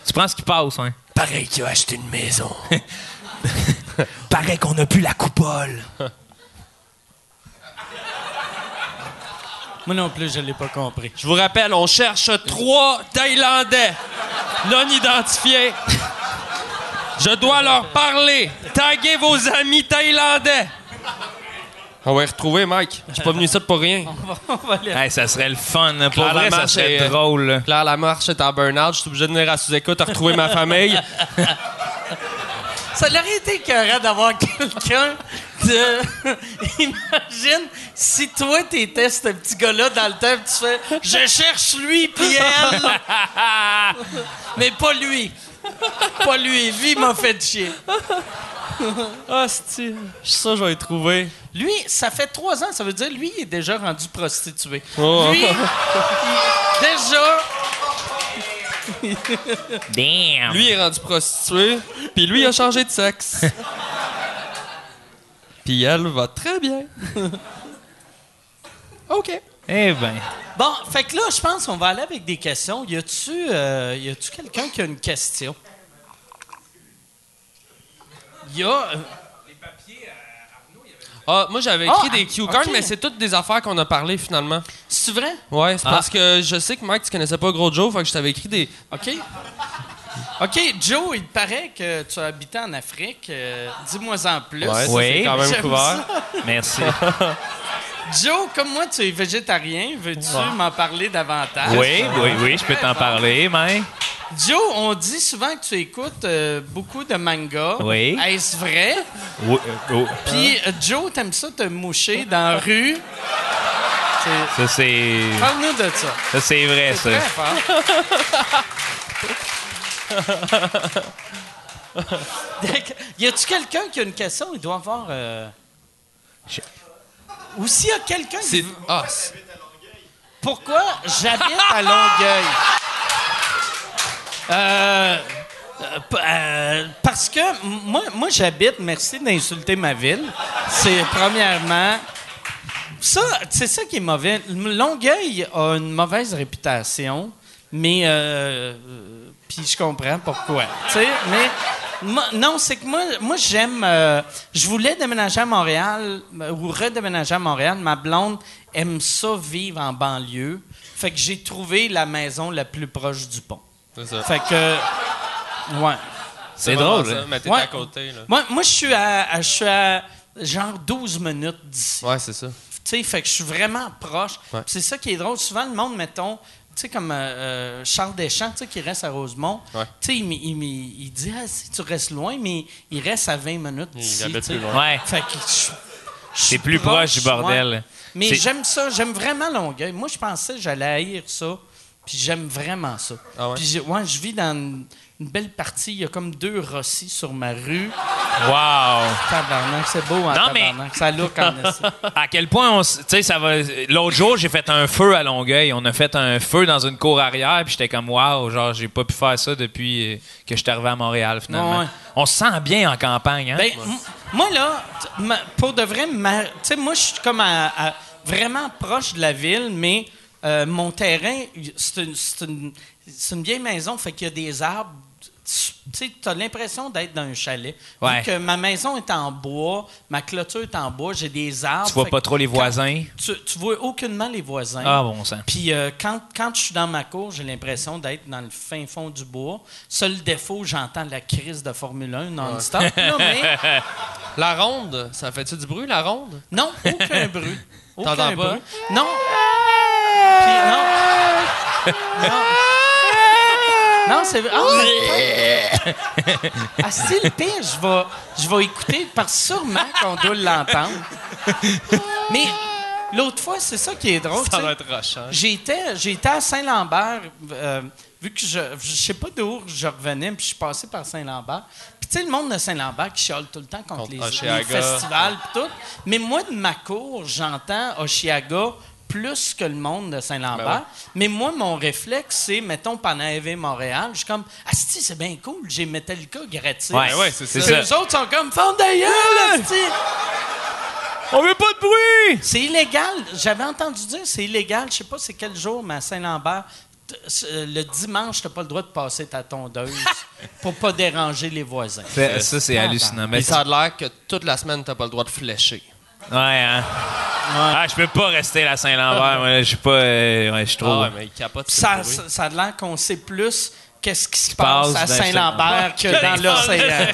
tu prends ce qui passe, hein?
Pareil qu'il a acheté une maison.
Paraît qu'on a plus la coupole.
Moi non plus, je l'ai pas compris.
Je vous rappelle, on cherche trois Thaïlandais non identifiés. Je dois leur parler. Taguez vos amis Thaïlandais. On va les retrouver, Mike. Je suis pas venu ici pour rien.
On va aller-
Hey, ça serait le fun, hein. Pour
Claire
vrai, ça
Lamarche est,
serait
euh,
drôle, là.
Claire Lamarche est en burn-out. Je suis obligé de venir à sous-écoute à retrouver ma famille.
Ça aurait été écœurant d'avoir quelqu'un de... Imagine si toi, t'étais ce petit gars-là dans le temps, pis tu fais « Je cherche lui, puis elle! » Mais pas lui. Pas lui. Lui, il m'a fait chier.
Hostie. Je suis sûr que je vais les trouver.
Lui, ça fait trois ans. Ça veut dire lui, il est déjà rendu prostitué.
Oh.
Lui, il- déjà...
Damn!
Lui est rendu prostitué, puis lui a changé de sexe. puis elle va très bien. OK.
Eh ben.
Bon, fait que là, je pense qu'on va aller avec des questions. Y a-tu euh, y a-tu quelqu'un qui a une question? Y a. euh,
Ah, moi j'avais
Ah,
écrit des cue cards,
ok.
mais c'est toutes des affaires qu'on a parlé finalement.
C'est vrai?
Ouais, c'est
Ah.
parce que je sais que Mike, tu connaissais pas Gros Joe, fait que je t'avais écrit des.
OK. OK, Joe, il paraît que tu as habité en Afrique. Euh, Dis-moi en plus.
Ouais, ça,
Oui.
c'est quand même
J'aime
couvert.
Merci.
Joe, comme moi, tu es végétarien. Veux-tu m'en parler davantage?
oui, oui, oui, je peux t'en parler, mais.
Joe, on dit souvent que tu écoutes euh, beaucoup de mangas.
Oui.
Est-ce vrai?
Oui, oh.
Puis euh, Joe, t'aimes ça te moucher dans la rue? C'est-
Ça, c'est.
Parle-nous de ça.
Ça, c'est vrai, ça.
Très fort.
D'accord. Y a-tu quelqu'un qui a une question? Il doit avoir. euh,
Je-
Ou s'il y a quelqu'un. qui-
C'est- ah, c'est-
Pourquoi j'habite à Longueuil? Euh, euh, p- euh, parce que m- moi, moi j'habite. Merci d'insulter ma ville. C'est premièrement. Ça, c'est ça qui est mauvais. Longueuil a une mauvaise réputation, mais. euh, euh, puis je comprends pourquoi. Tu sais, mais. moi- non, c'est que moi, moi j'aime. euh, je voulais déménager à Montréal, euh, ou redéménager à Montréal. Ma blonde aime ça vivre en banlieue. Fait que j'ai trouvé la maison la plus proche du pont.
c'est ça.
Fait que. Ouais.
C'est
vraiment
drôle,
ça,
hein?
Mais t'es
Ouais.
à côté, là.
Moi, moi je suis à, à- je suis à genre 12 minutes d'ici.
Ouais, c'est ça.
Tu sais, fait que je suis vraiment proche.
Ouais.
Puis C'est ça qui est drôle. Souvent, le monde, mettons, tu sais, comme euh, euh, Charles Deschamps, tu sais, qui reste à Rosemont,
Ouais.
tu sais, il, m- il m- il dit, ah, si tu restes loin, mais il reste à 20 minutes d'ici.
habite
tu sais.
plus loin.
Ouais.
Fait que je- je suis
C'est plus proche du bordel.
ouais. Mais
C'est-
j'aime ça, j'aime vraiment Longueuil. Moi, je pensais que j'allais haïr ça, puis j'aime vraiment ça.
Ah ouais?
Puis j'ai- ouais, je vis dans une, une belle partie. Il y a comme deux Rossi sur ma rue.
Wow!
Tabarnak, c'est beau en
Non, mais-
tabarnak. Ça look en esti.
À quel point on s- tu sais ça va l'autre jour j'ai fait un feu à Longueuil, on a fait un feu dans une cour arrière puis j'étais comme waouh, genre j'ai pas pu faire ça depuis euh, que je suis arrivé à Montréal finalement.
Ouais.
On se sent bien en campagne hein.
Ben, m- moi, là, t- ma- pour de vrai, ma- tu sais, moi, je suis comme à- à- vraiment proche de la ville, mais euh, mon terrain, y- c'est une, c'est une- c'est une vieille maison, fait qu'il y a des arbres. Tu sais, t'as l'impression d'être dans un chalet. Vu
Ouais.
que ma maison est en bois, ma clôture est en bois, j'ai des arbres.
tu vois
fait
pas
que
trop les
quand-
voisins.
Tu, tu vois aucunement les voisins.
Ah bon sang.
Puis euh, quand, quand je suis dans ma cour, j'ai l'impression d'être dans le fin fond du bois. Seul défaut, j'entends la crise de Formule 1 non-stop. là, mais
La ronde, ça fait-tu du bruit, la ronde?
non, aucun bruit. Aucun
T'entends pas?
bruit. Non. Puis non. Non. Non, c'est vrai. Ah, si le pire, je vais, je vais écouter parce que sûrement qu'on doit l'entendre. Mais l'autre fois, c'est ça qui est drôle. tu
Ça
sais.
va être rushant.
J'étais, j'étais à Saint-Lambert, euh, vu que je, je sais pas d'où je revenais, puis je suis passé par Saint-Lambert. Puis tu sais, le monde de Saint-Lambert qui chiale tout le temps contre,
Contre
les,
Oshiaga.
les festivals puis tout. Mais moi, de ma cour, j'entends Oshiaga plus que le monde de Saint-Lambert.
Ben ouais.
Mais moi, mon réflexe, c'est, mettons, pendant EV Montréal, je suis comme, « Asti, c'est bien cool, j'ai Metallica gratis.
Ouais,
ouais, c'est
c'est
Puis
ça.
eux autres sont comme, « Femme d'ailleurs, Asti! »
On veut pas de bruit.
C'est illégal. J'avais entendu dire c'est illégal. Je sais pas c'est quel jour, mais à Saint-Lambert, t- euh, le dimanche, t'as pas le droit de passer ta tondeuse pour pas déranger les voisins.
Ça, ça, c'est hallucinant. Mais
Puis ça a l'air que toute la semaine, t'as pas le droit de flécher.
tu- ouais, hein. Ah, je peux pas rester à Saint-Lambert, moi, là, je suis pas euh, ouais, je suis trop
Ah ouais, mais il capote sur le
Ça,
bruit.
ça, ça a l'air qu'on sait plus qu'est-ce qui se
passe
passe à
dans
Saint-Lambert que dans l'océan.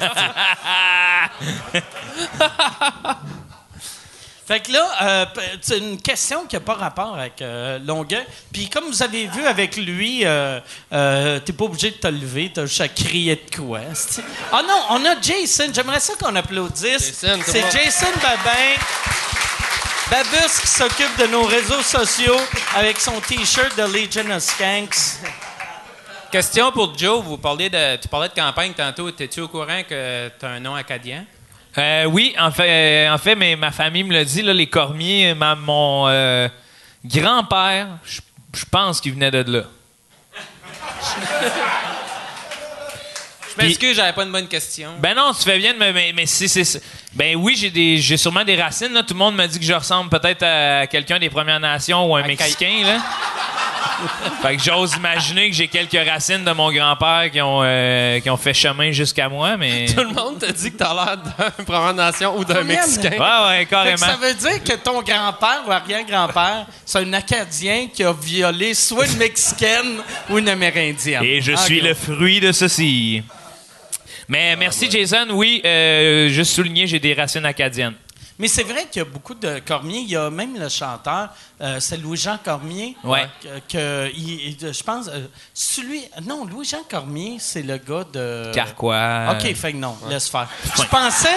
Fait que là, euh, p- c'est une question qui n'a pas rapport avec euh, Longueuil. Puis comme vous avez vu avec lui, euh, euh, t'es pas obligé de te lever, t'as juste à crier de quoi. c'ti. Ah non, on a Jason. J'aimerais ça qu'on applaudisse.
Jason, tout le
C'est
monde.
Jason Babin. Babus qui s'occupe de nos réseaux sociaux avec son T-shirt de Legion of Skanks.
Question pour Joe. Vous parliez de, tu parlais de campagne tantôt. T'es-tu au courant que t'as un nom acadien?
Euh, oui, en fait, euh, en fait, mais ma famille me l'a dit, là, les cormiers, ma- mon euh, grand-père, je je pense qu'il venait de là.
Je m'excuse, j'avais pas une bonne question.
Ben non, tu fais bien de me. Mais, mais si c'est. ça. Ben oui, j'ai des, j'ai sûrement des racines. Là. Tout le monde me dit que je ressemble peut-être à quelqu'un des Premières Nations ou un Mexicain. Là. fait que j'ose imaginer que j'ai quelques racines de mon grand-père qui ont, euh, qui ont fait chemin jusqu'à moi, mais.
Tout le monde te dit que t'as l'air d'un Première Nation ou d'un
Première-
Mexicain.
Ouais, ouais,
Fait que
carrément.
ça veut dire que ton grand-père ou arrière-grand-père, c'est un Acadien qui a violé soit une Mexicaine ou une Amérindienne.
Et je suis
le
le fruit de ceci. Ah, Mais merci, Jason. Oui, euh, juste souligner, j'ai des racines acadiennes.
Mais c'est vrai qu'il y a beaucoup de Cormier. Il y a même le chanteur, euh, c'est Louis-Jean Cormier.
Ouais.
euh, que, que- il- il- je pense. euh, celui. Non, Louis-Jean Cormier, c'est le gars de.
Euh. Carquois.
OK, fait que non, laisse faire. Je pensais,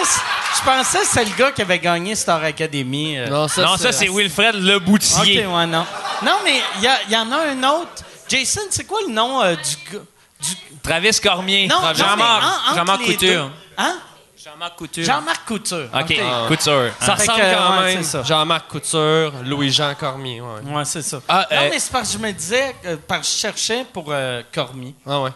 je pensais que c'est le gars qui avait gagné Star Academy. euh.
non, ça, c'est Wilfred Leboutier.
OK, ouais, non. Non, mais il y, a- il y en a un autre. Jason, c'est quoi le nom euh, du gars? Du...
Travis Cormier.
Non, non, mais
Jean-Marc.
en- entre
Jean-Marc
les
Couture.
deux. Hein?
Jean-Marc Couture.
Jean-Marc Couture.
OK, couture.
Ah.
hein.
Ça
Fait
ressemble
que,
quand
ouais,
même.
c'est ça.
Jean-Marc Couture, Louis-Jean Cormier. Ouais.
Ouais, c'est ça.
Ah,
non,
euh,
mais c'est parce que je me disais, euh, parce que je cherchais pour euh, Cormier.
Ah ouais.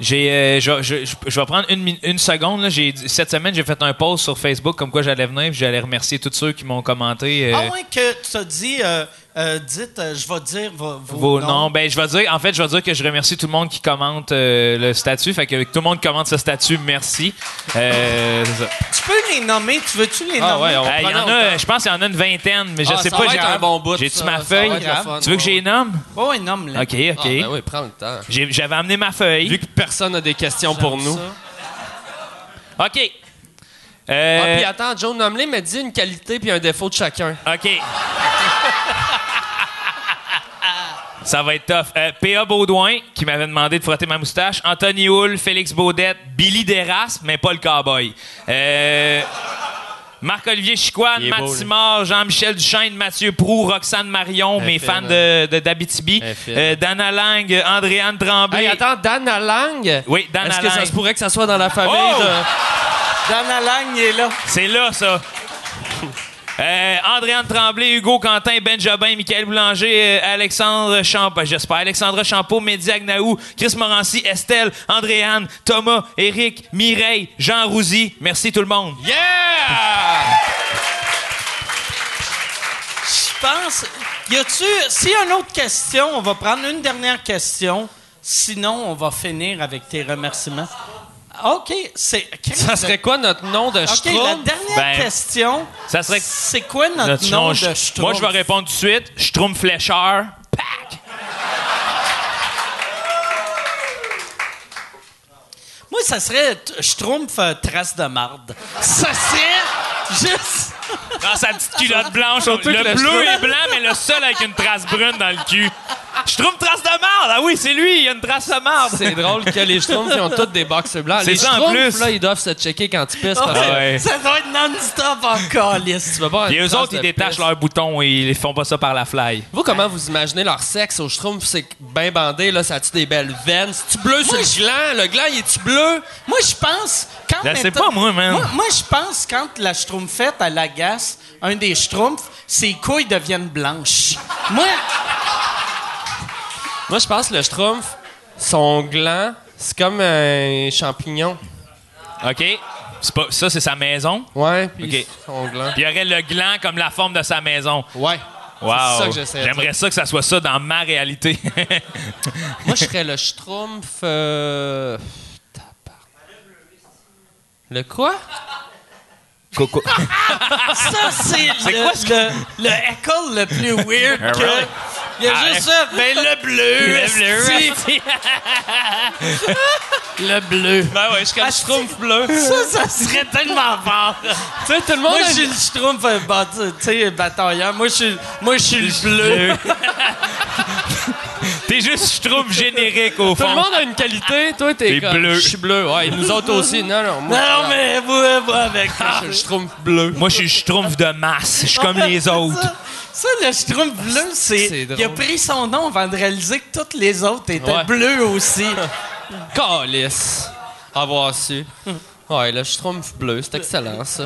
J'ai, euh, je, je- je- je vais prendre une, min- une seconde. là. J'ai, cette semaine, j'ai fait un post sur Facebook comme quoi j'allais venir puis j'allais remercier tous ceux qui m'ont commenté. euh,
Ah ouais, que tu as dit, euh, euh, dites, euh, je vais dire vos, vos
Vos
noms.
noms. Ben, je vais dire, en fait, je vais dire que je remercie tout le monde qui commente euh, le statut. Fait que tout le monde commente ce statut, merci. Euh, c'est ça.
Tu peux les nommer, tu veux-tu les nommer?
Euh,
Ah va
il y en
prendre
a, je pense qu'il y en a une vingtaine, mais je
Ah,
sais
ça
pas.
va
j'ai
être un bon bout,
J'ai-tu
ça.
ma
Ça
feuille?
va être le fun,
tu veux que
ouais.
j'ai les nomme?
Ouais, ouais, nomme-les.
OK, OK.
Ah, ben oui, prends le temps.
J'ai- J'avais amené ma feuille.
Vu que personne n'a des questions pour nous.
OK. Euh,
Ah, puis attends, Joe, nomme-les, mais dis une qualité puis un défaut de chacun.
OK. Ça va être tough. Euh, P.A. Baudouin, qui m'avait demandé de frotter ma moustache. Anthony Hull, Félix Baudette, Billy Deras, mais pas le cowboy. Euh, Marc-Olivier Chicoine,
Il est
Matt
beau, lui.
Simard, Jean-Michel Duchesne, Mathieu Prou, Roxane Marion, mes
Infine.
fans de, de- d'Abitibi.
Infine.
Euh, Dana Lang, euh, Andréane Tremblay.
Hey, attends, Dan Alang?
Oui, Dan
Est-ce que
Alang.
ça se pourrait euh, que ça soit dans la famille
Oh!
de...
Dan Alagne, il est là.
C'est là, ça. Euh, Andréane Tremblay, Hugo Quentin, Benjamin, Michael Boulanger, euh, Alexandre Champeau, j'espère, Alexandre Champeau, Médiac Naou, Chris Morancy, Estelle, Andréane, Thomas, Eric, Mireille, Jean Rouzy. Merci tout le monde.
Yeah!
Je pense. Y a-tu. S'il y a une autre question, on va prendre une dernière question. Sinon, on va finir avec tes remerciements. OK, c'est.
ça serait quoi notre nom de
OK, la
Schtroumpf?
dernière
Ben,
question.
ça serait-
C'est quoi notre,
Notre
nom
nom,
de
je-
Schtroumpf?
moi, je vais répondre tout de suite. Je trouve flécheur. Pac!
Moi, ça serait t- Schtroumpf euh, trace de marde. Ça serait juste.
Dans sa petite culotte blanche, le,
Surtout que le
bleu
Schtroumpf-
est blanc, mais le seul avec une trace brune dans le cul. Je trouve trace de marde. Ah oui, c'est lui, il y a une trace de marde.
C'est drôle que les Schtroumpfs, ils ont tous des boxers blancs.
C'est
les
ça, en
Schtroumpfs,
plus.
là, ils doivent se checker quand ils pissent. parce que
Ah ouais.
Ça doit être non-stop encore, liste.
tu vas pas
Et
avoir une
eux
trace
autres, ils
de
détachent
pisse.
leurs boutons et ils font pas ça par la fly.
Vous, comment vous imaginez leur sexe au Schtroumpf? C'est bien bandé, là, ça a-tu des belles veines? C'est-tu bleu sur le gland? Le gland, il est-tu bleu?
Moi, je pense. Quand
Je sais
mettons-
Ben, pas, moi, man.
Moi, moi, je pense quand la schtroumpfette, à l'agace, un des schtroumpfs, ses couilles deviennent blanches. Moi,
Moi, je pense que le Schtroumpf, son gland, c'est comme un champignon.
OK? C'est pas, ça, c'est sa maison.
Ouais, puis
Ok.
son gland.
Puis il y aurait le gland comme la forme de sa maison.
Ouais.
Wow.
C'est ça que j'essaie de
J'aimerais ça que ça soit ça dans ma réalité.
Moi, je serais le Schtroumpf. euh, tabarnak. Le quoi?
Coco.
ça, c'est le,
quoi ce
le, le heckle le plus weird que.
Alright.
Il y
Ah,
a juste ça. Ben, le bleu. esti.
Le bleu.
ben ouais, je suis
Ah,
schtroumpf bleu.
Ça, ça serait tellement fort.
Tu sais, tout le monde.
Moi,
a-
je suis le schtroumpf euh, bat- tu sais, batailleur. Moi, je suis- moi, je suis le bleu.
T'es juste schtroumpf générique, au
Tout le
fond.
monde a une qualité. Toi, t'es
T'es
comme-
bleu.
Je suis bleu. Ouais, et nous autres aussi. Non, non. Moi,
Non, mais vous, vous avec.
Je suis le Schtroumpf bleu.
Moi, je suis schtroumpf de masse. Je suis comme les autres.
Ça, ça, le schtroumpf bleu,
c'est
c'est.
drôle.
Il a pris son nom avant de réaliser que toutes les autres étaient
Ouais.
bleues aussi.
Calice. Avoir su. Ouais, le Schtroumpf bleu. C'est excellent, ça.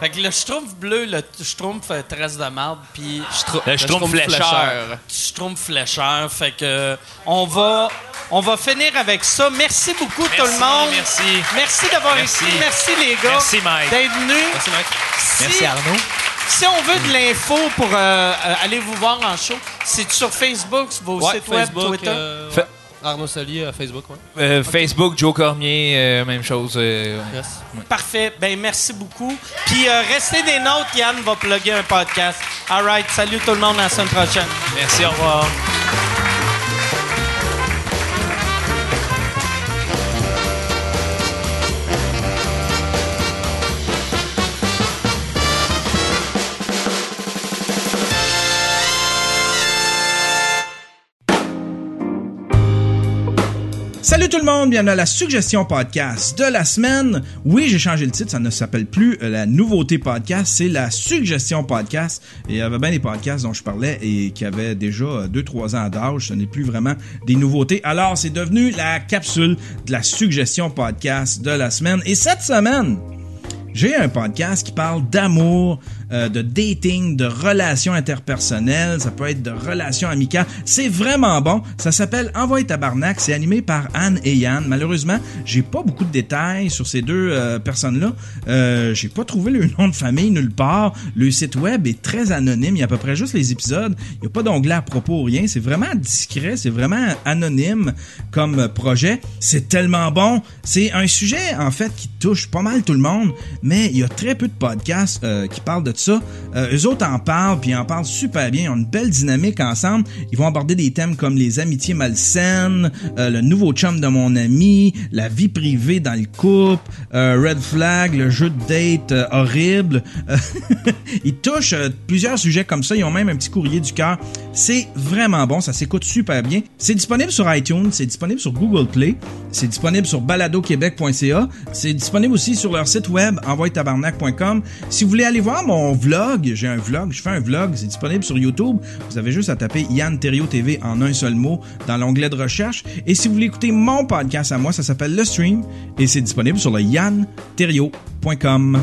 fait que le schtroumpf bleu, le t- schtroumpf euh, trace de marde, puis Euh,
Schtrou-
Le Schtroumpf flécheur.
schtroumpf flécheur. Fait que euh, on va, on va finir avec ça. Merci beaucoup tout le
Merci,
monde.
merci.
Merci d'avoir
Merci.
été. Merci les gars.
Merci, Mike.
D'être venus.
Merci, Mike.
Si-
Merci, Arnaud.
Si on veut de l'info pour euh, euh, aller vous voir en show, c'est sur Facebook, vos
Ouais,
sites
Facebook.
web, Twitter.
euh, ouais.
Fa-
Arnaud Soli, euh, Facebook, ouais.
Euh, Facebook, Joe Cormier, euh, même chose. euh,
Yes.
Parfait. Ben merci beaucoup. Puis euh, restez des nôtres. Yann va plugger un podcast. All right. Salut tout le monde. À la semaine prochaine.
Merci, au revoir.
Thank Salut tout le monde, bienvenue à la suggestion podcast de la semaine. Oui, j'ai changé le titre, ça ne s'appelle plus euh, la nouveauté podcast, c'est la suggestion podcast. Et il y avait bien des podcasts dont je parlais et qui avaient déjà 2-3 ans d'âge, ce n'est plus vraiment des nouveautés. Alors, c'est devenu la capsule de la suggestion podcast de la semaine. Et cette semaine, j'ai un podcast qui parle d'amour, euh, de dating, de relations interpersonnelles, ça peut être de relations amicales. C'est vraiment bon. Ça s'appelle Envoie Tabarnak. C'est animé par Anne et Yann. Malheureusement, j'ai pas beaucoup de détails sur ces deux euh, personnes-là. Euh, j'ai pas trouvé le nom de famille nulle part. Le site web est très anonyme. Il y a à peu près juste les épisodes. Il y a pas d'onglet à propos ou rien. C'est vraiment discret. C'est vraiment anonyme comme projet. C'est tellement bon. C'est un sujet, en fait, qui touche pas mal tout le monde, mais il y a très peu de podcasts euh, qui parlent de ça. Euh, eux autres en parlent, puis ils en parlent super bien. Ils ont une belle dynamique ensemble. Ils vont aborder des thèmes comme les amitiés malsaines, euh, le nouveau chum de mon ami, la vie privée dans le couple, euh, Red Flag, le jeu de date euh, horrible. Euh, ils touchent euh, plusieurs sujets comme ça. Ils ont même un petit courrier du cœur. C'est vraiment bon. Ça s'écoute super bien. C'est disponible sur iTunes. C'est disponible sur Google Play. C'est disponible sur baladoquebec.ca. C'est disponible aussi sur leur site web envoyetabarnak.com. Si vous voulez aller voir mon vlog, j'ai un vlog. Je fais un vlog. C'est disponible sur YouTube. Vous avez juste à taper Yann Terrio TV en un seul mot dans l'onglet de recherche. Et si vous voulez écouter mon podcast à moi, ça s'appelle Le Stream et c'est disponible sur le yannterrio.com.